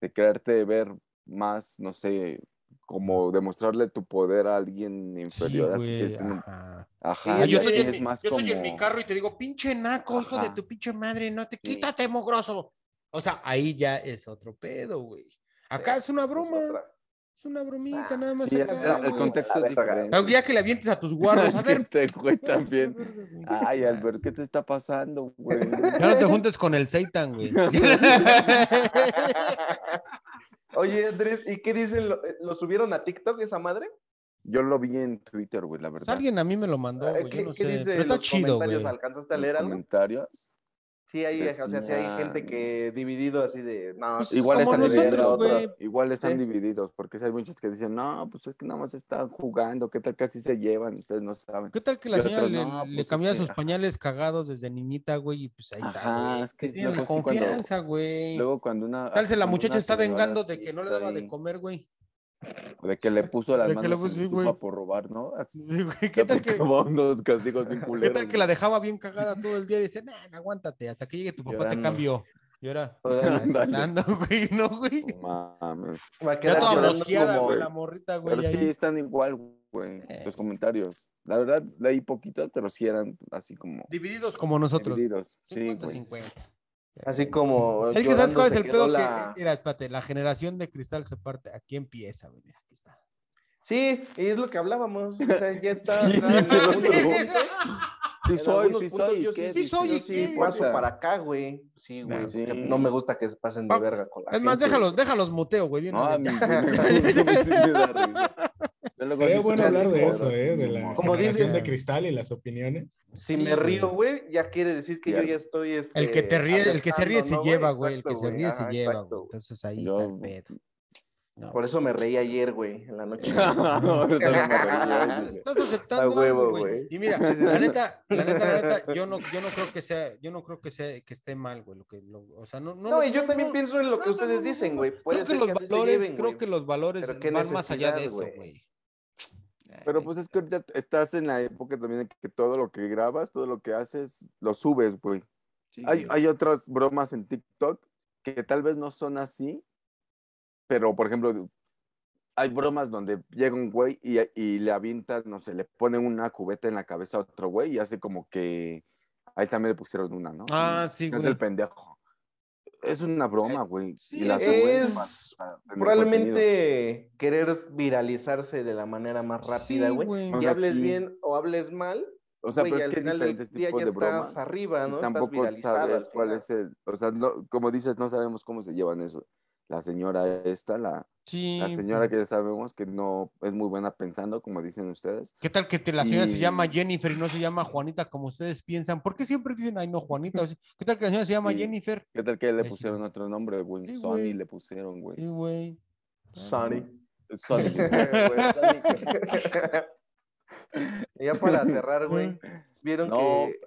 [SPEAKER 2] de quererte ver más, no sé, como demostrarle tu poder a alguien inferior. así
[SPEAKER 1] güey,
[SPEAKER 2] que tú-
[SPEAKER 1] ajá.
[SPEAKER 2] ajá,
[SPEAKER 1] Ah,
[SPEAKER 3] Sí,
[SPEAKER 1] yo
[SPEAKER 3] es-
[SPEAKER 1] estoy, en
[SPEAKER 2] Este, es
[SPEAKER 1] mi,
[SPEAKER 2] más
[SPEAKER 1] yo estoy en mi
[SPEAKER 2] como-
[SPEAKER 1] carro y te digo, pinche naco, hijo de
[SPEAKER 2] Ajá.
[SPEAKER 1] tu pinche madre, no te
[SPEAKER 2] Sí.
[SPEAKER 1] quítate, mugroso. O sea, ahí ya es otro pedo, güey. Acá es una
[SPEAKER 3] Es
[SPEAKER 1] broma.
[SPEAKER 3] otra.
[SPEAKER 1] Es una bromita, nada más.
[SPEAKER 2] Ah, Sí, el,
[SPEAKER 1] acá,
[SPEAKER 2] el
[SPEAKER 1] güey.
[SPEAKER 2] contexto es
[SPEAKER 3] La verga.
[SPEAKER 2] diferente.
[SPEAKER 1] Ah, Ya
[SPEAKER 2] <laughs>
[SPEAKER 1] que le avientes a tus guarros, a
[SPEAKER 2] Es que
[SPEAKER 1] ver.
[SPEAKER 2] este güey
[SPEAKER 1] a ver, <laughs>
[SPEAKER 2] también.
[SPEAKER 1] güey.
[SPEAKER 2] Ay, Albert, ¿qué te está pasando,
[SPEAKER 1] <laughs>
[SPEAKER 2] güey?
[SPEAKER 1] Ya no te juntes con el Seitan,
[SPEAKER 2] <laughs>
[SPEAKER 1] güey.
[SPEAKER 3] Oye, Andrés, ¿y qué dicen? ¿Lo, eh, lo subieron a TikTok esa madre?
[SPEAKER 2] Yo lo vi en Twitter, güey, la verdad.
[SPEAKER 1] Alguien a mí me lo mandó, güey.
[SPEAKER 3] Eh, ¿Qué,
[SPEAKER 1] Yo no
[SPEAKER 3] qué
[SPEAKER 1] sé.
[SPEAKER 3] dice
[SPEAKER 1] Pero está
[SPEAKER 3] los
[SPEAKER 1] chido, güey.
[SPEAKER 3] comentarios? ¿Alcanzaste a
[SPEAKER 2] Los
[SPEAKER 3] leer algo?
[SPEAKER 2] comentarios.
[SPEAKER 3] Sí, hay, o sea, sí hay
[SPEAKER 2] Decían-
[SPEAKER 3] gente que dividido así de. No,
[SPEAKER 1] Pues,
[SPEAKER 3] sí,
[SPEAKER 2] Igual
[SPEAKER 1] como
[SPEAKER 2] están, divididos,
[SPEAKER 1] nosotros,
[SPEAKER 2] otros,
[SPEAKER 1] güey.
[SPEAKER 2] igual están
[SPEAKER 3] Sí.
[SPEAKER 2] divididos, porque sí hay muchos que dicen, no, pues es que nada más están jugando, ¿qué tal que así se llevan? Ustedes no saben.
[SPEAKER 1] ¿Qué tal que la
[SPEAKER 2] Y otros,
[SPEAKER 1] señora le,
[SPEAKER 2] no,
[SPEAKER 1] le
[SPEAKER 2] pues, es
[SPEAKER 1] cambiaba
[SPEAKER 2] que,
[SPEAKER 1] sus
[SPEAKER 2] ajá.
[SPEAKER 1] pañales cagados desde niñita, güey? Y pues ahí está,
[SPEAKER 2] Ajá,
[SPEAKER 1] güey.
[SPEAKER 2] es que
[SPEAKER 1] Tiene la
[SPEAKER 2] luego sí cuando-
[SPEAKER 1] confianza, güey.
[SPEAKER 2] Luego cuando una...
[SPEAKER 1] Tal se la
[SPEAKER 2] cuando una
[SPEAKER 1] muchacha está
[SPEAKER 2] señora
[SPEAKER 1] vengando
[SPEAKER 2] sí
[SPEAKER 1] de que no le
[SPEAKER 2] está
[SPEAKER 1] daba de
[SPEAKER 2] ahí,
[SPEAKER 1] comer, güey. <laughs>
[SPEAKER 2] De que le puso las
[SPEAKER 1] De que le
[SPEAKER 2] manos en
[SPEAKER 1] puso,
[SPEAKER 2] su
[SPEAKER 1] sí, güey.
[SPEAKER 2] chupa por robar, ¿no? Así,
[SPEAKER 1] Sí, güey, <laughs>
[SPEAKER 2] le
[SPEAKER 1] ¿Qué tal que.?
[SPEAKER 2] aplicaba unos castigos bien
[SPEAKER 1] <laughs> ¿Qué
[SPEAKER 2] culeros,
[SPEAKER 1] tal que
[SPEAKER 2] güey.
[SPEAKER 1] la dejaba bien cagada todo el día? Dice, nah, aguántate, hasta que llegue tu papá te
[SPEAKER 2] Llorando.
[SPEAKER 1] cambio. Y
[SPEAKER 2] <laughs>
[SPEAKER 1] ahora,
[SPEAKER 3] Llorando.
[SPEAKER 1] llorando, <laughs> güey, no, güey.
[SPEAKER 2] No
[SPEAKER 1] <laughs>
[SPEAKER 2] mames.
[SPEAKER 3] va a quedar
[SPEAKER 1] Ya toda
[SPEAKER 2] llorando
[SPEAKER 1] mosqueada,
[SPEAKER 2] como-
[SPEAKER 1] güey, la morrita, güey.
[SPEAKER 2] Pero sí
[SPEAKER 1] ahí.
[SPEAKER 2] están igual, güey,
[SPEAKER 1] Eh.
[SPEAKER 2] los comentarios. La verdad, leí poquito, pero sí eran así como
[SPEAKER 1] Divididos como nosotros.
[SPEAKER 2] divididos. Sí, güey.
[SPEAKER 1] 50-50.
[SPEAKER 3] Así como.
[SPEAKER 1] Es que sabes cuál es el
[SPEAKER 3] llorando se
[SPEAKER 1] pedo
[SPEAKER 3] quedó la-
[SPEAKER 1] que. eh, Mira, espérate, la generación de cristal se parte. Aquí empieza, güey. mira, Aquí está.
[SPEAKER 3] Sí, y es lo que hablábamos. O sea, ya está.
[SPEAKER 2] <laughs>
[SPEAKER 1] <laughs>
[SPEAKER 2] Sí,
[SPEAKER 3] nada
[SPEAKER 2] sí,
[SPEAKER 3] más
[SPEAKER 2] sí,
[SPEAKER 3] en
[SPEAKER 2] sí.
[SPEAKER 3] algunos
[SPEAKER 2] Sí
[SPEAKER 3] en
[SPEAKER 2] soy,
[SPEAKER 3] algunos
[SPEAKER 2] sí
[SPEAKER 3] puntos
[SPEAKER 2] soy.
[SPEAKER 3] yo
[SPEAKER 2] ¿y qué?
[SPEAKER 1] sí soy, ¿y
[SPEAKER 3] Yo sí
[SPEAKER 1] qué?
[SPEAKER 3] paso
[SPEAKER 2] Pasa.
[SPEAKER 3] para acá, güey. Sí, güey.
[SPEAKER 1] Nah,
[SPEAKER 2] sí.
[SPEAKER 3] porque No me gusta que se pasen de
[SPEAKER 1] Va-
[SPEAKER 3] verga con la
[SPEAKER 1] Pues Ah, Es más,
[SPEAKER 3] gente.
[SPEAKER 1] déjalos, déjalos muteo, güey. de
[SPEAKER 2] No,
[SPEAKER 1] una
[SPEAKER 2] a
[SPEAKER 1] vez.
[SPEAKER 2] mí sí me <laughs> gusta, sí me da risa. Yo luego
[SPEAKER 4] Sería
[SPEAKER 2] sí
[SPEAKER 4] bueno
[SPEAKER 2] soy
[SPEAKER 4] hablar de
[SPEAKER 2] así,
[SPEAKER 4] eso, ¿eh? De la
[SPEAKER 3] Como dice-
[SPEAKER 4] generación de cristal y las opiniones.
[SPEAKER 3] Si
[SPEAKER 1] Sí,
[SPEAKER 3] me
[SPEAKER 1] güey.
[SPEAKER 3] río, güey, ya quiere decir que
[SPEAKER 2] Ya.
[SPEAKER 3] yo ya estoy. este,
[SPEAKER 1] El que te ríe, el que se ríe se
[SPEAKER 3] aceptando, ¿no,
[SPEAKER 1] lleva, güey. El
[SPEAKER 3] Exacto,
[SPEAKER 1] que se ríe se
[SPEAKER 3] Ajá,
[SPEAKER 1] lleva,
[SPEAKER 3] exacto,
[SPEAKER 1] güey. Entonces ahí
[SPEAKER 2] Yo-
[SPEAKER 1] está el pedo. No.
[SPEAKER 3] Por eso me reí ayer, güey, en
[SPEAKER 1] <laughs>
[SPEAKER 3] la noche.
[SPEAKER 2] <laughs>
[SPEAKER 4] <laughs>
[SPEAKER 2] Ahora también me reí,
[SPEAKER 3] <laughs>
[SPEAKER 1] Ah,
[SPEAKER 2] oye.
[SPEAKER 1] Estás aceptando
[SPEAKER 3] A huevo,
[SPEAKER 1] algo, güey.
[SPEAKER 3] güey.
[SPEAKER 1] Y
[SPEAKER 3] <laughs>
[SPEAKER 1] mira, la neta, la neta, la neta, yo no, yo no creo que sea, yo no creo que sea que esté mal, güey. Lo que, lo- o sea, no, no.
[SPEAKER 3] No,
[SPEAKER 1] lo-
[SPEAKER 3] y yo
[SPEAKER 1] no,
[SPEAKER 3] también
[SPEAKER 1] no.
[SPEAKER 3] pienso en lo que
[SPEAKER 1] No, no,
[SPEAKER 3] ustedes
[SPEAKER 1] no, no,
[SPEAKER 3] dicen,
[SPEAKER 1] no.
[SPEAKER 3] güey. Puede
[SPEAKER 1] Creo que
[SPEAKER 3] ser
[SPEAKER 1] los
[SPEAKER 3] que así se
[SPEAKER 1] valores,
[SPEAKER 3] lleven,
[SPEAKER 1] creo
[SPEAKER 3] güey.
[SPEAKER 1] que los valores
[SPEAKER 3] Pero qué
[SPEAKER 1] van más allá de eso,
[SPEAKER 3] necesidad,
[SPEAKER 1] güey. Ay,
[SPEAKER 2] Pero pues es que ahorita estás en la época también en que todo lo que grabas, todo lo que haces, lo subes, güey.
[SPEAKER 1] sí,
[SPEAKER 2] Hay,
[SPEAKER 1] güey.
[SPEAKER 2] hay otras bromas en TikTok que tal vez no son así, pero por ejemplo, hay bromas donde llega un güey y, y le avientan, no sé, le ponen una cubeta en la cabeza a otro güey y hace como que ahí también le pusieron una, ¿no?
[SPEAKER 1] Ah, sí,
[SPEAKER 2] Es
[SPEAKER 1] güey. Eh,
[SPEAKER 2] el pendejo. Es una broma, güey.
[SPEAKER 1] sí,
[SPEAKER 2] y la hacen, güey,
[SPEAKER 3] Es
[SPEAKER 2] para- para tener
[SPEAKER 3] probablemente querer viralizarse de la manera más rápida,
[SPEAKER 1] Eh, Sí,
[SPEAKER 3] güey.
[SPEAKER 2] O
[SPEAKER 3] Y
[SPEAKER 2] sea,
[SPEAKER 3] hables
[SPEAKER 2] sí.
[SPEAKER 3] bien o hables mal,
[SPEAKER 2] contenido. O sea,
[SPEAKER 3] güey,
[SPEAKER 2] pero
[SPEAKER 3] al
[SPEAKER 2] es que hay
[SPEAKER 3] final del
[SPEAKER 2] diferentes
[SPEAKER 3] día
[SPEAKER 2] tipos
[SPEAKER 3] ya
[SPEAKER 2] de bromas.
[SPEAKER 3] estás arriba,
[SPEAKER 2] y
[SPEAKER 3] ¿no? estás
[SPEAKER 2] tampoco
[SPEAKER 3] viralizado al
[SPEAKER 2] sabes cuál
[SPEAKER 3] final.
[SPEAKER 2] es el. O sea, no- como dices, no sabemos cómo se llevan eso. La señora esta, la,
[SPEAKER 1] Sí,
[SPEAKER 2] La señora que ya sabemos que no es muy buena pensando, como dicen ustedes.
[SPEAKER 1] ¿Qué tal que te- la señora se
[SPEAKER 2] Y-
[SPEAKER 1] llama Jennifer y no se llama Juanita como ustedes piensan? ¿Por qué siempre dicen, ay, no, Juanita? O sea, ¿Qué tal que la señora se llama
[SPEAKER 2] Sí.
[SPEAKER 1] Jennifer?
[SPEAKER 2] ¿Qué tal que le
[SPEAKER 1] Sí,
[SPEAKER 2] pusieron otro nombre, güey?
[SPEAKER 1] Sí,
[SPEAKER 2] Sony
[SPEAKER 1] güey.
[SPEAKER 2] le pusieron,
[SPEAKER 1] Sí,
[SPEAKER 2] Pues, eh, güey.
[SPEAKER 1] güey.
[SPEAKER 3] Sorry.
[SPEAKER 2] Sony. güey,
[SPEAKER 1] <laughs>
[SPEAKER 2] güey, Sony, <laughs> güey.
[SPEAKER 3] <laughs> ya para cerrar, güey, vieron
[SPEAKER 2] No,
[SPEAKER 3] que...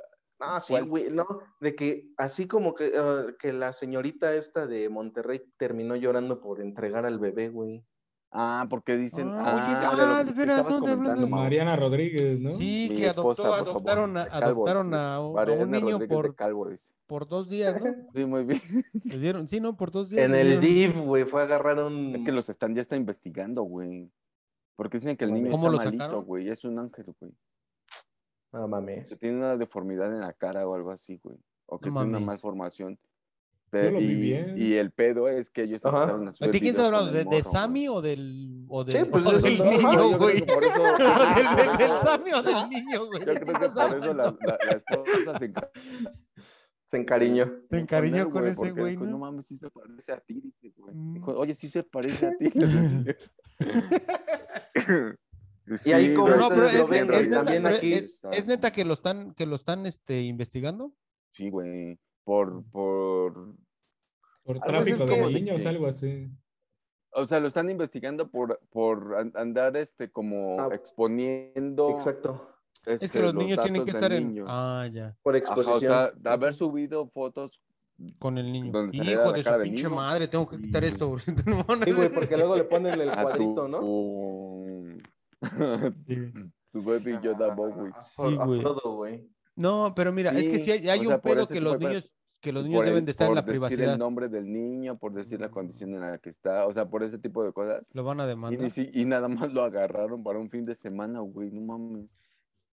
[SPEAKER 3] Ah, sí,
[SPEAKER 2] ¿cuál?
[SPEAKER 3] güey, no, de que así como que, eh, que la señorita esta de Monterrey terminó llorando por entregar al bebé, güey.
[SPEAKER 2] Ah, porque dicen.
[SPEAKER 1] Ah, oye,
[SPEAKER 2] Ah,
[SPEAKER 1] ah,
[SPEAKER 2] de lo que
[SPEAKER 1] espera, ¿dónde
[SPEAKER 2] estabas
[SPEAKER 1] hablamos?
[SPEAKER 2] comentando, Mau.
[SPEAKER 4] Mariana Rodríguez, ¿no?
[SPEAKER 1] Sí,
[SPEAKER 2] Mi
[SPEAKER 1] que adoptó,
[SPEAKER 2] esposa, por favor,
[SPEAKER 1] adoptaron, a,
[SPEAKER 2] de calvo,
[SPEAKER 1] adoptaron a, un- a
[SPEAKER 2] Mariana
[SPEAKER 1] un niño
[SPEAKER 2] Rodríguez de
[SPEAKER 1] por,
[SPEAKER 2] Calvo, dice.
[SPEAKER 1] por dos días, ¿no?
[SPEAKER 2] <laughs> Sí,
[SPEAKER 1] <laughs>
[SPEAKER 2] muy bien.
[SPEAKER 1] Le dieron, sí, ¿no? Por dos días.
[SPEAKER 3] En
[SPEAKER 1] le
[SPEAKER 3] el
[SPEAKER 1] dieron-
[SPEAKER 3] DIV, güey, fue a agarrar un...
[SPEAKER 2] Es que los están, ya está investigando, güey. Porque dicen que el niño
[SPEAKER 1] ¿Cómo
[SPEAKER 2] está
[SPEAKER 1] lo
[SPEAKER 2] malito,
[SPEAKER 1] sacaron?
[SPEAKER 2] güey. Es un ángel, güey.
[SPEAKER 3] No mames.
[SPEAKER 2] que tiene una deformidad en la cara o algo así, güey. O que
[SPEAKER 1] No
[SPEAKER 2] tiene una
[SPEAKER 1] mames.
[SPEAKER 2] malformación.
[SPEAKER 4] Yo
[SPEAKER 2] Pe-
[SPEAKER 4] lo vi
[SPEAKER 2] y,
[SPEAKER 4] bien.
[SPEAKER 2] y el pedo es que ellos
[SPEAKER 3] Ajá.
[SPEAKER 2] empezaron a
[SPEAKER 1] ¿A
[SPEAKER 2] subir
[SPEAKER 1] ti quién está
[SPEAKER 2] videos con
[SPEAKER 1] hablando?
[SPEAKER 2] el
[SPEAKER 1] ¿De, de
[SPEAKER 2] morro, güey.
[SPEAKER 1] Sammy o del, o del,
[SPEAKER 3] Sí, pues,
[SPEAKER 1] <laughs> o
[SPEAKER 3] es
[SPEAKER 1] del
[SPEAKER 3] el-
[SPEAKER 2] Ajá,
[SPEAKER 3] yo
[SPEAKER 1] niño,
[SPEAKER 2] creo
[SPEAKER 1] güey? <laughs>
[SPEAKER 2] que por eso-
[SPEAKER 1] ¿O del, del,
[SPEAKER 2] <laughs>
[SPEAKER 1] del Sammy o <laughs> del niño, güey?
[SPEAKER 2] Yo
[SPEAKER 1] ¿De
[SPEAKER 2] creo
[SPEAKER 1] quién
[SPEAKER 2] que
[SPEAKER 1] estás
[SPEAKER 2] por eso la,
[SPEAKER 1] hablando?
[SPEAKER 2] la, la esposa se enca-
[SPEAKER 1] <laughs>
[SPEAKER 3] Se encariñó.
[SPEAKER 1] Te encariñó
[SPEAKER 2] él,
[SPEAKER 1] con ese
[SPEAKER 2] porque
[SPEAKER 1] güey,
[SPEAKER 2] dijo,
[SPEAKER 1] ¿no?
[SPEAKER 2] no mames, sí se parece a ti, dije, güey.
[SPEAKER 1] Mm.
[SPEAKER 2] Dijo, Oye, sí se parece a
[SPEAKER 1] <laughs>
[SPEAKER 2] ti. <laughs> Sí,
[SPEAKER 3] Y ahí como
[SPEAKER 1] Pero
[SPEAKER 2] güey,
[SPEAKER 1] no, pero
[SPEAKER 3] ustedes lo
[SPEAKER 1] es,
[SPEAKER 3] ven,
[SPEAKER 1] es
[SPEAKER 3] güey,
[SPEAKER 1] neta,
[SPEAKER 3] también
[SPEAKER 1] pero
[SPEAKER 3] aquí-
[SPEAKER 1] es- es neta que lo están, que lo están este, investigando.
[SPEAKER 2] Sí, güey. Por, por
[SPEAKER 4] Por
[SPEAKER 2] A
[SPEAKER 3] veces
[SPEAKER 4] tráfico
[SPEAKER 3] como
[SPEAKER 4] de
[SPEAKER 3] de
[SPEAKER 4] niños,
[SPEAKER 2] que-
[SPEAKER 4] algo así.
[SPEAKER 2] O sea, lo están investigando por, por an- andar este como
[SPEAKER 3] Ah,
[SPEAKER 2] exponiendo
[SPEAKER 3] Exacto.
[SPEAKER 1] Es
[SPEAKER 2] Este,
[SPEAKER 1] que los niños tienen que estar en.
[SPEAKER 2] Ah,
[SPEAKER 1] Ah, ya,
[SPEAKER 3] Por
[SPEAKER 2] o
[SPEAKER 3] exposición.
[SPEAKER 2] sea, de haber subido fotos.
[SPEAKER 1] con el niño.
[SPEAKER 2] Donde se le da
[SPEAKER 1] Hijo
[SPEAKER 2] la
[SPEAKER 1] de
[SPEAKER 2] cara
[SPEAKER 1] su
[SPEAKER 2] del
[SPEAKER 1] pinche
[SPEAKER 2] niño.
[SPEAKER 1] madre, tengo que quitar
[SPEAKER 2] Y-
[SPEAKER 1] esto. güey. <laughs> No, no,
[SPEAKER 3] Sí, güey, porque luego le ponen
[SPEAKER 2] <laughs>
[SPEAKER 3] el
[SPEAKER 2] a tu-
[SPEAKER 3] cuadrito, ¿no?
[SPEAKER 2] <laughs>
[SPEAKER 1] Pues,
[SPEAKER 2] tu baby Yoda Bowie.
[SPEAKER 1] Sí, güey.
[SPEAKER 3] Todo, güey.
[SPEAKER 1] No, pero mira, es que
[SPEAKER 2] Sí,
[SPEAKER 1] si hay, hay
[SPEAKER 2] o
[SPEAKER 1] un
[SPEAKER 2] sea, por
[SPEAKER 1] pedo
[SPEAKER 2] eso
[SPEAKER 1] que
[SPEAKER 2] es
[SPEAKER 1] los
[SPEAKER 2] muy-
[SPEAKER 1] niños, que los
[SPEAKER 2] Por
[SPEAKER 1] niños
[SPEAKER 2] el-
[SPEAKER 1] deben de estar en la
[SPEAKER 2] por decir el
[SPEAKER 1] privacidad.
[SPEAKER 2] nombre del niño, por decir la condición en la que está, o sea, por ese tipo de cosas.
[SPEAKER 1] Lo van a
[SPEAKER 2] Y, ni
[SPEAKER 1] demandar.
[SPEAKER 2] si- y nada más lo agarraron para un fin de semana, güey, no mames.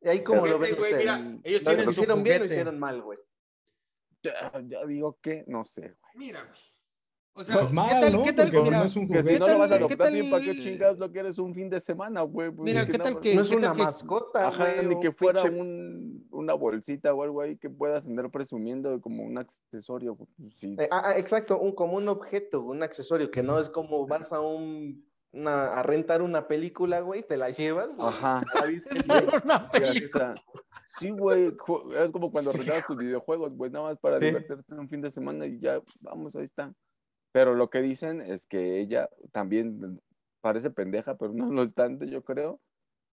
[SPEAKER 3] Y ahí como lo
[SPEAKER 1] Juguete,
[SPEAKER 3] ven
[SPEAKER 1] güey,
[SPEAKER 3] ustedes.
[SPEAKER 1] mira, ellos
[SPEAKER 2] tienen
[SPEAKER 3] No, lo
[SPEAKER 2] su
[SPEAKER 3] hicieron bien o
[SPEAKER 1] juguete.
[SPEAKER 3] hicieron mal, güey.
[SPEAKER 2] Ya, ya digo que, no sé, güey.
[SPEAKER 1] Mira, güey. O sea,
[SPEAKER 4] Pues mal,
[SPEAKER 1] ¿qué tal?
[SPEAKER 4] ¿no?
[SPEAKER 1] ¿Qué tal?
[SPEAKER 4] Porque
[SPEAKER 1] Mira, pues,
[SPEAKER 4] no
[SPEAKER 1] <laughs>
[SPEAKER 4] es un
[SPEAKER 2] Que
[SPEAKER 4] juguete.
[SPEAKER 2] si no lo vas a
[SPEAKER 1] ¿Qué
[SPEAKER 2] adoptar,
[SPEAKER 1] tal-
[SPEAKER 2] ni para qué chingados lo quieres un fin de semana, güey. pues,
[SPEAKER 1] Mira,
[SPEAKER 2] que
[SPEAKER 1] ¿qué
[SPEAKER 2] no-
[SPEAKER 1] tal que-
[SPEAKER 3] No es
[SPEAKER 1] ¿qué
[SPEAKER 3] una
[SPEAKER 1] tal que-
[SPEAKER 3] mascota,
[SPEAKER 2] Ajá,
[SPEAKER 3] Ah, güey,
[SPEAKER 2] ni
[SPEAKER 3] un
[SPEAKER 2] que fuera
[SPEAKER 3] pinche-
[SPEAKER 2] un, una bolsita o algo ahí que puedas andar presumiendo como un accesorio. güey, pues, Sí,
[SPEAKER 3] Eh, ah, ah, exacto, un, como un objeto, un accesorio, que no es como vas a un una- a rentar una película, güey, te la llevas. güey,
[SPEAKER 2] Ajá.
[SPEAKER 3] a la vista,
[SPEAKER 1] <laughs> Es
[SPEAKER 3] güey.
[SPEAKER 1] una
[SPEAKER 2] Ya,
[SPEAKER 1] peli-
[SPEAKER 2] o sea, sí, güey. ju- Es como cuando
[SPEAKER 3] Sí,
[SPEAKER 2] rentabas tus videojuegos, güey, nada más para
[SPEAKER 3] Sí.
[SPEAKER 2] divertirte un fin de semana y ya, pues, vamos, ahí está. Pero lo que dicen es que ella también parece pendeja, pero no lo es tanto, yo creo.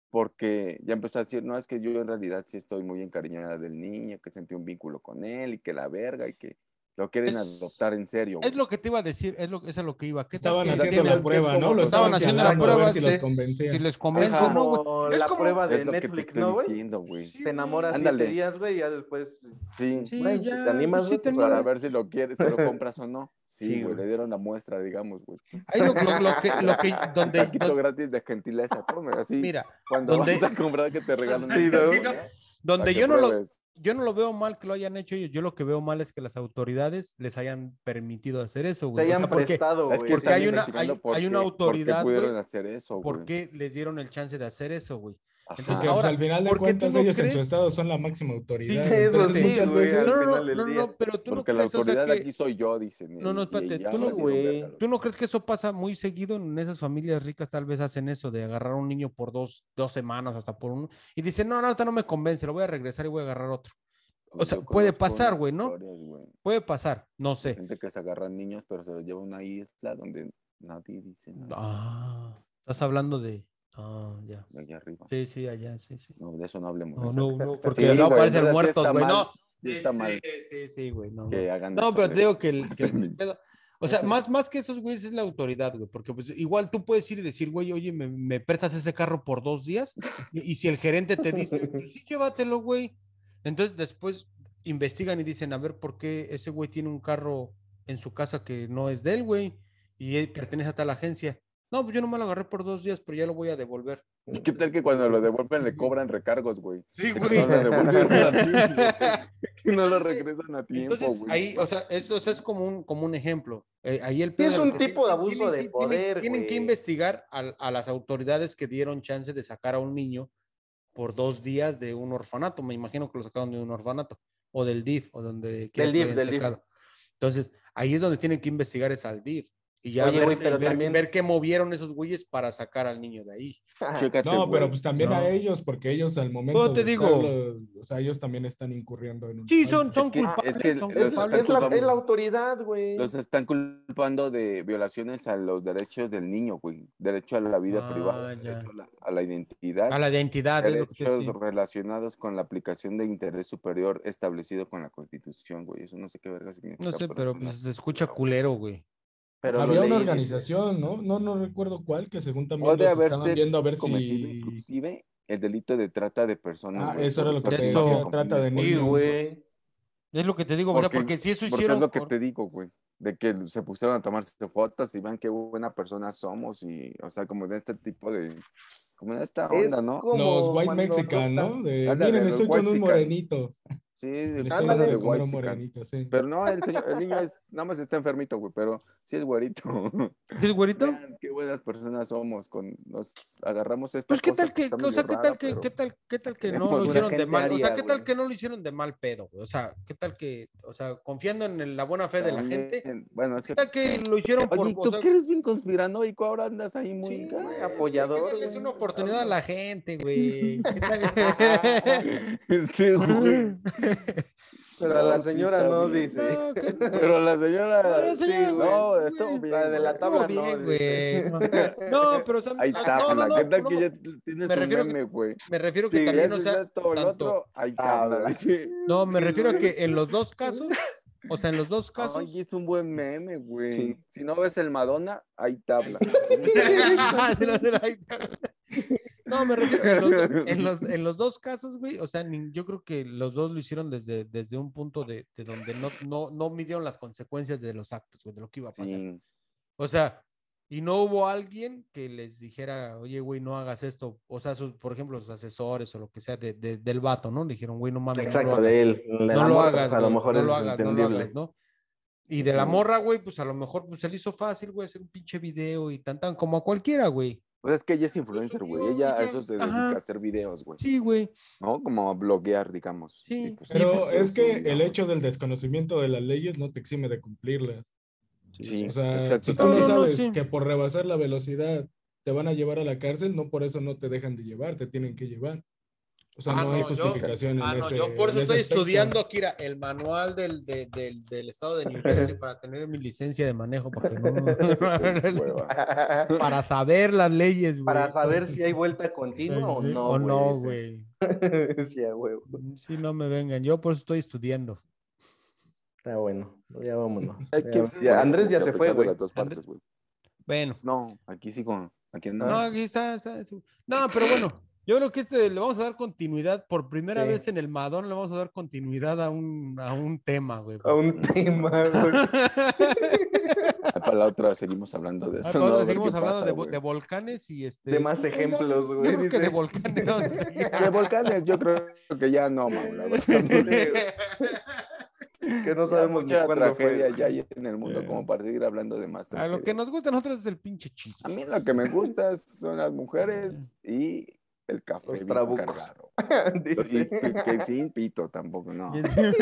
[SPEAKER 2] Porque ya empezó a decir, no, es que yo en realidad sí estoy muy encariñada del niño, que sentí un vínculo con él y que la verga y que lo quieren
[SPEAKER 1] Es-
[SPEAKER 2] adoptar en serio.
[SPEAKER 1] Es
[SPEAKER 2] güey.
[SPEAKER 1] lo que te iba a decir, es lo, es a lo que iba. ¿Qué tal
[SPEAKER 4] Estaban
[SPEAKER 1] que-
[SPEAKER 2] Exacto,
[SPEAKER 4] haciendo
[SPEAKER 2] mira,
[SPEAKER 4] la
[SPEAKER 2] es
[SPEAKER 4] prueba,
[SPEAKER 2] como
[SPEAKER 4] ¿no? Lo
[SPEAKER 2] los-
[SPEAKER 1] estaban
[SPEAKER 4] estaban
[SPEAKER 1] haciendo la
[SPEAKER 4] checando a ver
[SPEAKER 1] prueba
[SPEAKER 4] si
[SPEAKER 1] si,
[SPEAKER 4] los
[SPEAKER 1] si
[SPEAKER 4] convencían.
[SPEAKER 1] les
[SPEAKER 3] Es
[SPEAKER 1] convence
[SPEAKER 2] Ajá.
[SPEAKER 1] o no, güey.
[SPEAKER 3] como
[SPEAKER 1] Es
[SPEAKER 3] la
[SPEAKER 1] como-
[SPEAKER 3] prueba de
[SPEAKER 2] Es lo que te
[SPEAKER 3] Netflix,
[SPEAKER 2] estoy
[SPEAKER 3] ¿no, güey?
[SPEAKER 2] diciendo, güey.
[SPEAKER 1] Sí,
[SPEAKER 3] Te enamoras
[SPEAKER 2] Ándale.
[SPEAKER 3] siete días, güey, y ya después
[SPEAKER 2] Sí.
[SPEAKER 1] Sí,
[SPEAKER 3] Bueno,
[SPEAKER 1] ya,
[SPEAKER 3] ¿te animas,
[SPEAKER 1] sí
[SPEAKER 3] güey? Pues,
[SPEAKER 1] termina. <laughs>
[SPEAKER 2] para ver si lo quieres, se lo compras o no. Sí,
[SPEAKER 3] Sí,
[SPEAKER 2] güey,
[SPEAKER 3] güey.
[SPEAKER 2] le dieron la muestra, digamos, güey.
[SPEAKER 1] Ahí lo, lo- lo que, lo que,
[SPEAKER 2] Un
[SPEAKER 1] donde,
[SPEAKER 2] <laughs> taquito gratis de gentileza, tome, así.
[SPEAKER 1] mira,
[SPEAKER 2] cuando
[SPEAKER 1] ¿dónde?
[SPEAKER 2] vas a comprar que te regalen.
[SPEAKER 1] Sí,
[SPEAKER 2] un-
[SPEAKER 1] sí, ¿no? Pues,
[SPEAKER 2] para
[SPEAKER 1] donde
[SPEAKER 2] que
[SPEAKER 1] yo no lo,
[SPEAKER 2] pruebes.
[SPEAKER 1] yo no lo veo mal que lo hayan hecho ellos, yo lo que veo mal es que las autoridades les hayan permitido hacer eso,
[SPEAKER 3] te
[SPEAKER 1] güey. O
[SPEAKER 3] hayan
[SPEAKER 1] sea, porque,
[SPEAKER 3] prestado, güey.
[SPEAKER 2] Es que
[SPEAKER 1] porque
[SPEAKER 2] están
[SPEAKER 1] hay una-
[SPEAKER 2] investigando
[SPEAKER 1] hay-
[SPEAKER 2] por
[SPEAKER 1] hay
[SPEAKER 2] qué-
[SPEAKER 1] una
[SPEAKER 2] por qué
[SPEAKER 1] autoridad, güey.
[SPEAKER 2] pudieron hacer eso, güey.
[SPEAKER 1] ¿por qué les dieron el chance de hacer eso, güey?
[SPEAKER 2] Ajá.
[SPEAKER 1] Entonces,
[SPEAKER 4] Porque pues,
[SPEAKER 1] ahora,
[SPEAKER 4] al final de
[SPEAKER 1] ¿por qué tú
[SPEAKER 4] cuentas
[SPEAKER 1] no
[SPEAKER 4] ellos en su
[SPEAKER 1] crees?
[SPEAKER 4] estado son la máxima autoridad.
[SPEAKER 1] Sí,
[SPEAKER 3] eso
[SPEAKER 4] Entonces
[SPEAKER 3] sí,
[SPEAKER 4] muchas
[SPEAKER 3] güey,
[SPEAKER 4] veces...
[SPEAKER 3] al
[SPEAKER 1] No, no, no,
[SPEAKER 3] final del
[SPEAKER 1] no, no,
[SPEAKER 3] día.
[SPEAKER 1] no, pero tú
[SPEAKER 2] Porque
[SPEAKER 1] no
[SPEAKER 2] la
[SPEAKER 1] crees, o sea,
[SPEAKER 2] autoridad
[SPEAKER 1] que-
[SPEAKER 2] aquí soy yo, dicen.
[SPEAKER 1] No, no,
[SPEAKER 2] y- y
[SPEAKER 1] espérate,
[SPEAKER 2] ya
[SPEAKER 1] tú no-
[SPEAKER 2] valieron
[SPEAKER 3] güey.
[SPEAKER 2] verga los-
[SPEAKER 1] ¿Tú no crees que eso pasa muy seguido en esas familias ricas? Tal vez hacen eso de agarrar a un niño por dos, dos semanas, hasta por uno, y dicen, no, no, ahorita no me convence, lo voy a regresar y voy a agarrar otro. O sea,
[SPEAKER 2] Yo
[SPEAKER 1] puede
[SPEAKER 2] conozco
[SPEAKER 1] pasar,
[SPEAKER 2] unas
[SPEAKER 1] güey, ¿no?
[SPEAKER 2] historias, güey,
[SPEAKER 1] Puede pasar, no
[SPEAKER 2] de
[SPEAKER 1] sé.
[SPEAKER 2] Gente que se agarran niños, pero se los lleva a una isla donde nadie dice nada.
[SPEAKER 1] Ah, estás hablando de. Ah, ya.
[SPEAKER 2] De allá arriba.
[SPEAKER 1] Sí, sí, allá, sí,
[SPEAKER 2] <laughs>
[SPEAKER 1] sí.
[SPEAKER 2] No, de eso no hablemos.
[SPEAKER 1] No,
[SPEAKER 2] ¿eh?
[SPEAKER 1] no, no,
[SPEAKER 2] Sí,
[SPEAKER 1] porque no
[SPEAKER 2] güey,
[SPEAKER 1] aparecen
[SPEAKER 2] entonces sí
[SPEAKER 1] muertos,
[SPEAKER 2] está
[SPEAKER 1] güey.
[SPEAKER 2] mal,
[SPEAKER 1] No,
[SPEAKER 2] sí está
[SPEAKER 1] Este,
[SPEAKER 2] mal
[SPEAKER 1] sí, sí, güey, no, no.
[SPEAKER 2] que hagan
[SPEAKER 1] No,
[SPEAKER 2] eso
[SPEAKER 1] pero
[SPEAKER 2] de-
[SPEAKER 1] te digo que,
[SPEAKER 2] <laughs>
[SPEAKER 1] el- que el
[SPEAKER 2] Sí.
[SPEAKER 1] pedo- o sea, más, más que esos güeyes es la autoridad, güey, porque pues igual tú puedes ir y decir, güey, oye, me, me prestas ese carro por dos días, y, y si el gerente te dice, pues sí, llévatelo, güey. Entonces después investigan y dicen, a ver, ¿por qué ese güey tiene un carro en su casa que no es de él, güey? Y él pertenece a tal agencia. No, pues yo no me lo agarré por dos días, pero ya lo voy a devolver.
[SPEAKER 2] ¿Y qué tal que cuando lo devuelven le cobran recargos, güey?
[SPEAKER 1] <laughs> Sí,
[SPEAKER 2] Que No
[SPEAKER 4] <laughs>
[SPEAKER 2] lo devuelven a tiempo, que no lo regresan a tiempo,
[SPEAKER 1] Entonces,
[SPEAKER 2] güey.
[SPEAKER 1] ahí, o sea, eso, o sea, es como un, como un ejemplo. Eh, ahí el
[SPEAKER 3] Sí, es
[SPEAKER 1] pedo,
[SPEAKER 3] un
[SPEAKER 1] porque
[SPEAKER 3] tipo de abuso de
[SPEAKER 1] que-
[SPEAKER 3] poder,
[SPEAKER 1] Tienen, que
[SPEAKER 3] güey.
[SPEAKER 1] investigar a, a las autoridades que dieron chance de sacar a un niño por dos días de un orfanato. Me imagino que lo sacaron de un orfanato o del DIF o donde quiera que
[SPEAKER 3] DIF,
[SPEAKER 1] lo hayan
[SPEAKER 3] del DIF.
[SPEAKER 1] sacado. Entonces, ahí es donde tienen que investigar es al DIF y ya
[SPEAKER 3] Oye,
[SPEAKER 1] ver,
[SPEAKER 3] güey, pero
[SPEAKER 1] ver-
[SPEAKER 3] también-
[SPEAKER 1] ver qué movieron esos güeyes para sacar al niño de ahí.
[SPEAKER 2] Chécate,
[SPEAKER 4] No,
[SPEAKER 2] güey.
[SPEAKER 4] pero pues también
[SPEAKER 1] No.
[SPEAKER 4] a ellos, porque ellos al momento.
[SPEAKER 1] te
[SPEAKER 4] de
[SPEAKER 1] digo.
[SPEAKER 4] estarlo- o sea, ellos también están incurriendo en un.
[SPEAKER 1] Sí,
[SPEAKER 4] fallo.
[SPEAKER 1] son, son
[SPEAKER 2] Es que- es
[SPEAKER 1] culpables.
[SPEAKER 2] que
[SPEAKER 1] son
[SPEAKER 2] los
[SPEAKER 3] Es,
[SPEAKER 1] culpables.
[SPEAKER 3] es la,
[SPEAKER 2] culpando.
[SPEAKER 3] es la autoridad, güey.
[SPEAKER 2] Los están culpando de violaciones a los derechos del niño, güey. Derecho a la vida
[SPEAKER 1] Ah,
[SPEAKER 2] privada,
[SPEAKER 1] ya.
[SPEAKER 2] derecho a la, a la identidad,
[SPEAKER 1] A la identidad, es lo que te
[SPEAKER 2] derechos
[SPEAKER 1] decía.
[SPEAKER 2] relacionados con la aplicación de interés superior establecido con la Constitución, güey. Eso no sé qué verga significa.
[SPEAKER 1] No sé, pero
[SPEAKER 2] es una
[SPEAKER 1] pues se escucha
[SPEAKER 2] culera, güey.
[SPEAKER 1] culero, güey.
[SPEAKER 3] Pero lo
[SPEAKER 4] Había una
[SPEAKER 3] leí,
[SPEAKER 4] organización, ¿no? No, no recuerdo cuál, que según también
[SPEAKER 2] Puede
[SPEAKER 4] los
[SPEAKER 2] haberse
[SPEAKER 4] estaban viendo a ver
[SPEAKER 2] cometido
[SPEAKER 4] si.
[SPEAKER 2] inclusive el delito de trata de personas.
[SPEAKER 4] Ah,
[SPEAKER 2] güey,
[SPEAKER 4] eso era
[SPEAKER 2] por
[SPEAKER 4] lo que te
[SPEAKER 2] usar
[SPEAKER 1] Eso.
[SPEAKER 2] imágenes
[SPEAKER 4] decía,
[SPEAKER 2] con
[SPEAKER 4] trata
[SPEAKER 2] fines
[SPEAKER 4] de
[SPEAKER 3] Sí,
[SPEAKER 4] niños.
[SPEAKER 3] güey.
[SPEAKER 1] Es lo que te digo, o sea,
[SPEAKER 2] Porque-
[SPEAKER 1] porque si eso
[SPEAKER 2] Porque
[SPEAKER 1] hicieron.
[SPEAKER 2] es lo que
[SPEAKER 1] por-
[SPEAKER 2] te digo, güey. De que se pusieron a tomarse fotos y vean qué buena persona somos y, o sea, como de este tipo de, como de esta
[SPEAKER 3] Es
[SPEAKER 2] onda, ¿no?
[SPEAKER 3] como
[SPEAKER 4] Los white
[SPEAKER 3] cuando
[SPEAKER 4] mexican,
[SPEAKER 3] adoptas-
[SPEAKER 4] ¿no? De,
[SPEAKER 2] Ándale,
[SPEAKER 4] miren,
[SPEAKER 2] los
[SPEAKER 4] estoy con
[SPEAKER 2] white
[SPEAKER 4] un
[SPEAKER 2] chicans.
[SPEAKER 4] morenito.
[SPEAKER 2] Sí, de
[SPEAKER 4] Le
[SPEAKER 2] que
[SPEAKER 4] estoy
[SPEAKER 3] ándale,
[SPEAKER 2] habla
[SPEAKER 4] dando
[SPEAKER 2] de
[SPEAKER 4] de comer a
[SPEAKER 2] white
[SPEAKER 4] un
[SPEAKER 2] chican.
[SPEAKER 4] morenito, sí.
[SPEAKER 2] Pero no, el, señor- el niño es, nada más está enfermito, güey, pero sí es güerito.
[SPEAKER 1] ¿Es güerito?
[SPEAKER 2] Vean qué buenas personas somos, con, nos agarramos esta
[SPEAKER 1] Pues qué
[SPEAKER 2] cosa
[SPEAKER 1] tal que,
[SPEAKER 2] está
[SPEAKER 1] o
[SPEAKER 2] medio
[SPEAKER 1] sea, qué
[SPEAKER 2] rara,
[SPEAKER 1] tal que,
[SPEAKER 2] pero-
[SPEAKER 1] qué tal, qué tal que
[SPEAKER 2] tenemos
[SPEAKER 1] no lo
[SPEAKER 2] buena
[SPEAKER 1] hicieron de
[SPEAKER 3] gente
[SPEAKER 1] mal, o sea,
[SPEAKER 3] aria,
[SPEAKER 1] qué tal
[SPEAKER 3] güey.
[SPEAKER 1] que no lo hicieron de mal pedo, güey? O sea, qué tal que, o sea, confiando en el- la buena fe de la gente,
[SPEAKER 2] También, Bueno, es
[SPEAKER 1] qué
[SPEAKER 2] que...
[SPEAKER 1] tal que lo hicieron por,
[SPEAKER 2] Oye,
[SPEAKER 1] o
[SPEAKER 2] tú
[SPEAKER 1] sea,
[SPEAKER 2] que eres bien conspiranoico, ahora andas ahí muy...
[SPEAKER 3] Sí,
[SPEAKER 2] Ay,
[SPEAKER 3] güey,
[SPEAKER 2] es que hay que
[SPEAKER 3] apoyador,
[SPEAKER 1] darles
[SPEAKER 3] güey.
[SPEAKER 1] una oportunidad a
[SPEAKER 3] <laughs>
[SPEAKER 1] la gente, güey. ¿Qué
[SPEAKER 2] <laughs>
[SPEAKER 1] tal?
[SPEAKER 2] <laughs>
[SPEAKER 1] <laughs>
[SPEAKER 2] Este güey.
[SPEAKER 3] Pero a
[SPEAKER 2] No,
[SPEAKER 3] la
[SPEAKER 2] sí
[SPEAKER 3] señora
[SPEAKER 2] está
[SPEAKER 3] no
[SPEAKER 2] bien.
[SPEAKER 3] dice.
[SPEAKER 1] No, qué-
[SPEAKER 2] Pero la señora.
[SPEAKER 1] Pero la señora,
[SPEAKER 3] güey,
[SPEAKER 2] no,
[SPEAKER 1] güey.
[SPEAKER 2] estuvo bien.
[SPEAKER 3] La de la Ah,
[SPEAKER 2] güey.
[SPEAKER 3] tabla
[SPEAKER 1] estuvo bien,
[SPEAKER 3] no,
[SPEAKER 1] güey.
[SPEAKER 3] dice.
[SPEAKER 2] <laughs>
[SPEAKER 1] No, pero o sea,
[SPEAKER 2] Ahí
[SPEAKER 1] no,
[SPEAKER 2] está,
[SPEAKER 1] no, no,
[SPEAKER 2] ¿qué tal
[SPEAKER 1] no,
[SPEAKER 2] que ya tienes
[SPEAKER 1] me
[SPEAKER 2] un
[SPEAKER 1] refiero que-
[SPEAKER 2] meme, güey?
[SPEAKER 1] me refiero
[SPEAKER 3] Sí,
[SPEAKER 1] que también, o
[SPEAKER 2] Ese
[SPEAKER 1] sea,
[SPEAKER 2] es todo el
[SPEAKER 1] tanto-
[SPEAKER 2] otro, ahí
[SPEAKER 3] Tabla.
[SPEAKER 2] tabla. dice.
[SPEAKER 1] No, me
[SPEAKER 2] Sí,
[SPEAKER 1] refiero a
[SPEAKER 2] güey.
[SPEAKER 1] que en los dos casos, o sea, en los dos casos,
[SPEAKER 2] Ay, es un buen meme, güey.
[SPEAKER 3] Sí.
[SPEAKER 2] Si no ves el Madonna, ahí
[SPEAKER 1] <laughs>
[SPEAKER 2] tabla.
[SPEAKER 1] Sí, no, sí, no, ahí está. No, me refiero que en los, en los- en los dos casos, güey. O sea, nin- yo creo que los dos lo hicieron desde, desde un punto de, de donde no, no, no midieron las consecuencias de los actos, güey, de lo que iba a pasar.
[SPEAKER 2] Sí.
[SPEAKER 1] O sea, y no hubo alguien que les dijera, oye, güey, no hagas esto. O sea, sus- por ejemplo, sus asesores o lo que sea de- de- del vato, ¿no? Le dijeron, güey, no mames. no lo
[SPEAKER 3] Exacto,
[SPEAKER 1] hagas
[SPEAKER 3] de él.
[SPEAKER 1] no lo hagas,
[SPEAKER 3] pues, a lo
[SPEAKER 1] güey,
[SPEAKER 3] mejor
[SPEAKER 1] no
[SPEAKER 3] es
[SPEAKER 1] lo hagas, no lo
[SPEAKER 3] entendible.
[SPEAKER 1] hagas, ¿no? Y de la morra, güey, pues a lo mejor pues, se le hizo fácil, güey, hacer un pinche video y tan tan como a cualquiera, güey.
[SPEAKER 2] Pues es que ella es influencer, güey.
[SPEAKER 1] subió,
[SPEAKER 2] Ella a
[SPEAKER 1] ella-
[SPEAKER 2] eso se dedica
[SPEAKER 1] ajá.
[SPEAKER 2] a hacer videos, güey.
[SPEAKER 1] Sí, güey.
[SPEAKER 2] ¿No? Como a bloguear, digamos.
[SPEAKER 1] Sí,
[SPEAKER 2] Y, pues,
[SPEAKER 4] Pero
[SPEAKER 2] pues,
[SPEAKER 4] es que
[SPEAKER 2] sí,
[SPEAKER 4] el
[SPEAKER 2] ¿no?
[SPEAKER 4] hecho del desconocimiento de las leyes no te exime de cumplirlas.
[SPEAKER 2] Sí,
[SPEAKER 4] O sea,
[SPEAKER 2] exacto.
[SPEAKER 4] si tú no
[SPEAKER 1] No, no, no,
[SPEAKER 4] sabes
[SPEAKER 1] sí.
[SPEAKER 4] que por rebasar la velocidad te van a llevar a la cárcel, no por eso no te dejan de llevar, te tienen que llevar. O sea,
[SPEAKER 1] Ah,
[SPEAKER 4] no,
[SPEAKER 1] no,
[SPEAKER 4] hay
[SPEAKER 1] yo-
[SPEAKER 4] justificación
[SPEAKER 1] Ah,
[SPEAKER 4] en
[SPEAKER 1] no,
[SPEAKER 4] ese
[SPEAKER 1] yo por eso
[SPEAKER 4] en ese
[SPEAKER 1] estoy
[SPEAKER 4] aspecto.
[SPEAKER 1] estudiando, Akira, el manual del, de- del, del estado de New Jersey
[SPEAKER 3] <laughs>
[SPEAKER 1] para tener mi licencia de manejo, para, que
[SPEAKER 2] Qué
[SPEAKER 1] no-
[SPEAKER 2] hueva.
[SPEAKER 1] para saber las leyes, güey.
[SPEAKER 3] <laughs> Para saber si hay vuelta continua o
[SPEAKER 4] Sí, sí.
[SPEAKER 3] no.
[SPEAKER 1] o no,
[SPEAKER 3] dice.
[SPEAKER 1] güey.
[SPEAKER 3] <laughs> sí, a huevo.
[SPEAKER 1] Si no me vengan, yo por eso estoy estudiando.
[SPEAKER 3] Está bueno. Ya vámonos.
[SPEAKER 2] Hay
[SPEAKER 3] Ya-
[SPEAKER 2] que-
[SPEAKER 3] ya-
[SPEAKER 2] bueno,
[SPEAKER 3] Andrés ya
[SPEAKER 2] a
[SPEAKER 3] se
[SPEAKER 2] pesar
[SPEAKER 3] fue,
[SPEAKER 2] de
[SPEAKER 3] güey.
[SPEAKER 2] las dos
[SPEAKER 1] Andrés-
[SPEAKER 2] partes, güey.
[SPEAKER 1] Bueno,
[SPEAKER 2] No, aquí sigo. Aquí andamos.
[SPEAKER 1] no, aquí está- está- está- no, pero bueno, yo creo que este le vamos a dar continuidad por primera
[SPEAKER 3] Sí.
[SPEAKER 1] vez en el Madón, le vamos a dar continuidad a un, a un tema, güey.
[SPEAKER 3] A un <laughs> tema, güey.
[SPEAKER 2] Ah, Para la otra seguimos hablando de eso.
[SPEAKER 1] Ahora
[SPEAKER 2] ¿no? A ver
[SPEAKER 1] Ah, seguimos
[SPEAKER 2] qué
[SPEAKER 1] hablando
[SPEAKER 2] pasa,
[SPEAKER 1] de, vo-
[SPEAKER 2] güey.
[SPEAKER 1] de volcanes y este.
[SPEAKER 3] De más ejemplos,
[SPEAKER 1] Yo
[SPEAKER 3] güey.
[SPEAKER 1] creo que de
[SPEAKER 3] dice.
[SPEAKER 1] volcanes. no,
[SPEAKER 2] <laughs>
[SPEAKER 1] sí.
[SPEAKER 2] Ah, De volcanes, yo creo que ya
[SPEAKER 1] <laughs>
[SPEAKER 2] <laughs> no, Mau, la verdad.
[SPEAKER 3] que no
[SPEAKER 2] <laughs> Ya
[SPEAKER 3] sabemos ni
[SPEAKER 2] mucha
[SPEAKER 3] cuándo
[SPEAKER 2] tragedia
[SPEAKER 3] fue.
[SPEAKER 2] ya hay en el mundo como para seguir hablando de más
[SPEAKER 1] A Eh. Ah, lo que
[SPEAKER 2] tragedias.
[SPEAKER 1] nos gusta a nosotros es el pinche
[SPEAKER 2] A
[SPEAKER 1] chisme.
[SPEAKER 2] mí lo que me gusta son las mujeres
[SPEAKER 1] Eh.
[SPEAKER 2] y el café
[SPEAKER 3] Los
[SPEAKER 2] bien
[SPEAKER 1] <laughs>
[SPEAKER 3] trabucos.
[SPEAKER 2] cargado. Y
[SPEAKER 3] <laughs> Dice.
[SPEAKER 2] que, que sin pito tampoco, no.
[SPEAKER 1] Y encima-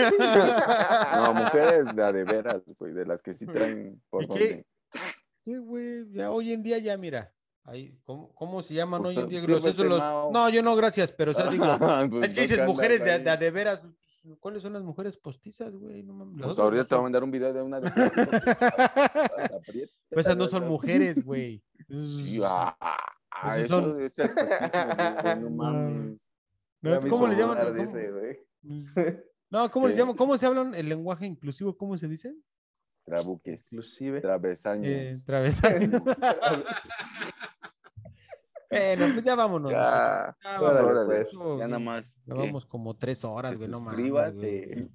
[SPEAKER 2] <laughs> No, mujeres la de veras, güey, de las que sí traen por
[SPEAKER 1] ¿Y qué?
[SPEAKER 2] donde.
[SPEAKER 1] <laughs> Sí, güey, ya hoy en día ya mira, ahí, ¿cómo, cómo se llaman
[SPEAKER 2] Pues,
[SPEAKER 1] hoy en día?
[SPEAKER 2] sírvete,
[SPEAKER 1] Groseros los-
[SPEAKER 2] Mao.
[SPEAKER 1] No, yo no, gracias, pero o sea,
[SPEAKER 2] <laughs>
[SPEAKER 1] digo,
[SPEAKER 2] Pues,
[SPEAKER 1] es que
[SPEAKER 2] no
[SPEAKER 1] dices
[SPEAKER 2] andas
[SPEAKER 1] mujeres de,
[SPEAKER 2] ahí.
[SPEAKER 1] de, a de veras, pues, ¿cuáles son las mujeres postizas, güey? No mames, las
[SPEAKER 2] Pues
[SPEAKER 1] otras
[SPEAKER 2] ahorita
[SPEAKER 1] no
[SPEAKER 2] te voy a
[SPEAKER 1] son-
[SPEAKER 2] mandar un video de una de
[SPEAKER 1] <laughs> pues esas no son mujeres, güey.
[SPEAKER 2] <laughs> Sí, ah, ah,
[SPEAKER 1] Esos Pues
[SPEAKER 2] eso
[SPEAKER 1] son-
[SPEAKER 2] es especismo, güey, no
[SPEAKER 1] <laughs> No.
[SPEAKER 2] mames.
[SPEAKER 1] No, es
[SPEAKER 2] Ya me
[SPEAKER 1] ¿Cómo
[SPEAKER 2] hizo
[SPEAKER 1] le llaman?
[SPEAKER 2] dudar
[SPEAKER 1] ¿Cómo?
[SPEAKER 3] Dice, güey.
[SPEAKER 2] <laughs>
[SPEAKER 1] No, ¿cómo le
[SPEAKER 2] Eh.
[SPEAKER 1] llaman? ¿Cómo se habla el lenguaje inclusivo? ¿Cómo se dice?
[SPEAKER 2] Trabuques,
[SPEAKER 3] Inclusive.
[SPEAKER 2] travesaños. <laughs>
[SPEAKER 1] Eh, travesaños. <laughs> bueno, pues ya vámonos. muchachos.
[SPEAKER 2] ya,
[SPEAKER 1] Ya
[SPEAKER 3] <laughs> órale,
[SPEAKER 1] vámonos.
[SPEAKER 2] órale,
[SPEAKER 3] pues,
[SPEAKER 1] Todo
[SPEAKER 2] ya
[SPEAKER 1] bien.
[SPEAKER 2] nada más.
[SPEAKER 1] Ya
[SPEAKER 2] que-
[SPEAKER 1] vamos como tres horas,
[SPEAKER 2] que eh.
[SPEAKER 1] güey, no mames.
[SPEAKER 2] suscríbate.
[SPEAKER 1] güey.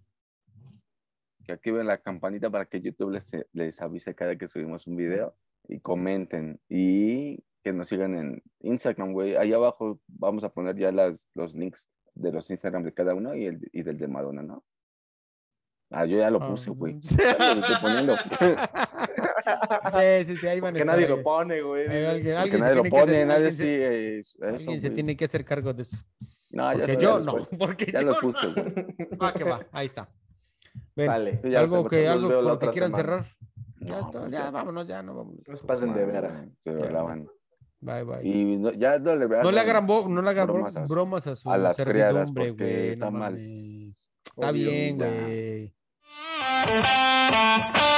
[SPEAKER 2] que activen la campanita para que YouTube les, les avise cada que subimos un video y comenten y que nos sigan en Instagram, güey. Ahí abajo vamos a poner ya las, los links de los Instagram de cada uno y, el, y del de Madonna, ¿no? Ah, yo ya lo puse, güey. Ya lo estoy poniendo.
[SPEAKER 1] <laughs> Sí, sí, sí, ahí van a
[SPEAKER 3] Que
[SPEAKER 1] estar,
[SPEAKER 3] nadie lo
[SPEAKER 1] eh.
[SPEAKER 3] pone, güey.
[SPEAKER 1] Ahí alguien,
[SPEAKER 2] Porque
[SPEAKER 3] dice.
[SPEAKER 1] alguien se
[SPEAKER 2] nadie lo
[SPEAKER 1] tiene que
[SPEAKER 2] pone,
[SPEAKER 1] hacer-
[SPEAKER 2] nadie
[SPEAKER 1] alguien se-
[SPEAKER 2] sigue eso,
[SPEAKER 1] Alguien se
[SPEAKER 2] güey.
[SPEAKER 1] tiene que hacer cargo de eso.
[SPEAKER 2] No, ya
[SPEAKER 1] Porque
[SPEAKER 2] sabes,
[SPEAKER 1] yo
[SPEAKER 2] ya
[SPEAKER 1] no,
[SPEAKER 2] después.
[SPEAKER 1] <laughs> porque
[SPEAKER 2] Ya
[SPEAKER 1] yo
[SPEAKER 2] lo
[SPEAKER 1] no. <laughs>
[SPEAKER 2] puse, güey.
[SPEAKER 1] Va que va, ahí está. Ven,
[SPEAKER 3] Sale.
[SPEAKER 2] Yo <laughs> ya los
[SPEAKER 1] algo
[SPEAKER 2] tengo
[SPEAKER 1] que
[SPEAKER 2] todos,
[SPEAKER 1] algo
[SPEAKER 3] veo
[SPEAKER 1] con
[SPEAKER 3] la
[SPEAKER 1] lo que
[SPEAKER 3] otra
[SPEAKER 1] quieran
[SPEAKER 3] semana.
[SPEAKER 1] cerrar. Ya,
[SPEAKER 2] No,
[SPEAKER 1] está,
[SPEAKER 2] pues
[SPEAKER 1] ya,
[SPEAKER 2] ya.
[SPEAKER 1] vámonos, ya no vamos.
[SPEAKER 3] No se pasen de vera.
[SPEAKER 2] Madre, Se lo
[SPEAKER 1] Ya.
[SPEAKER 2] lavan.
[SPEAKER 1] Bye bye.
[SPEAKER 2] Y no, ya no le vean.
[SPEAKER 1] no le hagan bo- no le hagan bro-
[SPEAKER 2] bromas
[SPEAKER 1] bromas
[SPEAKER 2] a
[SPEAKER 1] a,
[SPEAKER 2] su-
[SPEAKER 1] su
[SPEAKER 2] a las criadas,
[SPEAKER 1] servidumbre,
[SPEAKER 2] porque
[SPEAKER 1] güey.
[SPEAKER 2] está
[SPEAKER 1] no
[SPEAKER 2] mal.
[SPEAKER 1] mames. Está
[SPEAKER 2] Obvio,
[SPEAKER 1] bien,
[SPEAKER 2] ya.
[SPEAKER 1] güey.